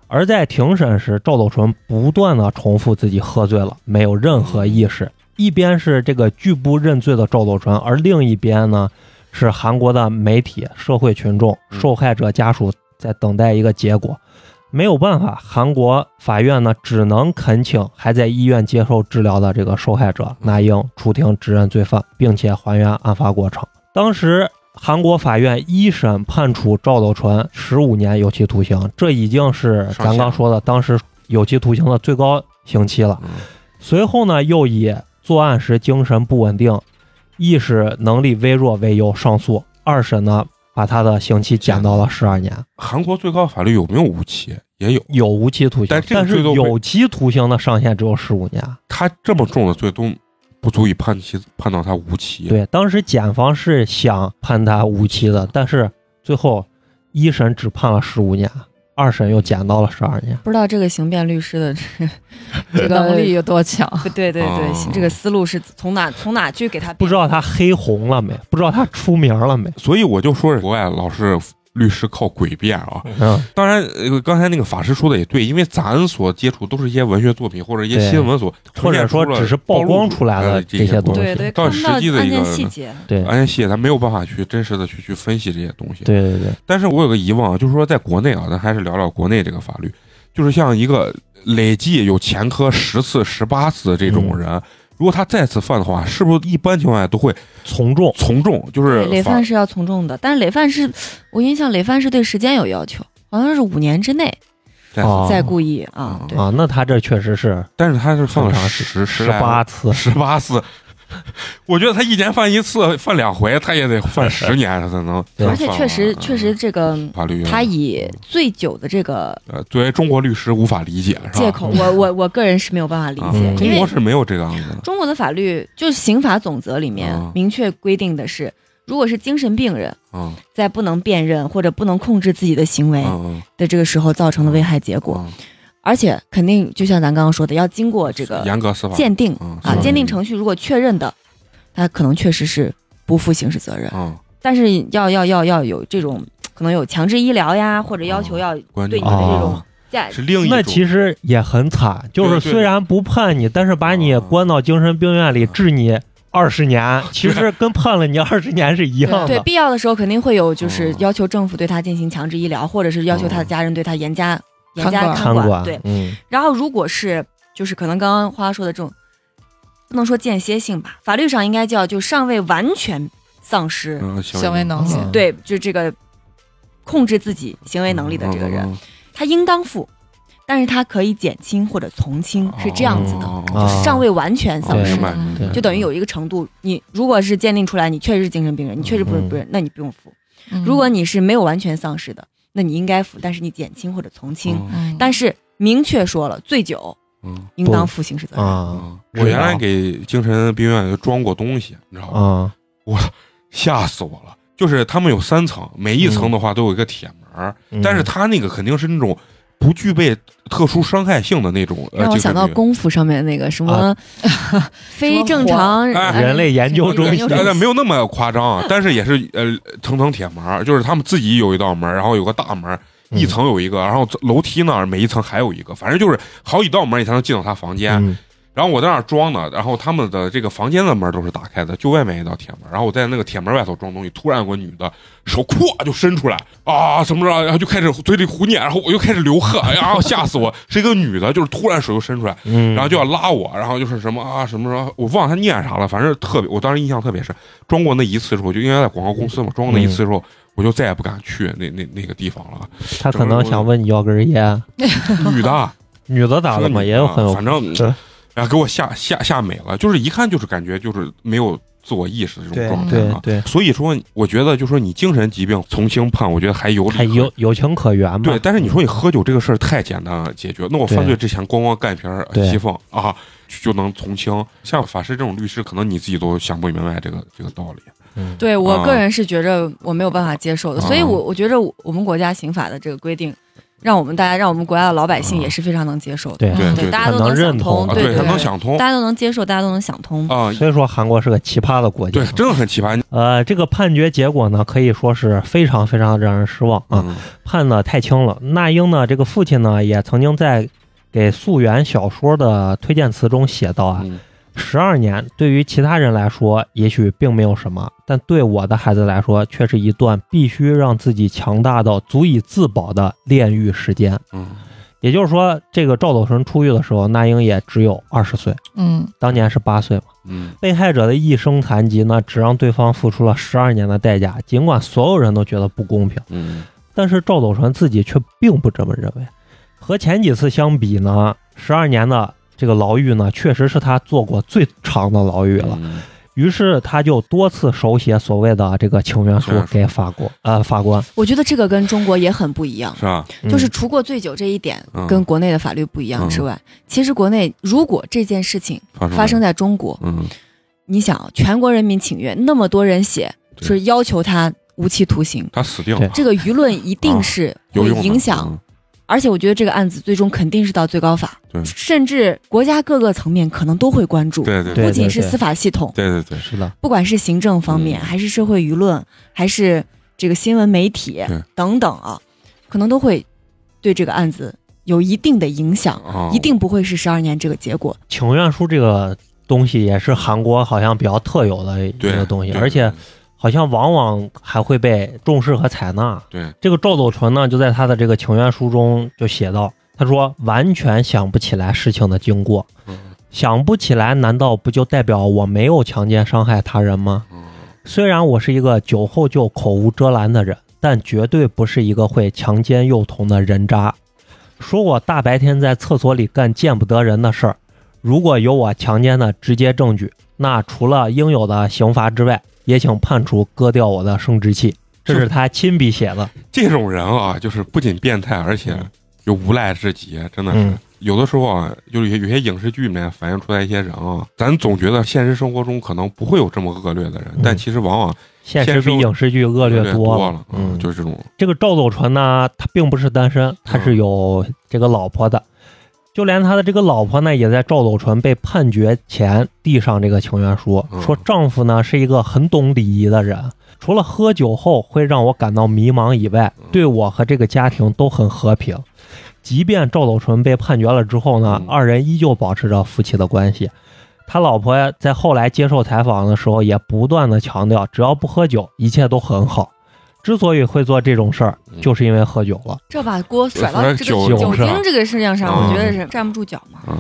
Speaker 4: 而在庭审时，赵斗淳不断的重复自己喝醉了，没有任何意识。一边是这个拒不认罪的赵斗淳，而另一边呢是韩国的媒体、社会群众、
Speaker 1: 嗯
Speaker 4: 受害者家属在等待一个结果。没有办法，韩国法院呢只能恳请还在医院接受治疗的这个受
Speaker 1: 嗯
Speaker 4: 害者那英出庭指认罪犯，并且还原案发过程。当时韩国法院一审判处赵斗淳十五年有期徒刑，这已经是
Speaker 1: 上
Speaker 4: 咱
Speaker 1: 限
Speaker 4: 刚说的当时有期徒刑的最高刑期了。
Speaker 1: 嗯
Speaker 4: 随后呢，又以作案时精神不稳定、意识能力微弱为由上诉。二审呢，把他的刑期减到了十二年，
Speaker 1: 韩国最高法律有没有无期？也有，
Speaker 4: 有无期徒刑，
Speaker 1: 但
Speaker 4: 但
Speaker 1: 这个最
Speaker 4: 是
Speaker 1: 多会
Speaker 4: 有期徒刑的上限只有十五年。
Speaker 1: 他这么重的罪都不足以判其判到他无期。
Speaker 4: 对，当时检方是想判他无期的，但是最后一审只判了十五年，二审又减到了十二年。
Speaker 5: 不知道这个刑辩律师的
Speaker 3: 这个能力有多强？
Speaker 5: 不对对对，
Speaker 1: 哦
Speaker 5: 这个思路是从哪从哪去给他？
Speaker 4: 不知道他黑红了没？不知道他出名了没？
Speaker 1: 所以我就说，国外老是律师靠诡辩啊。
Speaker 4: 嗯，
Speaker 1: 当然，呃刚才那个法师说的也对，因为咱所接触都是一些文学作品或者一
Speaker 4: 对
Speaker 1: 些新闻所，
Speaker 4: 或者说
Speaker 1: 呈现出了
Speaker 4: 只是曝光出来
Speaker 1: 暴
Speaker 4: 了
Speaker 1: 露这
Speaker 4: 这些
Speaker 1: 东
Speaker 4: 东西
Speaker 1: 西。
Speaker 5: 对对，
Speaker 1: 到
Speaker 5: 看
Speaker 1: 实
Speaker 5: 不到案
Speaker 1: 际的一个
Speaker 5: 件细节。
Speaker 4: 对
Speaker 1: 而且写咱没有办法去真实的去去分析这些东西。
Speaker 4: 对对对，
Speaker 1: 但是我有个疑问啊，就是说在国内啊，咱还是聊聊国内这个法律，就是像一个累计有前科十次、十八次这
Speaker 4: 嗯
Speaker 1: 种人，如果他再次犯的话，是不是一般情况下都会
Speaker 4: 从重。
Speaker 1: 从重？就
Speaker 5: 对
Speaker 1: 是
Speaker 5: 累
Speaker 1: 法
Speaker 5: 犯是要从重的，但是累犯是，我印象累犯是对时间有要求，好像是五年之内
Speaker 1: 再次
Speaker 4: 哦
Speaker 5: 再故意
Speaker 1: 哦。
Speaker 5: 啊对，
Speaker 4: 啊，那他这确实是
Speaker 1: 但是他是犯了
Speaker 4: 正常
Speaker 1: 十
Speaker 4: 十
Speaker 1: 来
Speaker 4: 八次，
Speaker 1: 十八次。我觉得他一年犯一次，犯两回，他也得犯十年，他才能。
Speaker 4: 对
Speaker 5: 而且确实
Speaker 1: 嗯
Speaker 5: 确实这个
Speaker 1: 法律
Speaker 5: 他以最久的这个
Speaker 1: 呃作为中国律师无法理解，是吧？
Speaker 5: 借口，我我我个人是没有办法理
Speaker 1: 哦啊
Speaker 5: 解，
Speaker 1: 中
Speaker 5: 因为
Speaker 1: 国是没有这个案子的。
Speaker 5: 中国的法律就是刑法总则里面
Speaker 1: 啊
Speaker 5: 明确规定的是，如果是精神病人
Speaker 1: 嗯
Speaker 5: 在不能辨认或者不能控制自己的行为
Speaker 1: 嗯
Speaker 5: 的这个时候造成的危害结果，
Speaker 1: 嗯，
Speaker 5: 而且肯定就像咱刚刚说的，要经过这个
Speaker 1: 严格司法
Speaker 5: 鉴定
Speaker 1: 嗯
Speaker 5: 啊，
Speaker 1: 是
Speaker 5: 鉴定程序如果确认的，他可能确实是不负刑事责任，
Speaker 1: 嗯，
Speaker 5: 但是要要要要有这种可能有强制医疗呀，或者要
Speaker 1: 啊
Speaker 5: 求要
Speaker 1: 关
Speaker 5: 对
Speaker 1: 键
Speaker 5: 你的这种呃
Speaker 4: 哦
Speaker 5: 价
Speaker 1: 啊是另一种。
Speaker 4: 那其实也很惨，就是
Speaker 1: 对对
Speaker 4: 虽然不判你，但是把你关到精神病院里
Speaker 1: 啊
Speaker 4: 治你二 十年，其实跟判了你二十年是一样
Speaker 5: 对
Speaker 4: 的。
Speaker 5: 必要的时候肯定会有，就是
Speaker 1: 嗯
Speaker 5: 要求政府对他进行强制医疗，或者是要求他
Speaker 1: 啊
Speaker 5: 的家人对他严加
Speaker 3: 看
Speaker 5: 严加
Speaker 3: 管
Speaker 5: 看
Speaker 4: 看管，
Speaker 5: 对，
Speaker 4: 嗯，
Speaker 5: 然后如果是就是可能刚刚花花说的这种，不能说间歇性吧，法律上应该叫就尚未完全丧失，
Speaker 1: 嗯
Speaker 3: 行为能力
Speaker 4: 嗯
Speaker 5: 对，就这个控制自己
Speaker 1: 嗯
Speaker 5: 行为能力的这个人，，他应当负，但是他可以减轻或者从
Speaker 1: 嗯
Speaker 5: 轻，是这样子的，
Speaker 1: 的
Speaker 4: 啊
Speaker 5: 就是尚未完全丧
Speaker 4: 对
Speaker 1: 哦
Speaker 5: 失
Speaker 1: 明
Speaker 5: 的。
Speaker 1: 白明白，
Speaker 5: 就等于有一个程度，你如果是鉴定出来你确实是精神病人，你确实不是
Speaker 4: 嗯
Speaker 5: 不是，那你不用负。
Speaker 3: 嗯
Speaker 5: 如果你是没有完全丧失的，那你应该负，但是你减轻或者从轻。
Speaker 3: 嗯
Speaker 5: 但是明确说了，醉酒
Speaker 1: 嗯
Speaker 5: 应当负刑事责任。
Speaker 4: 啊
Speaker 1: 嗯，我原来给精神病院装过东西，你知道吗？
Speaker 4: 啊
Speaker 1: 吓死我了！就是他们有三层，每一层的话都有一个铁门儿，
Speaker 4: 嗯
Speaker 1: 但是他那个肯定是那种不具备特殊伤害性的那种。呃
Speaker 5: 让我想到
Speaker 1: 精神病
Speaker 5: 功夫上面那个什
Speaker 4: 啊
Speaker 5: 么 非正常
Speaker 1: 哎
Speaker 4: 人类研究中心
Speaker 1: 呃，但没有那么夸张啊，但是也是呃层层铁门儿，就是他们自己有一道门儿，然后有个大门儿，
Speaker 4: 嗯
Speaker 1: 一层有一个，然后楼梯那儿每一层还有一个，反正就是好几道门儿你才能进到他房间。
Speaker 4: 嗯
Speaker 1: 然后我在那儿装呢，然后他们的这个房间的门都是打开的，就外面一道铁门。然后我在那个铁门外头装东西，突然有个女的手咵就伸出来啊，什么着，然后就开始嘴里胡念，然后我又开始流汗，哎呀，吓死我！是一个女的，就是突然手就伸出来，
Speaker 4: 嗯，
Speaker 1: 然后就要拉我，然后就是什么啊什么什么，我忘了他念啥了，反正特别，我当时印象特别深。装过那一次之后，就应该在广告公司嘛，装过那一次之后，我就再也不敢去那那那个地方 了。
Speaker 4: 他可能想问你要根烟，
Speaker 1: 女的，
Speaker 4: 女的咋
Speaker 1: 是个
Speaker 4: 了嘛？
Speaker 1: 女
Speaker 4: 也有
Speaker 1: 的
Speaker 4: 很有
Speaker 1: 啊反正嗯
Speaker 4: 对
Speaker 1: 然后给我吓吓吓美了，就是一看就是感觉就是没有自我意识的这种状态
Speaker 4: 对
Speaker 1: 啊。
Speaker 4: 对，
Speaker 1: 所以说，我觉得就说你精神疾病从轻判，我觉得还有理
Speaker 4: 还有有情可原嘛？
Speaker 1: 对，但是你说你喝酒这个事儿太简单了解决，那我犯罪之前光光干一瓶儿
Speaker 4: 对
Speaker 1: 西凤啊，就就能从轻。像法师这种律师，可能你自己都想不明白这个这个道理。
Speaker 4: 嗯，
Speaker 5: 对我
Speaker 1: 啊
Speaker 5: 个人是觉着我没有办法接受的，所以
Speaker 1: 啊
Speaker 5: 我我觉着我们国家刑法的这个规定，让我们大家让我们国家的老百姓
Speaker 1: 啊
Speaker 5: 也是非常能接受的，
Speaker 4: 对
Speaker 3: 嗯
Speaker 1: 对
Speaker 5: 对，
Speaker 1: 对，
Speaker 5: 大
Speaker 1: 啊，
Speaker 5: 家都
Speaker 4: 很能
Speaker 5: 想
Speaker 4: 认
Speaker 5: 通，
Speaker 4: 同
Speaker 5: 对
Speaker 1: 对，
Speaker 5: 对
Speaker 1: 他能
Speaker 5: 对
Speaker 1: 想通
Speaker 5: 大家都能接受，大家都能想通。
Speaker 1: 啊，
Speaker 4: 所以说韩嗯国是个奇葩的国家
Speaker 1: 对，。真的很奇葩
Speaker 4: 呃，这个判决结果呢，可以说是非常非常让人失望啊，
Speaker 1: 嗯
Speaker 4: 判的太轻了。那英呢，这个父亲呢，也曾经在给溯源小说的推荐词中写道啊，
Speaker 1: 嗯
Speaker 4: 十二年对于其他人来说也许并没有什么，但对我的孩子来说，却是一段必须让自己强大到足以自保的炼狱时间。
Speaker 1: 嗯
Speaker 4: 也就是说，这个赵斗淳出狱的时候，那英也只有二十岁，
Speaker 3: 嗯
Speaker 4: 当年是八岁嘛。
Speaker 1: 嗯
Speaker 4: 被害者的一生残疾呢，只让对方付出了十二年的代价。尽管所有人都觉得不公平，
Speaker 1: 嗯
Speaker 4: 但是赵斗淳自己却并不这么认为。和前几次相比呢，十二年的这个牢狱呢，确实是他做过最长的牢狱了。
Speaker 1: 嗯
Speaker 4: 于是他就多次手写所谓的这个请愿书
Speaker 1: 请愿书
Speaker 4: 给法国呃法官，
Speaker 5: 我觉得这个跟中国也很不一样，
Speaker 1: 是吧？
Speaker 4: 嗯
Speaker 5: 就是除过醉酒这一点
Speaker 1: 嗯
Speaker 5: 跟国内的法律不一样之外，其实国内如果这件事情
Speaker 1: 发生
Speaker 5: 发生
Speaker 1: 了
Speaker 5: 在中国，
Speaker 1: 嗯
Speaker 5: 你想全国人民请愿，那么多人写
Speaker 1: 对
Speaker 5: 说要求他无期徒刑，
Speaker 1: 他死定了
Speaker 4: 对，
Speaker 5: 这个舆论一定是
Speaker 1: 啊有
Speaker 5: 会
Speaker 1: 用的嗯
Speaker 5: 影响，而且我觉得这个案子最终肯定是到最高法，
Speaker 1: 对
Speaker 5: 甚至国家各个层面可能都会关注
Speaker 1: 嗯，对对
Speaker 4: 对
Speaker 5: 不仅是司法系统，
Speaker 1: 对对对，
Speaker 4: 是的，
Speaker 5: 不管是行政方面，
Speaker 1: 嗯
Speaker 5: 还是社会舆论，还是这个新闻媒体
Speaker 1: 对
Speaker 5: 等等啊，可能都会对这个案子有一定的影响，
Speaker 1: 啊，
Speaker 5: 一定不会是十二年这个结果。
Speaker 4: 请愿书这个东西也是韩国好像比较特有的一
Speaker 1: 对
Speaker 4: 个东西，
Speaker 1: 对嗯
Speaker 4: 而且好像往往还会被重视和采纳。
Speaker 1: 对
Speaker 4: 这个赵斗淳呢，就在他的这个请愿书中就写到，他说完全想不起来事情的经过，
Speaker 1: 嗯
Speaker 4: 想不起来难道不就代表我没有强奸伤害他人吗？
Speaker 1: 嗯
Speaker 4: 虽然我是一个酒后就口无遮拦的人，但绝对不是一个会强奸幼童的人渣。说我大白天在厕所里干见不得人的事儿，如果有我强奸的直接证据，那除了应有的刑罚之外，也请判处割掉我的生殖器。这是他亲笔写的，
Speaker 1: 这种人啊，就是不仅变态，而且
Speaker 4: 嗯
Speaker 1: 就无赖至极，真的是。
Speaker 4: 嗯
Speaker 1: 有的时候啊，就是有有些影视剧里面反映出来一些人啊，咱总觉得现实生活中可能不会有这么恶劣的人，
Speaker 4: 嗯
Speaker 1: 但其实往往
Speaker 4: 现实比影视剧恶
Speaker 1: 恶
Speaker 4: 劣
Speaker 1: 多
Speaker 4: 多了。
Speaker 1: 嗯，
Speaker 4: 嗯，
Speaker 1: 就是这种，
Speaker 4: 这个赵斗淳呢，他并不是单身，
Speaker 1: 嗯
Speaker 4: 他是有这个老婆的。就连他的这个老婆呢，也在赵斗淳被判决前递上这个请愿书
Speaker 1: 嗯，
Speaker 4: 说丈夫呢是一个很懂礼仪的人，除了喝酒后会让我感到迷茫以外，
Speaker 1: 嗯
Speaker 4: 对我和这个家庭都很和平。即便赵斗淳被判决了之后呢
Speaker 1: 嗯，
Speaker 4: 二人依旧保持着夫妻的关系。他老婆在后来接受采访的时候，也不断的强调，只要不喝酒，一切都很好。之所以会做这种事儿，
Speaker 1: 嗯
Speaker 4: 就是因为喝酒了。
Speaker 5: 这把锅甩到
Speaker 1: 甩
Speaker 5: 这
Speaker 1: 到
Speaker 5: 个
Speaker 1: 酒
Speaker 5: 酒
Speaker 4: 酒上
Speaker 5: 精这个事情上，
Speaker 1: 嗯
Speaker 5: 我觉得是站不住脚嘛。
Speaker 1: 嗯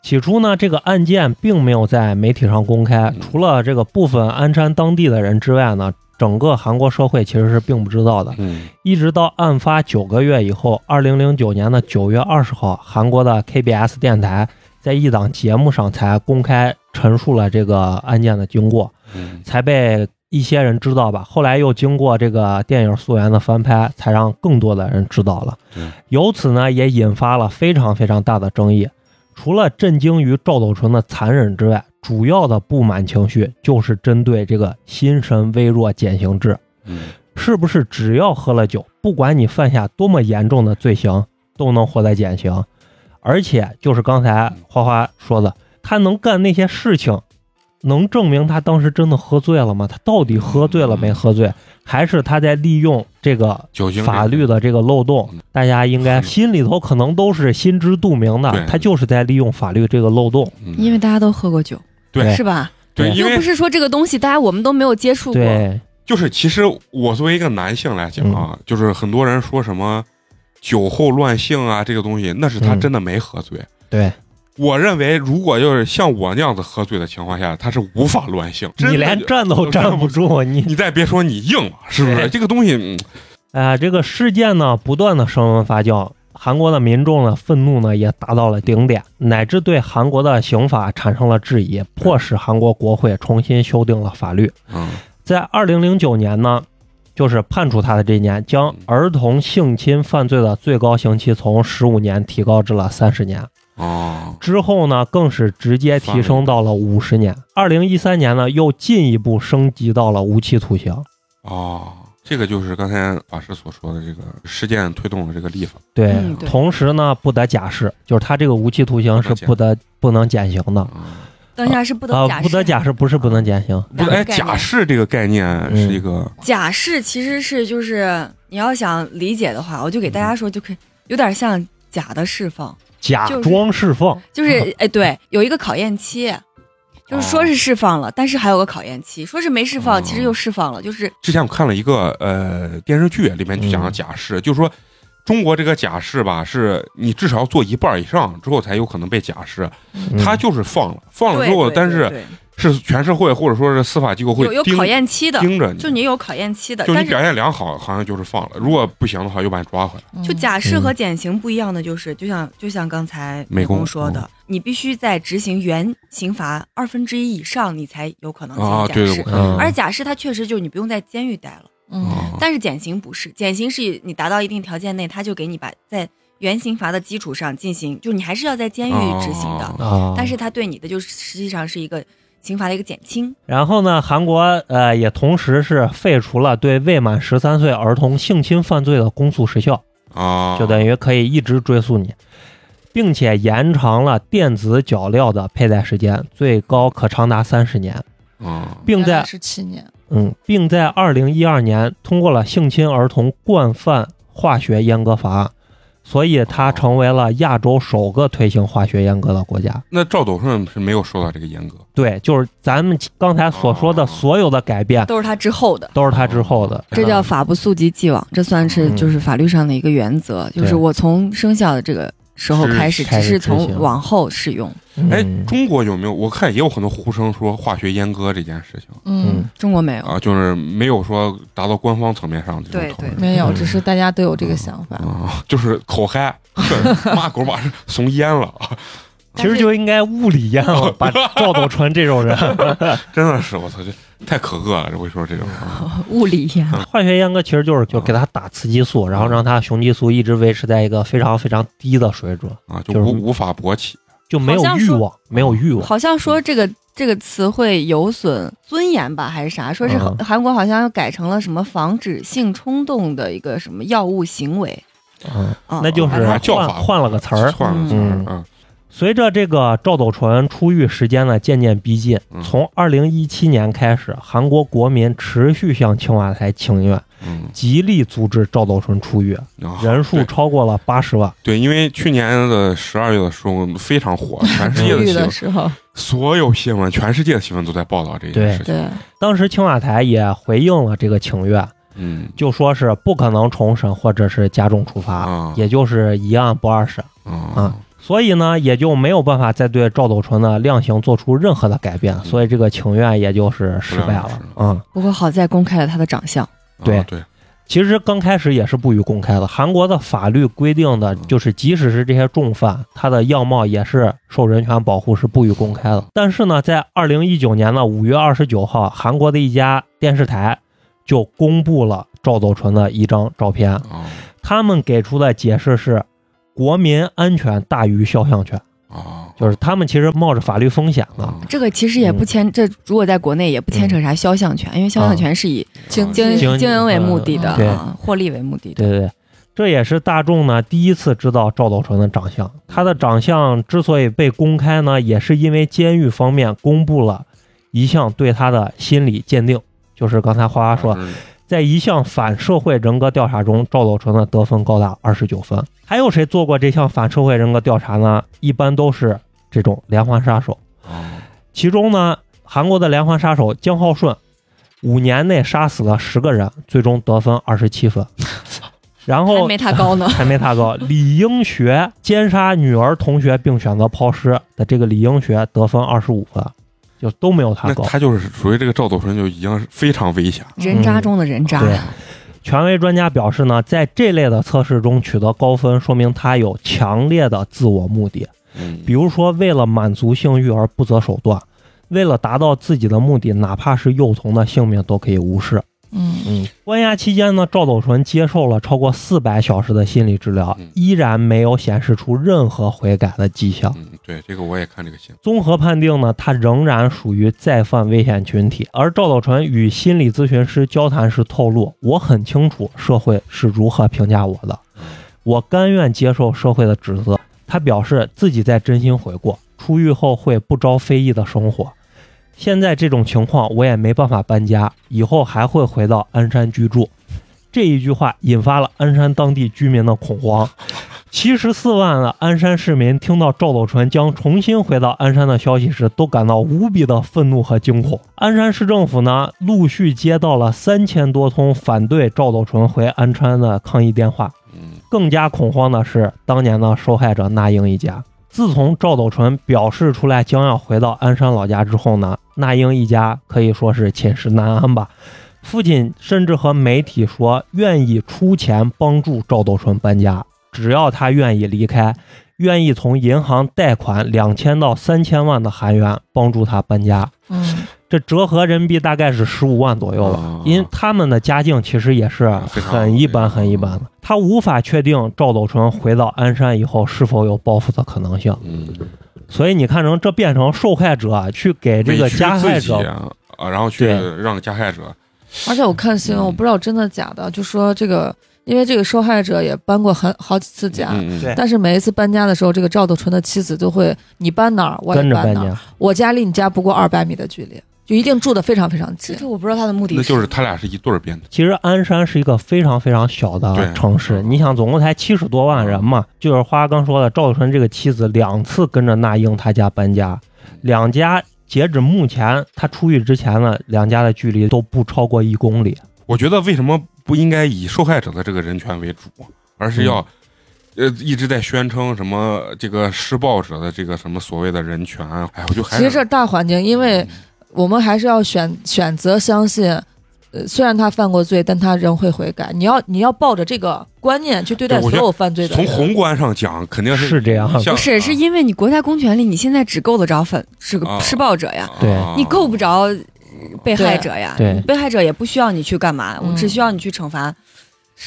Speaker 4: 起初呢，这个案件并没有在媒体上公开
Speaker 1: 嗯，
Speaker 4: 除了这个部分鞍山当地的人之外呢，整个韩国社会其实是并不知道的。
Speaker 1: 嗯
Speaker 4: 一直到案发九个月以后，二零零九年的九月二十号，韩国的 KBS 电台在一档节目上才公开陈述了这个案件的经过，
Speaker 1: 嗯
Speaker 4: 才被一些人知道吧，后来又经过这个电影《溯源》的翻拍，才让更多的人知道了
Speaker 1: 对。
Speaker 4: 由此呢，也引发了非常非常大的争议。除了震惊于赵斗淳的残忍之外，主要的不满情绪就是针对这个心神微弱减刑制。
Speaker 1: 嗯，
Speaker 4: 是不是只要喝了酒，不管你犯下多么严重的罪行，都能获得减刑？而且就是刚才花花说的，他能干那些事情，能证明他当时真的喝醉了吗？他到底喝醉了没喝醉？还是他在利用这个
Speaker 1: 酒精
Speaker 4: 法律的这个漏洞
Speaker 1: 嗯？
Speaker 4: 大家应该心里头可能都是心知肚明
Speaker 1: 对
Speaker 4: 的，他就是在利用法律这个漏洞。
Speaker 1: 嗯
Speaker 5: 因为大家都喝过酒，
Speaker 1: 对
Speaker 5: 是吧？
Speaker 1: 对，因
Speaker 5: 又
Speaker 1: 为
Speaker 5: 不是说这个东西大家我们都没有接触过，
Speaker 4: 对，
Speaker 1: 就是其实我作为一个男性来讲啊，
Speaker 4: 嗯
Speaker 1: 就是很多人说什么酒后乱性啊这个东西，那是他
Speaker 4: 嗯
Speaker 1: 真的没喝醉。
Speaker 4: 对
Speaker 1: 我认为，如果就是像我那样子喝醉的情况下，他是无法乱性。真的
Speaker 4: 你连
Speaker 1: 就
Speaker 4: 站都站不住，你
Speaker 1: 你再别说你硬了，是不是？
Speaker 4: 对
Speaker 1: 这个东西，嗯
Speaker 4: 啊、这个事件呢不断的升温发酵，韩国的民众呢愤怒呢也达到了顶点，乃至对韩国的刑法产生了质疑，迫使韩国国会重新修订了法律。
Speaker 1: 嗯
Speaker 4: 在二零零九年呢，就是判处他的这一年，将儿童性侵犯罪的最高刑期从十五年提高至了三十年。
Speaker 1: 哦，
Speaker 4: 之后呢，更是直接提升到了五十年。二零一三年呢，又进一步升级到了无期徒刑。
Speaker 1: 哦，这个就是刚才法师所说的这个事件推动的这个立法。
Speaker 4: 对，
Speaker 5: 嗯对
Speaker 4: 同时呢，不得假释，就是他这个无期徒刑是不得不能减刑的。
Speaker 1: 嗯
Speaker 5: 当下是不
Speaker 4: 啊
Speaker 5: 得假，释。
Speaker 4: 不得假释不是不能减刑，
Speaker 1: 不是，哎，
Speaker 5: 概念
Speaker 1: 假释这个概
Speaker 4: 嗯
Speaker 1: 念是一个，
Speaker 5: 假释其实是就是你要想理解的话，我就给大家说，就可以有点像假的释放，
Speaker 4: 假装释放。
Speaker 5: 就是哎对，有一个考验期，就是说是释放了，但是还有个考验期，说是没释
Speaker 1: 哦
Speaker 5: 放，其实又释放了，就是
Speaker 1: 之前我看了一个呃电视剧，里面就讲
Speaker 4: 嗯
Speaker 1: 了假释，就是说中国这个假释吧，是你至少要做一半以上之后才有可能被假释，
Speaker 4: 嗯
Speaker 1: 他就是放了，放了
Speaker 5: 对
Speaker 1: 之后，
Speaker 5: 对
Speaker 1: 但
Speaker 5: 对
Speaker 1: 是
Speaker 5: 对
Speaker 1: 是全社会或者说是司法机构会
Speaker 5: 有有
Speaker 1: 盯
Speaker 5: 考验期的，
Speaker 1: 盯着
Speaker 5: 就你有考验期的，
Speaker 1: 就你
Speaker 5: 但是
Speaker 1: 表现良好，好像就是放了；如果不行的话，又把你抓回来。
Speaker 3: 嗯
Speaker 5: 就假释和减刑不一样的就是，就像就像刚才
Speaker 1: 嗯美嗯
Speaker 5: 美
Speaker 1: 工
Speaker 5: 工说的，你必须在执行原刑罚二分之一以上，你才有可能进
Speaker 1: 啊
Speaker 5: 行
Speaker 1: 对
Speaker 5: 假释。
Speaker 1: 我
Speaker 4: 嗯，
Speaker 5: 而假释它确实就是你不用在监狱待了，
Speaker 3: 嗯
Speaker 1: 哦
Speaker 5: 但是减刑不是，减刑是你达到一定条件内，他就给你把在原刑罚的基础上进行，就是你还是要在监狱执行的，
Speaker 1: 哦
Speaker 4: 啊，
Speaker 5: 但是他对你的就是实际上是一个刑罚的一个减轻。
Speaker 4: 然后呢，韩国呃也同时是废除了对未满十三岁儿童性侵犯罪的公诉时效，
Speaker 1: 啊，
Speaker 4: 就等于可以一直追溯你，并且延长了电子脚镣的佩戴时间，最高可长达三十年，
Speaker 1: 啊，
Speaker 4: 并在
Speaker 3: 十七年，
Speaker 4: 嗯，并在二零一二年通过了性侵儿童惯犯化学阉割法案，所以它成为了亚洲首个推行化学阉割的国家。
Speaker 1: 那赵斗顺是没有受到这个严格，
Speaker 4: 对，就是咱们刚才所说的所有的改变，
Speaker 5: 都是他之后的。
Speaker 4: 都是它之后的。
Speaker 5: 这叫法不溯及既往，这算是
Speaker 4: 嗯
Speaker 5: 就是法律上的一个原则，就是我从生效的这个时候
Speaker 1: 是
Speaker 5: 开始，
Speaker 4: 开
Speaker 5: 只
Speaker 4: 始
Speaker 5: 是
Speaker 4: 执行
Speaker 5: 从往后使用。
Speaker 1: 哎
Speaker 4: 嗯，
Speaker 1: 中国有没有？我看也有很多呼声说化学阉割这件事情
Speaker 3: 嗯
Speaker 4: 嗯，
Speaker 5: 中国没有，
Speaker 1: 啊，就是没有说达到官方层面上的这种
Speaker 5: 对
Speaker 1: 讨论。
Speaker 5: 对
Speaker 3: 没有，只是大家都有这个想法。
Speaker 1: 啊，就是口嗨， 骂狗把怂淹了，
Speaker 4: 其实就应该物理阉了，把赵斗淳这种人。
Speaker 1: 真的是我操，这太可恶了！这会说这种啊
Speaker 5: 物理呀，
Speaker 4: 化学阉割其实就是就给他打雌激素，然后让他雄激素一直维持在一个非常非常低的水准，
Speaker 5: 嗯
Speaker 1: 啊，就
Speaker 4: 就是
Speaker 1: 无无法勃起。
Speaker 4: 就没有
Speaker 5: 好像
Speaker 4: 欲
Speaker 5: 说
Speaker 4: 望，没有欲望。
Speaker 5: 好像
Speaker 4: 嗯
Speaker 5: 说这个这个词汇有损尊严吧，还是啥？说是
Speaker 4: 嗯
Speaker 5: 韩国好像又改成了什么防止性冲动的一个什么药物行为，
Speaker 4: 嗯，
Speaker 5: 啊
Speaker 4: 那就是
Speaker 1: 啊叫
Speaker 4: 换
Speaker 1: 法
Speaker 4: 换了个词儿。
Speaker 1: 换了词
Speaker 4: 嗯
Speaker 1: 儿啊，
Speaker 4: 随着这个赵斗淳出狱时间呢渐渐逼近
Speaker 1: 嗯，
Speaker 4: 从二零一七年开始，韩国国民持续向青瓦台请愿，
Speaker 1: 嗯，
Speaker 4: 极力阻止赵斗淳出狱，
Speaker 1: 然后
Speaker 4: 人数
Speaker 1: 啊对
Speaker 4: 超过了八十万。
Speaker 1: 对，因为去年的十二月的时候非常火，全世界
Speaker 3: 出
Speaker 5: 嗯
Speaker 1: 的
Speaker 3: 狱
Speaker 1: 新
Speaker 3: 的
Speaker 1: 闻，
Speaker 3: 时候，
Speaker 1: 所有新闻，全世界的新闻都在报道这件
Speaker 4: 对
Speaker 1: 事情。
Speaker 3: 对，
Speaker 4: 当时青瓦台也回应了这个请愿，
Speaker 1: 嗯
Speaker 4: 就说是不可能重审或者是加重处罚，
Speaker 1: 啊
Speaker 4: 也就是一案不二审。
Speaker 1: 啊
Speaker 4: 所以呢，也就没有办法再对赵斗淳的量刑做出任何的改变，
Speaker 1: 嗯
Speaker 4: 所以这个请愿也就是失败了
Speaker 1: 不了了。
Speaker 4: 嗯，
Speaker 5: 不过好在公开了他的长相，
Speaker 1: 啊
Speaker 4: 对
Speaker 1: 对，
Speaker 4: 其实刚开始也是不予公开的。韩国的法律规定的就是，即使是这些重犯，他的样貌也是受人权保护，是不予公开的。但是呢，在二零一九年的五月二十九号，韩国的一家电视台就公布了赵斗淳的一张照片。
Speaker 1: 啊
Speaker 4: 他们给出的解释是，国民安全大于肖像权，
Speaker 1: 啊，
Speaker 4: 就是他们其实冒着法律风险呢。
Speaker 1: 啊
Speaker 5: 这个其实也不牵，这如果在国内也不牵扯啥肖像权，因为肖像权是以
Speaker 3: 经
Speaker 1: 哦
Speaker 5: 经
Speaker 4: 嗯啊经
Speaker 5: 经营为目的的，
Speaker 4: 对
Speaker 5: 啊，获利为目的的。
Speaker 4: 对对对，这也是大众呢第一次知道赵斗淳的长相。他的长相之所以被公开呢，也是因为监狱方面公布了一项对他的心理鉴定，就是刚才花花说，
Speaker 1: 嗯
Speaker 4: 在一项反社会人格调查中，赵斗淳的得分高达二十九分。还有谁做过这项反社会人格调查呢？一般都是这种连环杀手。
Speaker 1: 啊
Speaker 4: 其中呢，韩国的连环杀手姜浩顺，五年内杀死了十个人，最终得分二十七分。然后嗯
Speaker 5: 还没他高呢
Speaker 4: 还没他高。李英学奸杀女儿同学并选择抛尸的这个李英学得分二十五分，就都没有他
Speaker 1: 那
Speaker 4: 高。
Speaker 1: 他就是属于这个赵斗淳就已经是非常危险了，
Speaker 5: 人渣中的人渣，
Speaker 4: 对，权威专家表示呢，在这类的测试中取得高分，说明他有强烈的自我目的，
Speaker 1: 嗯
Speaker 4: 比如说为了满足性欲而不择手段，为了达到自己的目的，哪怕是幼童的性命都可以无视。
Speaker 3: 嗯，
Speaker 4: 嗯，关押期间呢，赵斗淳接受了超过四百小时的心理治疗
Speaker 1: 嗯，
Speaker 4: 依然没有显示出任何悔改的迹象。
Speaker 1: 嗯，对，这个我也看这个新闻，
Speaker 4: 综合判定呢，他仍然属于再犯危险群体。而赵斗淳与心理咨询师交谈时透露：“我很清楚社会是如何评价我的，我甘愿接受社会的指责。”他表示自己在真心悔过，出狱后会不招非议的生活。现在这种情况我也没办法搬家，以后还会回到鞍山居住。这一句话引发了鞍山当地居民的恐慌。七十四万的鞍山市民听到赵斗淳将重新回到鞍山的消息时，都感到无比的愤怒和惊恐。鞍山市政府呢，陆续接到了三千多通反对赵斗淳回鞍山的抗议电话。
Speaker 1: 嗯
Speaker 4: 更加恐慌的是，当年的受害者那英一家。自从赵斗淳表示出来将要回到鞍山老家之后呢，那英一家可以说是寝食难安吧。父亲甚至和媒体说，愿意出钱帮助赵斗淳搬家，只要他愿意离开，愿意从银行贷款两千到三千万的韩元帮助他搬家。
Speaker 3: 嗯，
Speaker 4: 这折合人民币大概是十五万左右吧。
Speaker 1: 啊嗯
Speaker 4: 因他们的家境其实也是
Speaker 1: 非常
Speaker 4: 很一般、很一般的。他无法确定赵斗淳回到鞍山以后是否有报复的可能性，
Speaker 1: 嗯，
Speaker 4: 所以你看成这变成受害者啊去给这个
Speaker 1: 委屈
Speaker 4: 加害
Speaker 1: 自己
Speaker 4: 者，
Speaker 1: 啊，啊然后去
Speaker 4: 对
Speaker 1: 让加害者
Speaker 3: 而且我看新闻，我不知道真的假的，就说这个，因为这个受害者也搬过很好几次家。
Speaker 1: 嗯嗯
Speaker 4: 对
Speaker 3: 但是每一次搬家的时候，这个赵斗淳的妻子就会，你搬哪儿，我也
Speaker 4: 跟着搬
Speaker 3: 哪儿，
Speaker 4: 家，
Speaker 3: 我家离你家不过二百米的距离，就一定住的非常非常近。
Speaker 5: 我不知道他的目
Speaker 1: 那就是他俩是一对儿编的，
Speaker 4: 其实鞍山是一个非常非常小
Speaker 1: 对
Speaker 4: 的城市，
Speaker 1: 嗯
Speaker 4: 你想总共才七十多万人嘛，就是花刚说的赵斗淳这个妻子两次跟着那英他家搬家，两家截止目前他出狱之前呢，两家的距离都不超过一公里。
Speaker 1: 我觉得为什么不应该以受害者的这个人权为主，啊而
Speaker 4: 嗯
Speaker 1: 是要、呃一直在宣称什么这个施暴者的这个什么所谓的人权？哎，我就还嗯
Speaker 3: 其实这大环境，因为我们还是要选选择相信，呃，虽然他犯过罪，但他仍会悔改。你要你要抱着这个观念去对待
Speaker 1: 对我
Speaker 3: 所
Speaker 1: 觉得
Speaker 3: 有犯罪的
Speaker 1: 从
Speaker 3: 人。
Speaker 1: 宏观上讲，肯定
Speaker 4: 是这样
Speaker 1: 像
Speaker 5: 不是，是因为你国家公权力，你现在只够得着反是
Speaker 1: 啊
Speaker 5: 个施暴者呀，
Speaker 1: 啊
Speaker 4: 对
Speaker 1: 啊
Speaker 5: 你够不着被害者呀。
Speaker 4: 对
Speaker 5: 被害者也不需要你去干嘛，
Speaker 3: 嗯
Speaker 5: 我只需要你去惩罚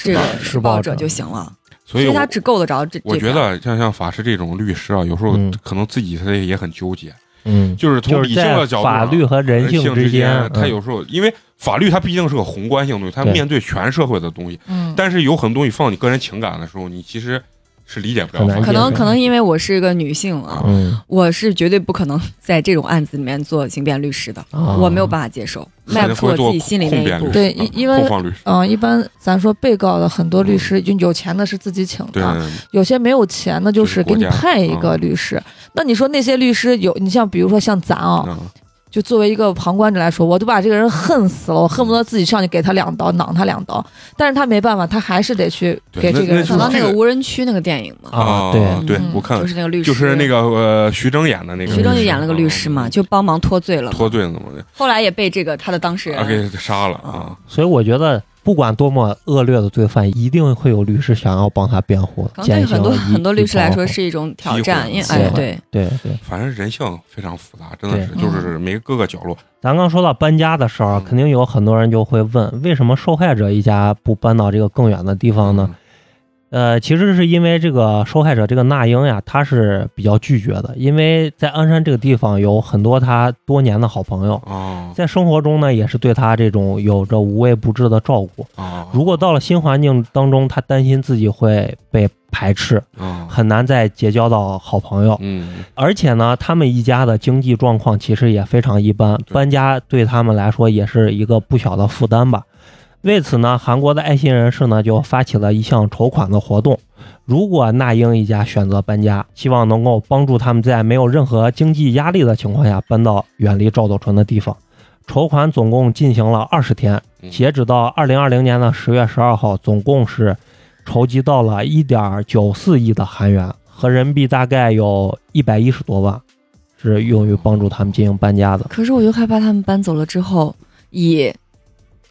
Speaker 5: 这个施暴者就行了。
Speaker 1: 嗯所以
Speaker 5: 他
Speaker 1: 我。
Speaker 5: 只够得着这。
Speaker 1: 我
Speaker 5: 这
Speaker 1: 觉
Speaker 5: 边
Speaker 1: 得像像法师这种律师啊，有时候
Speaker 4: 嗯
Speaker 1: 可能自己他也很纠结，
Speaker 4: 嗯，
Speaker 1: 就是从
Speaker 4: 就
Speaker 1: 理
Speaker 4: 是
Speaker 1: 性
Speaker 4: 在
Speaker 1: 的角度上，
Speaker 4: 法律和人性
Speaker 1: 之
Speaker 4: 间，
Speaker 1: 他
Speaker 4: 嗯
Speaker 1: 有时候因为法律它毕竟是个宏观性东西，它
Speaker 4: 对
Speaker 1: 面对全社会的东西，
Speaker 3: 嗯，
Speaker 1: 但是有很多东西放你个人情感的时候，你其实是理解不了
Speaker 4: 很
Speaker 1: 法
Speaker 4: 难
Speaker 1: 律的。
Speaker 5: 可
Speaker 4: 这
Speaker 5: 能
Speaker 4: 个
Speaker 5: 可能因为我是个女性啊，
Speaker 4: 嗯
Speaker 5: 我是绝对不可能在这种案子里面做刑辩律师的，
Speaker 4: 啊
Speaker 5: 我没有办法接受，
Speaker 1: 可能会
Speaker 5: 迈不出我
Speaker 1: 做
Speaker 5: 自己心里那
Speaker 1: 控辩
Speaker 5: 一步
Speaker 1: 律。
Speaker 3: 对，因因
Speaker 1: 控
Speaker 3: 为
Speaker 1: 方律师，
Speaker 3: 嗯，一般咱说被告的很多律师，就有钱的是自己请
Speaker 1: 嗯对，
Speaker 5: 啊
Speaker 3: 的，有些没有钱的，就
Speaker 1: 就是
Speaker 3: 是给你
Speaker 1: 国家
Speaker 3: 派一个
Speaker 1: 嗯
Speaker 3: 律师。那你说那些律师有，你像比如说像咱啊，
Speaker 1: 嗯
Speaker 3: 就作为一个旁观者来说，我都把这个人恨死了，我恨不得自己上去给他两刀，攮他两刀。但是他没办法，他还是得去
Speaker 1: 嗯对
Speaker 3: 给这
Speaker 1: 那
Speaker 3: 个
Speaker 1: 那就
Speaker 3: 人
Speaker 1: 是
Speaker 5: 想到
Speaker 3: 上。
Speaker 5: 那
Speaker 1: 这
Speaker 5: 个
Speaker 1: 个
Speaker 5: 无人区那个电影嘛，
Speaker 4: 啊，对，
Speaker 1: 对
Speaker 3: 嗯
Speaker 1: 我看
Speaker 5: 就是那个律师，
Speaker 1: 就是那个嗯呃徐峥演的那个，啊
Speaker 5: 徐峥就演了个律师嘛，就帮忙脱罪了嘛，
Speaker 1: 脱罪了嘛，
Speaker 5: 后来也被这个他的当事
Speaker 1: 啊
Speaker 5: 人
Speaker 1: 给杀了啊，
Speaker 4: 所以我觉得不管多么恶劣的罪犯，一定会有律师想要帮他辩护。
Speaker 5: 可能
Speaker 4: 减
Speaker 5: 对
Speaker 4: 刑
Speaker 5: 很多
Speaker 4: 一
Speaker 5: 很多律师来说，
Speaker 4: 一
Speaker 5: 是一种挑
Speaker 1: 机会
Speaker 5: 战，因为
Speaker 1: 机
Speaker 4: 会
Speaker 5: 哎对，
Speaker 4: 包括对对。
Speaker 1: 反正人性非常复杂，真的是
Speaker 3: 对
Speaker 1: 就是
Speaker 5: 嗯
Speaker 1: 每个各个角落，
Speaker 4: 咱刚说到搬家的事儿，
Speaker 1: 嗯
Speaker 4: 肯定有很多人就会问，为什么受害者一家不搬到这个更远的地方呢？
Speaker 1: 嗯
Speaker 4: 呃，其实是因为这个受害者这个那英呀，他是比较拒绝的，因为在鞍山这个地方有很多他多年的好朋友，
Speaker 1: 啊
Speaker 4: 在生活中呢也是对他这种有着无微不至的照顾。
Speaker 1: 啊，
Speaker 4: 如果到了新环境当中，他担心自己会被排斥，
Speaker 1: 啊，
Speaker 4: 很难再结交到好朋友。
Speaker 1: 嗯，
Speaker 4: 而且呢，他们一家的经济状况其实也非常一般，
Speaker 1: 对
Speaker 4: 搬家对他们来说也是一个不小的负担吧。为此呢，韩国的爱心人士呢就发起了一项筹款的活动。如果那英一家选择搬家，希望能够帮助他们在没有任何经济压力的情况下搬到远离赵斗淳的地方。筹款总共进行了二十天，
Speaker 1: 嗯
Speaker 4: 截止到二零二零年的十月十二号，总共是筹集到了一点九四亿的韩元，合人民币大概有一百一十多万，是用于帮助他们进行搬家的。
Speaker 5: 可是我就害怕他们搬走了之后，以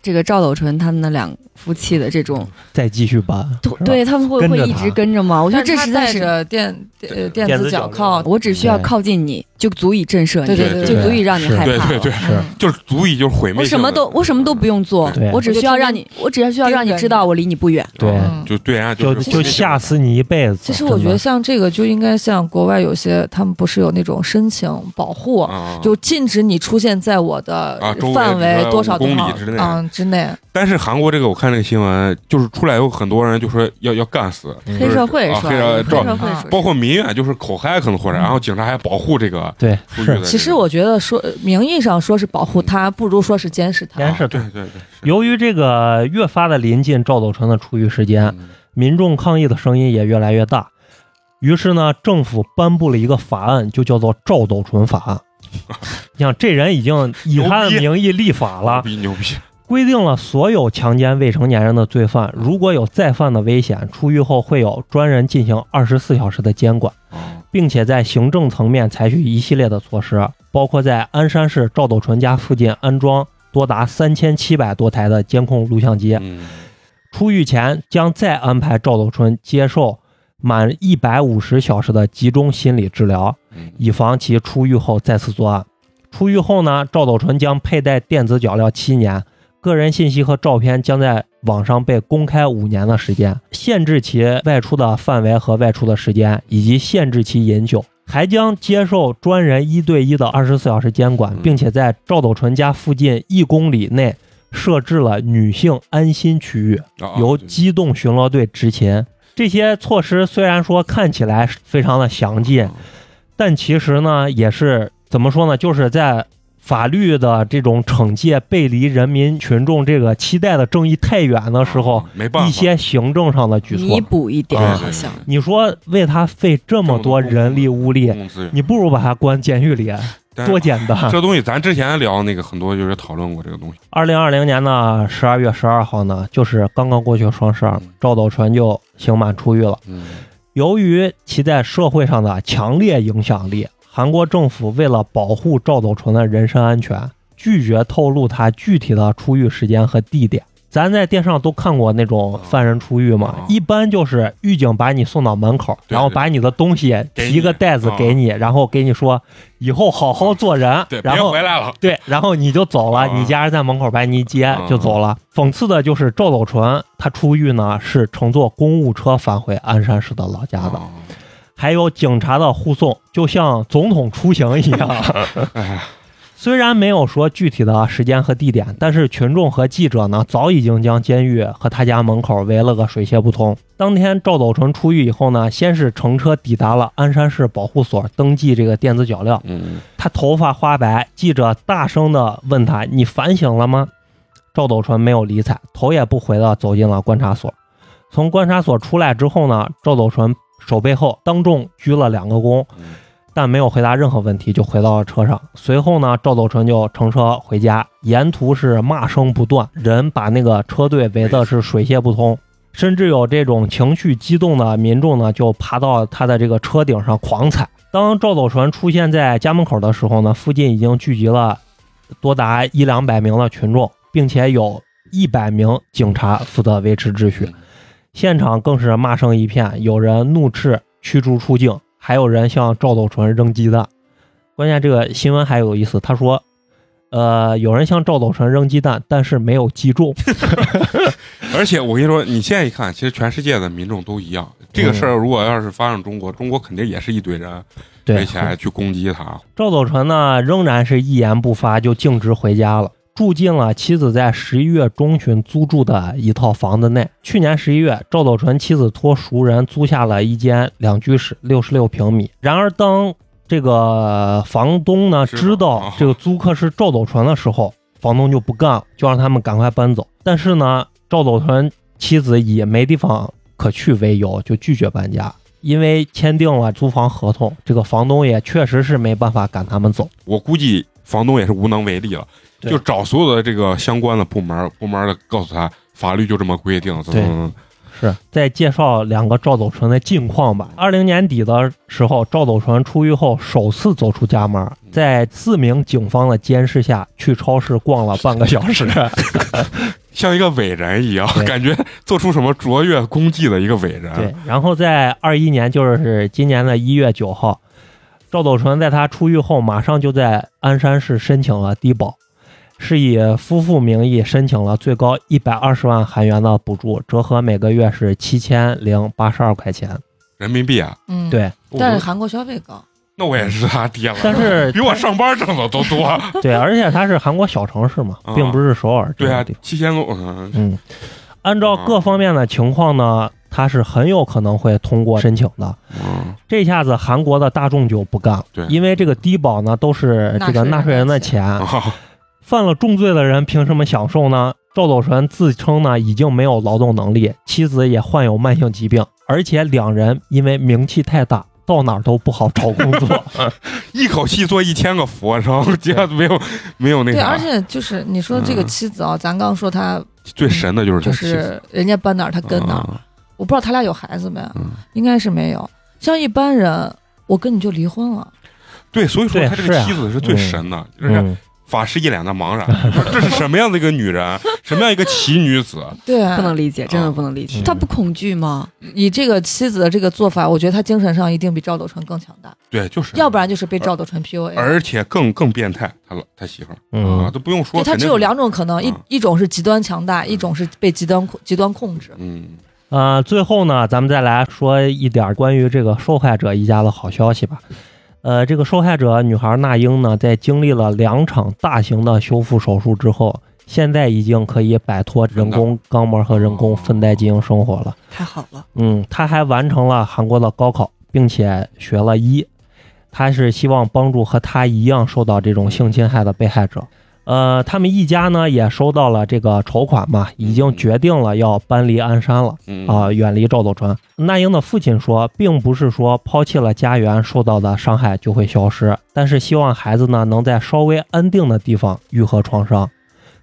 Speaker 5: 这个赵斗淳他们的两夫妻的这种，
Speaker 4: 再继续搬，嗯是吧
Speaker 5: 对他们会
Speaker 4: 跟着他
Speaker 5: 会一直跟着吗？我
Speaker 3: 我
Speaker 5: 觉得这实在是，
Speaker 3: 着电呃电
Speaker 4: 电
Speaker 3: 子
Speaker 4: 子脚
Speaker 3: 脚铐
Speaker 4: 铐，
Speaker 5: 我只需要靠近你就足以震慑你，
Speaker 3: 对
Speaker 1: 对对对
Speaker 5: 就足以让你
Speaker 4: 是
Speaker 5: 害
Speaker 1: 对
Speaker 5: 怕
Speaker 1: 对
Speaker 5: 了。
Speaker 1: 对，
Speaker 3: 嗯
Speaker 1: 就是足以就是毁灭
Speaker 5: 我
Speaker 1: 性
Speaker 5: 什
Speaker 1: 的。
Speaker 5: 么都我什么都不用做
Speaker 4: 对，
Speaker 5: 我只需要让你，我只需要让你知道我离你不远。
Speaker 4: 对
Speaker 1: 嗯就对啊，
Speaker 4: 就是就吓死你一辈子。
Speaker 3: 其实我觉得
Speaker 4: 真
Speaker 3: 像这个就应该像国外有些他们不是有那种申请保护，
Speaker 1: 啊！
Speaker 3: 就禁止你出现在我的
Speaker 1: 啊周围
Speaker 3: 范
Speaker 1: 比
Speaker 3: 围
Speaker 1: 如说
Speaker 3: 多少
Speaker 1: 五公
Speaker 3: 多
Speaker 1: 里
Speaker 3: 少
Speaker 1: 之内
Speaker 3: 嗯之内，
Speaker 1: 但是韩国这个，我看这个新闻，就是出来有很多人就说要要干死，
Speaker 4: 嗯
Speaker 5: 黑社会
Speaker 1: 啊
Speaker 5: 是吧？
Speaker 1: 黑社
Speaker 5: 黑
Speaker 1: 赵
Speaker 5: 社会
Speaker 3: 啊
Speaker 5: 属于
Speaker 1: 包括民怨，就是口嗨可能
Speaker 5: 嗯
Speaker 1: 或者，然后警察还保护这个
Speaker 4: 的
Speaker 1: 出
Speaker 4: 对
Speaker 1: 狱的
Speaker 4: 是
Speaker 1: 人。
Speaker 3: 其实我觉得说呃名义上说是保
Speaker 1: 嗯
Speaker 3: 护他，不如说是监视他。
Speaker 4: 监视
Speaker 1: 啊对
Speaker 4: 他。
Speaker 1: 对对，是
Speaker 4: 由于这个越发的临近赵斗淳的出狱时间，
Speaker 1: 嗯
Speaker 4: 民众抗议的声音也越来越大。于是呢，政府颁布了一个法案，就叫做《赵斗淳法案》。你想，这人已经以他的
Speaker 1: 牛逼
Speaker 4: 名义立法了
Speaker 1: 牛，逼牛 逼，
Speaker 4: 规定了所有强奸未成年人的罪犯，如果有再犯的危险，出狱后会有专人进行二十四小时的监管，
Speaker 1: 啊
Speaker 4: 并且在行政层面采取一系列的措施，包括在鞍山市赵斗淳家附近安装多达三千七百多台的监控录像机。
Speaker 1: 嗯
Speaker 4: 出狱前将再安排赵斗淳接受满一百五十小时的集中心理治疗，
Speaker 1: 嗯
Speaker 4: 以防其出狱后再次作案。出狱后呢，赵斗淳将佩戴电子脚镣七年，个人信息和照片将在网上被公开五年的时间，限制其外出的范围和外出的时间，以及限制其饮酒，还将接受专人一对一的二十四小时监管
Speaker 1: 嗯，
Speaker 4: 并且在赵斗淳家附近一公里内设置了女性安心区域。
Speaker 1: 啊
Speaker 4: 由
Speaker 1: 对
Speaker 4: 机动巡逻队执勤。这些措施虽然说看起来非常的详尽，
Speaker 1: 哦
Speaker 4: 但其实呢，也是怎么说呢，就是在法律的这种惩戒背离人民群众这个期待的正义太远的时候，
Speaker 1: 啊没办法
Speaker 4: 一些行政上的举措
Speaker 5: 弥。补一点，
Speaker 1: 啊
Speaker 5: 好像
Speaker 1: 对对对
Speaker 4: 你说为他费这么多嗯人力物力，
Speaker 1: 公共资源
Speaker 4: 你不如把他关监狱里，
Speaker 1: 但是
Speaker 4: 多简单。
Speaker 1: 这东西咱之前聊那个很多就是讨论过这个东西，
Speaker 4: 二零二零年呢，十二月十二号呢，就是刚刚过去的双十二
Speaker 1: 嗯，
Speaker 4: 赵斗淳就刑满出狱了。
Speaker 1: 嗯
Speaker 4: 由于其在社会上的强烈影响力，韩国政府为了保护赵斗淳的人身安全，拒绝透露他具体的出狱时间和地点。咱在电视上都看过那种犯人出狱嘛
Speaker 1: 啊，
Speaker 4: 一般就是狱警把你送到门口，
Speaker 1: 对
Speaker 4: 然后把你的东西
Speaker 1: 给你啊
Speaker 4: 提个袋子给你，然后给你说以后好好做人
Speaker 1: 对，，别
Speaker 4: 然后
Speaker 1: 回来了，
Speaker 4: 对，然后你就走了，
Speaker 1: 啊
Speaker 4: 你家人在门口把你一接
Speaker 1: 啊
Speaker 4: 就走了。讽刺的就是赵斗淳，他出狱呢是乘坐公务车返回鞍山市的老家的，
Speaker 1: 啊
Speaker 4: 还有警察的护送，就像总统出行一样。虽然没有说具体的时间和地点，但是群众和记者呢，早已经将监狱和他家门口围了个水泄不通。当天赵斗淳出狱以后呢，先是乘车抵达了鞍山市保护所登记这个电子脚镣，
Speaker 1: 嗯
Speaker 4: 他头发花白，记者大声地问他：“你反省了吗？”赵斗淳没有理睬，头也不回地走进了观察所。从观察所出来之后呢，赵斗淳手背后当众鞠了两个躬，
Speaker 1: 嗯
Speaker 4: 但没有回答任何问题，就回到了车上。随后呢，赵斗淳就乘车回家，沿途是骂声不断，人把那个车队围的是水泄不通，甚至有这种情绪激动的民众呢，就爬到他的这个车顶上狂踩。当赵斗淳出现在家门口的时候呢，附近已经聚集了多达一两百名的群众，并且有一百名警察负责维持秩序。现场更是骂声一片，有人怒斥驱逐出境，还有人向赵斗淳扔鸡蛋。关键这个新闻还有意思，他说，呃，有人向赵斗淳扔鸡蛋，但是没有击中。
Speaker 1: 而且我跟你说，你现在一看，其实全世界的民众都一样。这个事儿如果要是发生中国，中国肯定也是一堆人
Speaker 4: 对
Speaker 1: 围，起来去攻击他。
Speaker 4: 赵斗淳呢仍然是一言不发，就径直回家了。住进了妻子在十一月中旬租住的一套房子内。去年十一月，赵斗淳妻子托熟人租下了一间两居室，六十六平米。然而，当这个房东呢
Speaker 1: 知道
Speaker 4: 知道
Speaker 1: 啊
Speaker 4: 这个租客是赵斗淳的时候，房东就不干了，就让他们赶快搬走。但是呢，赵斗淳妻子以没地方可去为由，就拒绝搬家。因为签订了租房合同，这个房东也确实是没办法赶他们走。
Speaker 1: 我估计房东也是无能为力了，
Speaker 4: 对
Speaker 1: 就找所有的这个相关的部门，部门的告诉他，法律就这么规定。怎么
Speaker 4: 对
Speaker 1: 怎么
Speaker 4: 是再介绍两个赵斗淳的近况吧。二零年底的时候，赵斗淳出狱后首次走出家门，在四名警方的监视下去超市逛了半个小时。
Speaker 1: 像一个伟人一样，
Speaker 4: 对
Speaker 1: 感觉做出什么卓越功绩的一个伟人。
Speaker 4: 对，然后在二一年，就是今年的一月九号，赵斗淳在他出狱后，马上就在鞍山市申请了低保，是以夫妇名义申请了最高一百二十万韩元的补助，折合每个月是七千零八十二块钱。
Speaker 1: 人民币啊，
Speaker 3: 嗯，
Speaker 4: 对
Speaker 3: 但是韩国消费高，
Speaker 1: 那我也是他爹了，
Speaker 4: 但 是
Speaker 1: 比我上班挣的都多。
Speaker 4: 对，而且它是韩国小城市嘛
Speaker 1: 啊，
Speaker 4: 并不是首尔这
Speaker 1: 对
Speaker 4: 样
Speaker 1: 啊
Speaker 4: 的地方。，
Speaker 1: 七千多，嗯
Speaker 4: 嗯，按照各方面的情况呢，它是很有可能会通过申请的。
Speaker 1: 嗯，
Speaker 4: 这下子韩国的大众就不干了
Speaker 1: 对，
Speaker 4: 因为这个低保呢都是这个纳
Speaker 3: 纳
Speaker 4: 税
Speaker 3: 税
Speaker 4: 人
Speaker 3: 人
Speaker 4: 的
Speaker 3: 的
Speaker 4: 钱，
Speaker 1: 啊
Speaker 4: 犯了重罪的人凭什么享受呢？赵斗淳自称呢已经没有劳动能力，妻子也患有慢性疾病，而且两人因为名气太大，到哪儿都不好找 工
Speaker 1: 啊
Speaker 4: 作。
Speaker 1: 一口气做一千个俯卧撑，结果没有没有那
Speaker 3: 对，而
Speaker 1: 啥。
Speaker 3: 且就是你说这个
Speaker 1: 嗯
Speaker 3: 妻子啊，咱刚说他
Speaker 1: 最神的就是他
Speaker 3: 就
Speaker 1: 妻子
Speaker 3: 是人家搬哪儿他跟哪儿，
Speaker 1: 啊
Speaker 3: 我不知道他俩有孩子没，
Speaker 1: 嗯
Speaker 3: 应该是没有。像一般人，我跟你就离婚了，
Speaker 1: 对，所以说
Speaker 4: 对
Speaker 1: 他这
Speaker 4: 是
Speaker 1: 个
Speaker 4: 啊
Speaker 1: 妻子是最神的，就是
Speaker 4: 嗯，
Speaker 1: 法师一脸的茫然，说这是什么样的一个女人，什么样一个奇女子？
Speaker 3: 对，
Speaker 5: 不能理解，真的不能理解
Speaker 4: 嗯。
Speaker 5: 他不恐惧吗？
Speaker 3: 以这个妻子的这个做法，我觉得他精神上一定比赵斗淳更强大，
Speaker 1: 对，就是，
Speaker 3: 要不然就是被赵斗淳 PUA。
Speaker 1: 而且更更变态，他老他媳妇儿
Speaker 4: 嗯
Speaker 1: 啊，都不用说，
Speaker 3: 就他
Speaker 1: 肯
Speaker 3: 只
Speaker 1: 定
Speaker 3: 有
Speaker 1: 是
Speaker 3: 两种可能，一
Speaker 1: 嗯
Speaker 3: 一种是极端强大，一种是被极端控极端控制。
Speaker 1: 嗯，
Speaker 4: 呃，最后呢，咱们再来说一点儿关于这个受害者一家的好消息吧。呃，这个受害者女孩那英呢，在经历了两场大型的修复手术之后，现在已经可以摆脱人工肛门和人工粪带进行生活了。
Speaker 5: 太好了，
Speaker 4: 嗯，她还完成了韩国的高考，并且学了医。她是希望帮助和她一样受到这种性侵害的被害者。呃，他们一家呢也收到了这个筹款嘛，已经决定了要搬离鞍山了。
Speaker 1: 嗯
Speaker 4: 啊、，远离赵斗淳。那英的父亲说，并不是说抛弃了家园受到的伤害就会消失，但是希望孩子呢能在稍微安定的地方愈合创伤。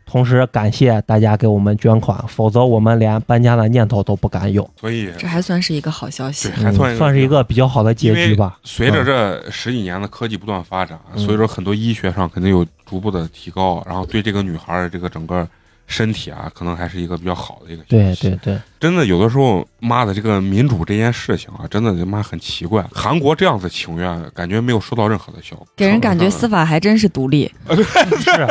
Speaker 4: 同时感谢大家给我们捐款，否则我们连搬家的念头都不敢有。
Speaker 1: 所以
Speaker 5: 这还算是一个好消息
Speaker 1: 对，。还算嗯
Speaker 4: 嗯、算是一个比较好的结局吧。嗯
Speaker 1: 随着这十几年的科技不断发展，所以说很多医学上肯定有逐步的提高，然后对这个女孩儿这个整个身体啊，可能还是一个比较好的一个。
Speaker 4: 对对，对，
Speaker 1: 真的有的时候，妈的这个民主这件事情啊，真的他妈很奇怪。韩国这样子请愿，啊感觉没有收到任何的效果，
Speaker 5: 给人感觉
Speaker 1: 是
Speaker 5: 司法还真是独立。
Speaker 4: 是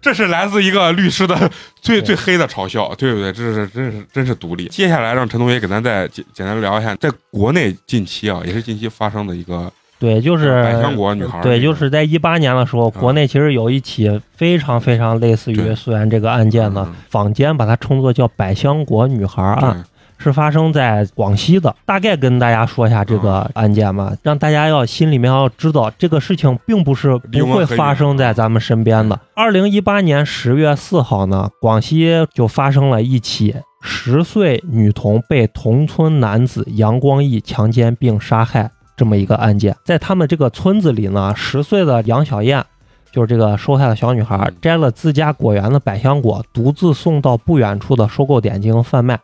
Speaker 1: 这是来自一个律 师的最
Speaker 4: 对
Speaker 1: 最黑的嘲笑，对不对？这是真是真是独立。接下来让陈同学给咱再简简单聊一下，在国内近期啊，也是近期发生的一个
Speaker 4: 对，就是
Speaker 1: 百香果女孩儿
Speaker 4: 对，
Speaker 1: 这
Speaker 4: 就
Speaker 1: 个
Speaker 4: 是在一八年的时候，国内其实有一起非常非常类似于
Speaker 1: 对
Speaker 4: 素媛这个案件呢
Speaker 1: 嗯，
Speaker 4: 坊间把它称作叫“百香果女孩啊儿案”，是发生在广西的。大概跟大家说一下这个案件吧，让大家要心里面要知道，这个事情并不是不会发生在咱们身边的。二零一八年十月四号呢，广西就发生了一起。十岁女童被同村男子杨光义强奸并杀害这么一个案件。在他们这个村子里呢，十岁的杨小燕，就是这个受害的小女孩
Speaker 1: 嗯，
Speaker 4: 摘了自家果园的百香果，独自送到不远处的收购点进行贩卖。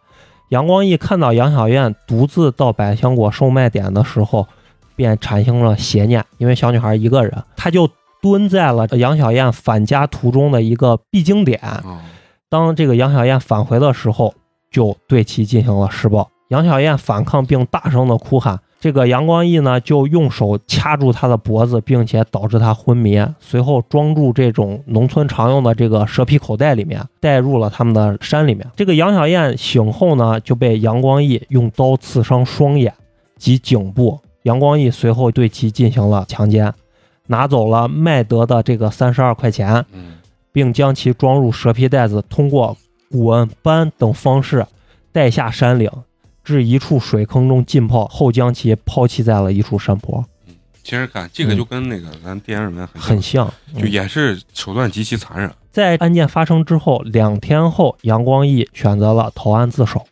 Speaker 4: 杨光义看到杨小燕独自到百香果售卖点的时候，便产生了邪念，因为小女孩一个人，他就蹲在了杨小燕返家途中的一个必经点，
Speaker 1: 嗯
Speaker 4: 当这个杨小燕返回的时候，就对其进行了施暴。杨小燕反抗并大声的哭喊，这个杨光义呢就用手掐住她的脖子，并且导致她昏迷，随后装入这种农村常用的这个蛇皮口袋里面，带入了他们的山里面。这个杨小燕醒后呢就被杨光义用刀刺伤双眼及颈部，杨光义随后对其进行了强奸，拿走了麦德的这个三十二块钱，
Speaker 1: 嗯
Speaker 4: 并将其装入蛇皮袋子，通过滚、搬等方式带下山岭，至一处水坑中浸泡，后将其抛弃在了一处山坡，
Speaker 1: 其实看这个
Speaker 5: 嗯
Speaker 1: 就跟那个咱电影里面
Speaker 4: 很
Speaker 1: 很像，
Speaker 4: 像。
Speaker 1: 就
Speaker 4: 嗯
Speaker 1: 也是手段极其残忍。
Speaker 4: 在案件发生之后，两天后，杨光义选择了投案自首。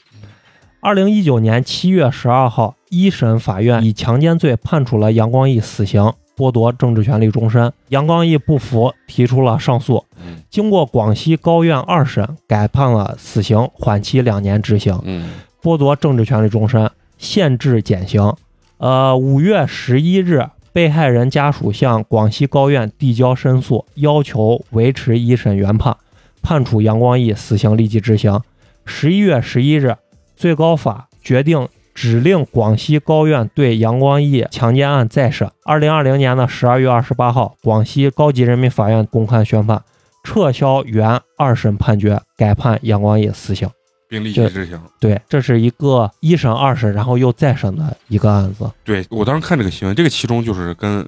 Speaker 4: 二零一九年七月十二号，一审法院以强奸罪判处了杨光义死刑，剥夺政治权利终身。杨光义不服，提出了上诉。
Speaker 1: 嗯
Speaker 4: 经过广西高院二审改判了死刑，缓期两年执行，
Speaker 1: 嗯
Speaker 4: 剥夺政治权利终身，限制减刑。呃，五月十一日，被害人家属向广西高院递交申诉，要求维持一审原判，判处杨光义死刑立即执行。十一月十一日，最高法决定指令广西高院对杨光义强奸案再审。二零二零年的十二月二十八号，广西高级人民法院公开宣判，撤销原二审判决，改判杨光义死刑。
Speaker 1: 并立即执行。
Speaker 4: 对，这是一个一审、二审，然后又再审的一个案子。
Speaker 1: 对我当时看这个新闻，这个其中就是跟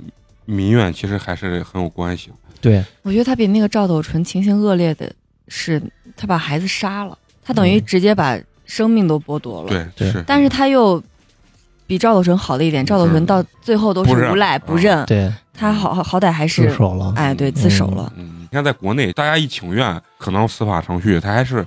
Speaker 1: 民怨其实还是很有关系。
Speaker 4: 对，
Speaker 5: 我觉得他比那个赵斗淳情形恶劣的是，他把孩子杀了，他等于
Speaker 4: 嗯
Speaker 5: 直接把生命都剥夺了。
Speaker 1: 对，
Speaker 4: 对
Speaker 1: 是，
Speaker 5: 但是他又比赵斗淳好了一点，赵斗
Speaker 1: 嗯
Speaker 5: 淳到最后都是
Speaker 1: 不认
Speaker 5: 无赖
Speaker 1: 啊
Speaker 5: 不认，
Speaker 4: 对，
Speaker 5: 他好好好歹还
Speaker 4: 自
Speaker 5: 是
Speaker 4: 首了。
Speaker 5: 哎对自首了。
Speaker 1: 嗯，你看在国内，大家一请愿，可能司法程序它还是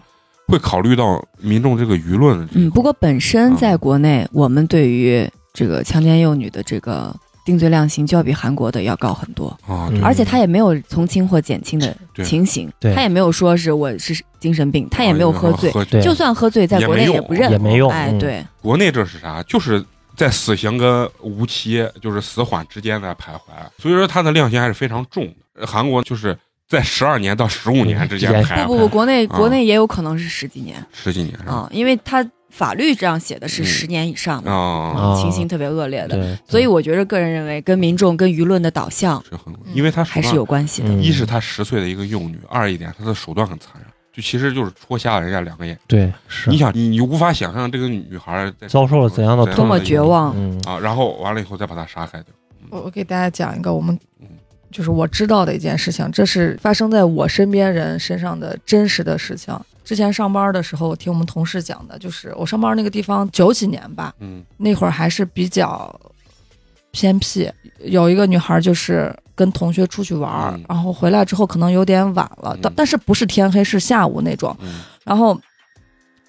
Speaker 1: 会考虑到民众这个舆论。
Speaker 5: 嗯，不过本身
Speaker 1: 啊
Speaker 5: 在国内，我们对于这个强奸幼女的这个定罪量刑，就要比韩国的要高很多，
Speaker 1: 啊，对
Speaker 4: 嗯
Speaker 5: 而且他也没有从轻或减轻的
Speaker 1: 对哦
Speaker 5: 情形，
Speaker 4: 对
Speaker 5: 他也没有说是我是精神病，他也没有喝醉，
Speaker 1: 喝
Speaker 4: 对
Speaker 5: 就算喝醉，在
Speaker 1: 也
Speaker 5: 国
Speaker 1: 没
Speaker 5: 内也
Speaker 1: 用
Speaker 5: 不认，
Speaker 4: 也没用
Speaker 5: 哎，
Speaker 4: 嗯
Speaker 5: 对，
Speaker 1: 国内这是啥？就是在死刑跟无期，就是死缓之间在徘徊，所以说它的量刑还是非常重的。呃韩国就是在十二年到十五年之间
Speaker 4: 嗯
Speaker 1: 徘
Speaker 5: 不不
Speaker 1: 徊
Speaker 5: 不，国内
Speaker 1: 啊
Speaker 5: 国内也有可能是十几年
Speaker 1: 十几年是吧？
Speaker 5: 啊，因为他法律这样写的是
Speaker 1: 嗯
Speaker 5: 十年以上嘛，
Speaker 1: 啊，
Speaker 4: 啊
Speaker 5: 情形特别恶劣的，
Speaker 4: 对，
Speaker 5: 所以我觉得个人认为跟民众跟舆论的导向
Speaker 1: 是很，因为他
Speaker 5: 还是有关系的。
Speaker 4: 嗯
Speaker 1: 一是她十岁的一个幼女，二一点她的手段很残忍，就其实就是戳瞎了人家两个眼。
Speaker 4: 对嗯是
Speaker 1: 你想，你你无法想象这个女孩在
Speaker 4: 遭受了怎样
Speaker 1: 嗯
Speaker 4: 的
Speaker 5: 多么绝望！
Speaker 4: 嗯
Speaker 1: 啊！然后完了以后再把她杀害掉。
Speaker 3: 我我给大家讲一个我们
Speaker 1: 嗯
Speaker 3: 就是我知道的一件事情，这是发生在我身边人身上的真实的事情。之前上班的时候，我听我们同事讲的，就是我上班那个地方九几年吧，
Speaker 1: 嗯
Speaker 3: 那会儿还是比较偏僻。有一个女孩就是跟同学出去玩儿，
Speaker 1: 嗯
Speaker 3: 然后回来之后可能有点晚了，但
Speaker 1: 嗯
Speaker 3: 但是不是天黑，是下午那种。
Speaker 1: 嗯
Speaker 3: 然后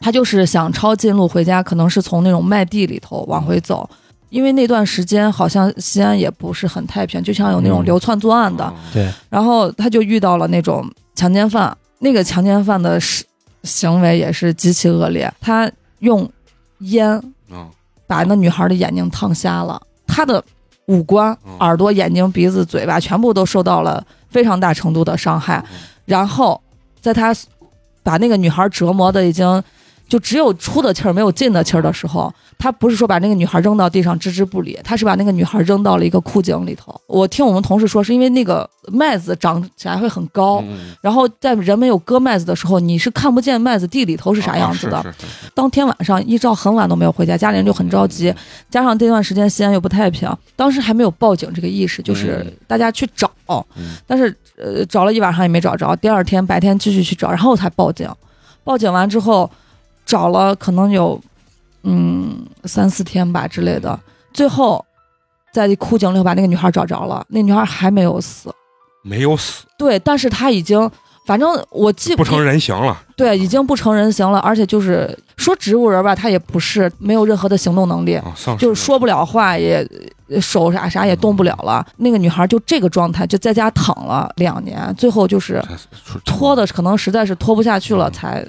Speaker 3: 他就是想抄近路回家，可能是从那种麦地里头往回走，因为那段时间好像西安也不是很太平，就像有那种
Speaker 4: 嗯
Speaker 3: 流窜作案的。
Speaker 1: 啊
Speaker 4: 对
Speaker 3: 然后他就遇到了那种强奸犯，那个强奸犯的是行为也是极其恶劣，他用烟
Speaker 1: 啊
Speaker 3: 把那女孩的眼睛烫瞎了，她的五官
Speaker 1: 嗯、
Speaker 3: 耳朵、眼睛、鼻子、嘴巴全部都受到了非常大程度的伤害。
Speaker 1: 嗯
Speaker 3: 然后在他把那个女孩折磨的已经就只有出的气儿没有进的气儿的时候，他不是说把那个女孩扔到地上置之不理，他是把那个女孩扔到了一个枯井里头。我听我们同事说，是因为那个麦子长起来会很高，
Speaker 1: 嗯
Speaker 3: 然后在人们有割麦子的时候，你是看不见麦子地里头是啥样子的。
Speaker 1: 啊是是是
Speaker 3: 当天晚上一直到很晚都没有回家，家里人就很着
Speaker 1: 嗯
Speaker 3: 急。加上这段时间西安又不太平，当时还没有报警这个意识，就是
Speaker 1: 嗯
Speaker 3: 大家去找，
Speaker 1: 嗯
Speaker 3: 但是呃找了一晚上也没找着，第二天白天继续去找，然后才报警。报警完之后，找了可能有嗯三四天吧之类的，
Speaker 1: 嗯
Speaker 3: 最后在枯井里头把那个女孩找着了，那女孩还没有死，
Speaker 1: 没有死，
Speaker 3: 对，但是她已经。反正我记
Speaker 1: 不成人形了。
Speaker 3: 对，已经不成人形了，而且就是说植物人吧，他也不是没有任何的行动能力，
Speaker 1: 啊，丧失
Speaker 3: 就
Speaker 1: 了
Speaker 3: 是说不了话，也呃手啥啥也动不了了。那个女孩就这个状态，就在家躺了两年，最后就是
Speaker 1: 才出
Speaker 3: 拖的，可能实在是拖不下去了，
Speaker 1: 嗯
Speaker 3: 才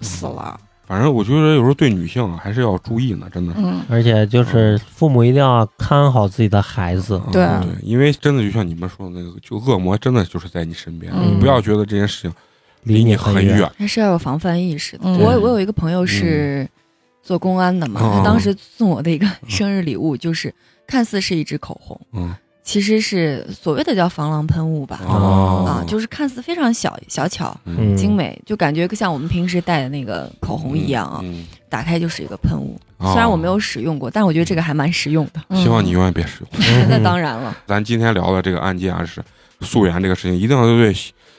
Speaker 3: 死了。
Speaker 1: 反正我觉得有时候对女性啊还是要注意呢，真的是。
Speaker 3: 嗯，
Speaker 4: 而且就是父母一定要看好自己的孩
Speaker 5: 嗯
Speaker 4: 子。
Speaker 1: 啊
Speaker 3: 对
Speaker 1: 对，因为真的就像你们说的那个，就恶魔真的就是在你身边，
Speaker 3: 嗯
Speaker 1: 你不要觉得这件事情离
Speaker 4: 你
Speaker 1: 你
Speaker 4: 很
Speaker 1: 很远。
Speaker 5: 还是要有防范意识的。
Speaker 3: 嗯
Speaker 5: 我我有一个朋友是做公安的嘛，
Speaker 1: 嗯
Speaker 5: 他当时送我的一个生日礼物就是看似是一支口红，
Speaker 1: 嗯
Speaker 5: 其实是所谓的叫防狼喷雾吧，
Speaker 1: 哦
Speaker 5: 啊，就是看似非常小小巧。
Speaker 4: 嗯，
Speaker 5: 精美，就感觉像我们平时带的那个口红一样啊，
Speaker 1: 嗯
Speaker 5: 打开就是一个喷雾。
Speaker 1: 嗯
Speaker 5: 虽然我
Speaker 1: 哦
Speaker 5: 没有使用过，但我觉得这个还蛮实用的。
Speaker 1: 希望你永远别使用。
Speaker 5: 那
Speaker 4: 嗯
Speaker 5: 当然了，
Speaker 1: 咱今天聊的这个案件啊，是溯源这个事情，一定要对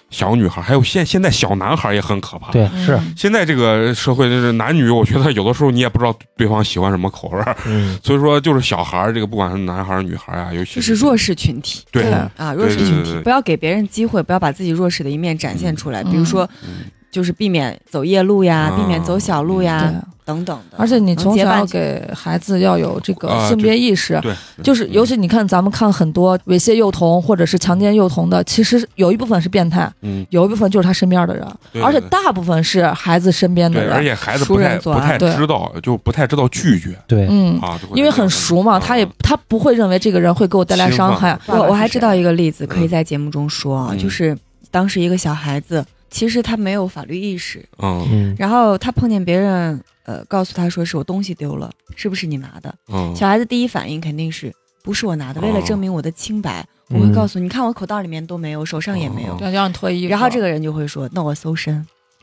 Speaker 1: 小女孩，还有现现在小男孩也很可怕。
Speaker 4: 对是，
Speaker 1: 现在这个社会就是男女，我觉得有的时候你也不知道对方喜欢什么口味儿，
Speaker 4: 嗯
Speaker 1: 所以说就是小孩儿，这个不管是男孩儿、女孩儿啊，尤其
Speaker 5: 就是弱势群体
Speaker 1: 对
Speaker 3: 嗯
Speaker 7: 对
Speaker 5: 啊，弱势群体
Speaker 1: 对，
Speaker 5: 不要给别人机会，不要把自己弱势的一面展现出来。比如说，
Speaker 1: 嗯
Speaker 5: 就是避免走夜路呀，
Speaker 1: 啊
Speaker 5: 避免走小路
Speaker 3: 对
Speaker 5: 呀，等等的。
Speaker 3: 而且你
Speaker 5: 能
Speaker 3: 从
Speaker 5: 结
Speaker 3: 小
Speaker 5: 伴
Speaker 3: 要给孩子要有这个
Speaker 1: 啊
Speaker 3: 性
Speaker 1: 对
Speaker 3: 别意识，
Speaker 1: 对，
Speaker 3: 就是
Speaker 1: 嗯
Speaker 3: 尤其你看咱们看很多猥亵幼童或者是强奸幼童的，其实有一部分是变态，
Speaker 1: 嗯，
Speaker 3: 有一部分就是他身边的人，
Speaker 1: 对
Speaker 3: 而且
Speaker 1: 对
Speaker 3: 大部分是孩子身边的
Speaker 1: 对，而
Speaker 3: 人，
Speaker 1: 且
Speaker 3: 啊
Speaker 1: 孩子
Speaker 5: 熟
Speaker 1: 不
Speaker 5: 人
Speaker 1: 太
Speaker 5: 作
Speaker 1: 不太
Speaker 5: 案
Speaker 3: 对
Speaker 1: 知道，就不太知道拒绝
Speaker 4: 对，
Speaker 3: 嗯，
Speaker 1: 啊，就会
Speaker 3: 因为很熟嘛，
Speaker 1: 嗯
Speaker 3: 他也他不会认为这个人会给我带来伤害。
Speaker 5: 我我还知道一
Speaker 3: 个，
Speaker 5: 个例子，可以在节目中说啊，
Speaker 1: 嗯
Speaker 5: 就是当时一个小孩子，其实他没有法律意识，
Speaker 1: 嗯
Speaker 4: 嗯
Speaker 5: 然后他碰见别人，呃，告诉他说是我东西丢了，是不是你拿的？
Speaker 1: 嗯
Speaker 5: 小孩子第一反应肯定是不是我拿的，为了
Speaker 1: 哦
Speaker 5: 证明我的清白，我
Speaker 4: 嗯
Speaker 5: 会告诉你，你看我口袋里面都没有，手上也没有
Speaker 1: 哦。
Speaker 3: 对，让你脱衣服，
Speaker 5: 然后这
Speaker 3: 个
Speaker 5: 个人就会说：“那我搜身。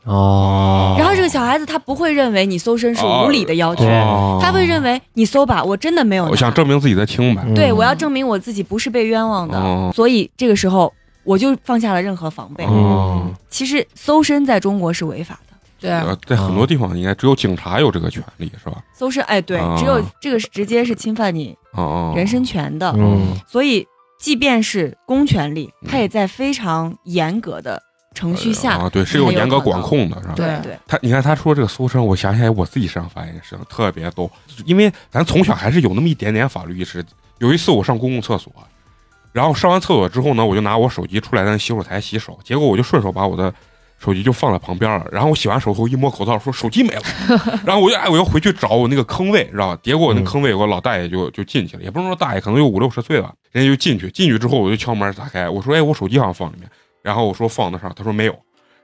Speaker 4: 哦，
Speaker 1: 哦”
Speaker 5: 然后这个小孩子他不会认为你搜身是无理的要求，
Speaker 4: 对
Speaker 5: 他会认
Speaker 1: 为
Speaker 5: 为你搜吧，我真的没有拿。
Speaker 1: 哦我想证明自己的清白，
Speaker 4: 嗯
Speaker 5: 对，我要证明我自己不是被冤枉的，
Speaker 1: 哦
Speaker 5: 所以这个时候我就放下了任何
Speaker 3: 嗯
Speaker 5: 防备。
Speaker 1: 哦，
Speaker 5: 其实搜身在中国是违法的，
Speaker 3: 对，
Speaker 1: 呃在很多地方应该只有警察有这个权利，是吧？
Speaker 5: 搜身哎，对，
Speaker 1: 哦
Speaker 5: 只有这个是直接是侵犯你
Speaker 1: 哦哦，
Speaker 5: 人身权的，
Speaker 4: 嗯
Speaker 5: 所以即便是公权力，
Speaker 1: 嗯
Speaker 5: 它也在非常严格的程序下，
Speaker 1: 啊，对，是有严格管控的，是吧？
Speaker 3: 对
Speaker 5: 对
Speaker 1: 他，你看他说这个搜身，我想起来我自己身上发现一个事情，特别逗，因为咱从小还是有那么一点点法律意识。有一次我上公共厕所，然后上完厕所之后呢，我就拿我手机出来在那洗手台洗手，结果我就顺手把我的手机就放在旁边了。然后我洗完手后一摸口袋，说手机没了，然后我就哎我要回去找我那个坑位，知道吧？结果我那
Speaker 4: 嗯
Speaker 1: 坑位有个老大爷就就进去了，也不能说大爷，可能有五六十岁吧，人家就进去，进去之后我就敲门打开，我说哎我手机好像放里面，然后我说放得上，他说没有。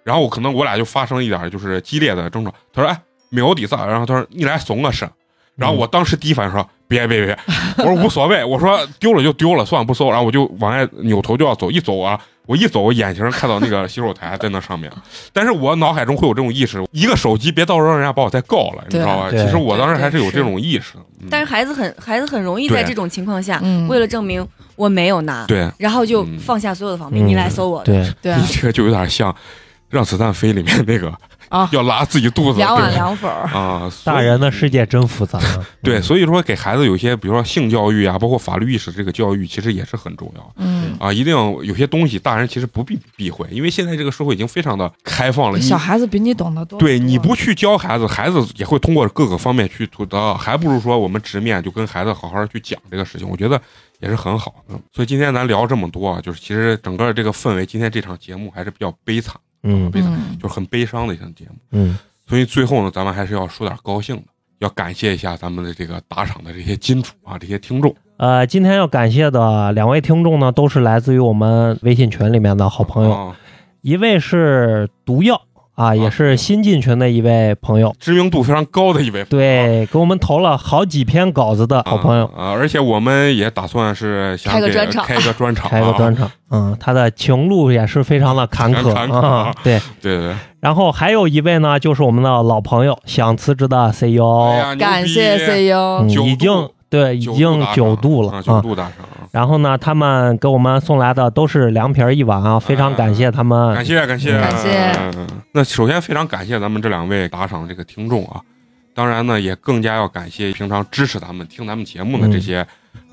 Speaker 1: 然后我可能我俩就发生一点儿就是激烈的争吵。他说：“哎，没有底子。”然后他说：“你来怂啊个是。”然后我当时第一反应说：“别别别！”我说：“无所谓。”我说：“丢了就丢了，算了不搜。”然后我就往外扭头就要走，一走啊，我一走，我眼睛看到那个洗手台在那上面。但是我脑海中会有这种意识，一个手机别到时候让人家把我再告了，你知道吧？
Speaker 4: 对
Speaker 1: 其实我当时
Speaker 5: 对
Speaker 1: 还是有这
Speaker 5: 是
Speaker 1: 种意识的，嗯
Speaker 5: 但是孩子很孩子很容易
Speaker 1: 对
Speaker 5: 在这种情况下，
Speaker 3: 嗯
Speaker 5: 为了证明我没有拿，
Speaker 1: 对
Speaker 5: 然后就
Speaker 1: 嗯
Speaker 5: 放下所有的防备，
Speaker 4: 嗯
Speaker 5: 你来搜我。
Speaker 4: 对，
Speaker 3: 对
Speaker 8: 啊
Speaker 1: 你这个就有点像《让子弹飞》里面那个
Speaker 3: 啊
Speaker 1: 要拉自己肚子
Speaker 3: 两碗
Speaker 1: 对
Speaker 3: 凉粉儿，
Speaker 1: 啊，
Speaker 4: 大
Speaker 1: 所以
Speaker 4: 人的世界真复杂。
Speaker 1: 对，
Speaker 4: 嗯
Speaker 1: 所以说给孩子有些，比如说性教育啊，包括法律意识这个教育，其实也是很重要
Speaker 3: 嗯，
Speaker 1: 啊。一定要有些东西大人其实不必避讳，因为现在这个社会已经非常的开放了。你
Speaker 3: 小孩子比你懂得多。
Speaker 1: 对你不去教孩子，孩子也会通过各个方面去吐槽，还不如说我们直面就跟孩子好好去讲这个事情，我觉得也是很好的。所以今天咱聊这么多啊，就是其实整个这个氛围，今天这场节目还是比较悲惨，
Speaker 4: 嗯
Speaker 1: 悲惨，
Speaker 3: 嗯
Speaker 1: 就是很悲伤的一场节目。
Speaker 4: 嗯，
Speaker 1: 所以最后呢，咱们还是要说点高兴的，要感谢一下咱们的这个打赏的这些金主啊，这些听众。
Speaker 4: 呃，今天要感谢的两位听众呢，都是来自于我们微信群里面的好朋友，
Speaker 1: 啊，
Speaker 4: 一位是毒药啊，也是新进群的一位朋友，
Speaker 1: 知名度非常高的一位
Speaker 4: 对，给我们投了好几篇稿子的好朋友，
Speaker 1: 啊，而且我们也打算是想
Speaker 3: 开个
Speaker 1: 给
Speaker 3: 专场
Speaker 1: 开个专场，啊
Speaker 4: 开个专，场，嗯，他的情路也是非常的坎坷
Speaker 1: 坎坷
Speaker 4: 啊，对。
Speaker 1: 对对，
Speaker 4: 然后还有一位呢，就是我们的老朋友，想辞职的 CEO，、
Speaker 1: 感
Speaker 3: 感谢 E CEO，
Speaker 4: 嗯、
Speaker 1: 哎九度
Speaker 4: 已经哦对已经九度了
Speaker 1: 九度打赏啊，
Speaker 4: 然后呢，他们给我们送来的都是凉皮儿一碗啊，非常感谢他们。
Speaker 1: 感谢感谢
Speaker 3: 感谢
Speaker 1: 嗯那首先非常感谢咱们这两位打赏的这个听众啊，当然呢，也更加要感谢平常支持咱们、听咱们节目的
Speaker 4: 嗯
Speaker 1: 这些、啊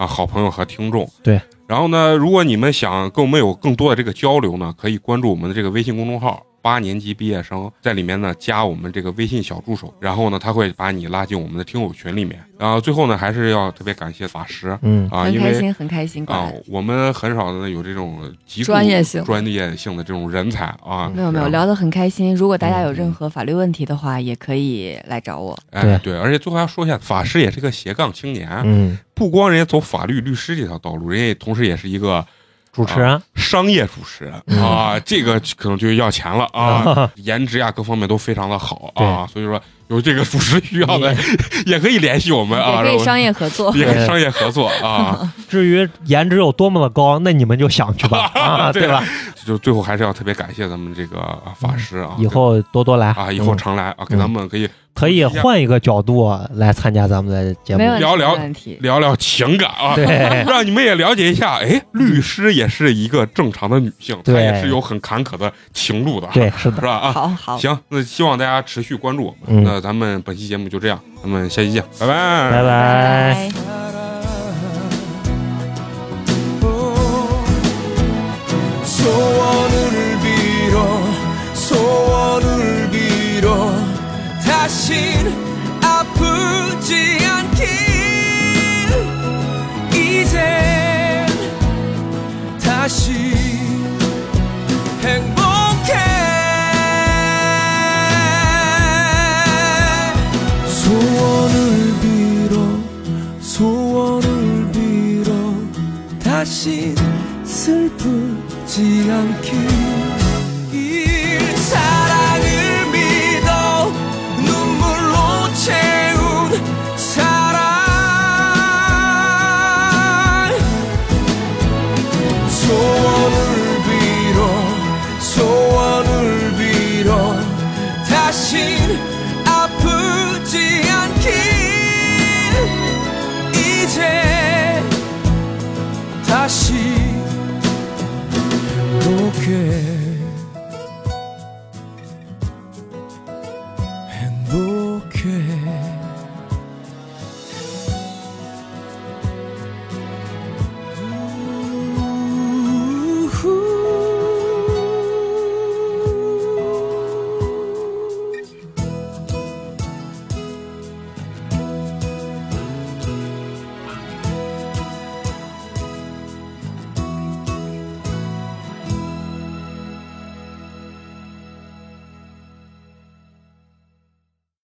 Speaker 1: 好朋友和听众。
Speaker 4: 对。
Speaker 1: 然后呢，如果你们想跟我们有更多的这个交流呢，可以关注我们的这个微信公众号“八年级毕业生”，在里面呢加我们这个微信小助手，然后呢他会把你拉进我们的听友群里面。然后最后呢，还是要特别感谢法师
Speaker 4: 嗯，
Speaker 1: 啊，
Speaker 5: 很
Speaker 1: 因
Speaker 5: 开
Speaker 1: 为
Speaker 5: 心，很开心，过
Speaker 1: 啊
Speaker 5: 来。，
Speaker 1: 我们很少的有这种极
Speaker 3: 专业性
Speaker 1: 专业性的这种人才啊。
Speaker 5: 没有没
Speaker 1: 然
Speaker 5: 有，
Speaker 1: 后
Speaker 5: 聊得很开心。如果大家有任何法律问题的话，也可以来找我。
Speaker 1: 哎，对，而且最后要说一下，法师也是个斜杠青年，啊
Speaker 4: 嗯，
Speaker 1: 不光人家走法律律师这条道路，人家也同时也是一个
Speaker 4: 主持人，
Speaker 1: 商业主持人啊，
Speaker 4: 嗯
Speaker 1: 这个可能就要钱了 啊，颜值呀各方面都非常的好啊，所以说有这个主持需要的 也可以联系我们啊，
Speaker 5: 也可
Speaker 1: 然
Speaker 5: 以
Speaker 1: 后
Speaker 5: 商业合作。
Speaker 1: 也可以商业合作 啊，
Speaker 4: 至于颜值有多么的高，那你们就想去吧，啊，对吧？
Speaker 1: 就最后还是要特别感谢咱们这个啊法师啊，
Speaker 4: 以后多多来
Speaker 1: 啊以后
Speaker 4: 嗯
Speaker 1: 常来啊，给咱们可以
Speaker 4: 可以换一个角度来参加咱们的节目
Speaker 5: 没。问题，
Speaker 1: 聊聊
Speaker 5: 没问题。
Speaker 1: 聊聊情感啊，
Speaker 4: 对
Speaker 1: 让你们也了解一下，哎，律师也是一个正常的女性，她
Speaker 4: 对
Speaker 1: 也是有很坎坷的情路的，
Speaker 4: 对，是
Speaker 1: 是
Speaker 4: 的，
Speaker 1: 吧？啊，
Speaker 5: 好好，
Speaker 1: 行，那希望大家持续关注我们。
Speaker 4: 嗯
Speaker 1: 那咱们本期节目就这样，咱们下期见，拜拜，
Speaker 4: 拜拜。
Speaker 5: 拜
Speaker 2: 소원을 빌어 소원을 빌어 다신 아프지 않길 이젠 다시 행복해 소원을 빌어 소원을 빌어 다시 슬프지 않길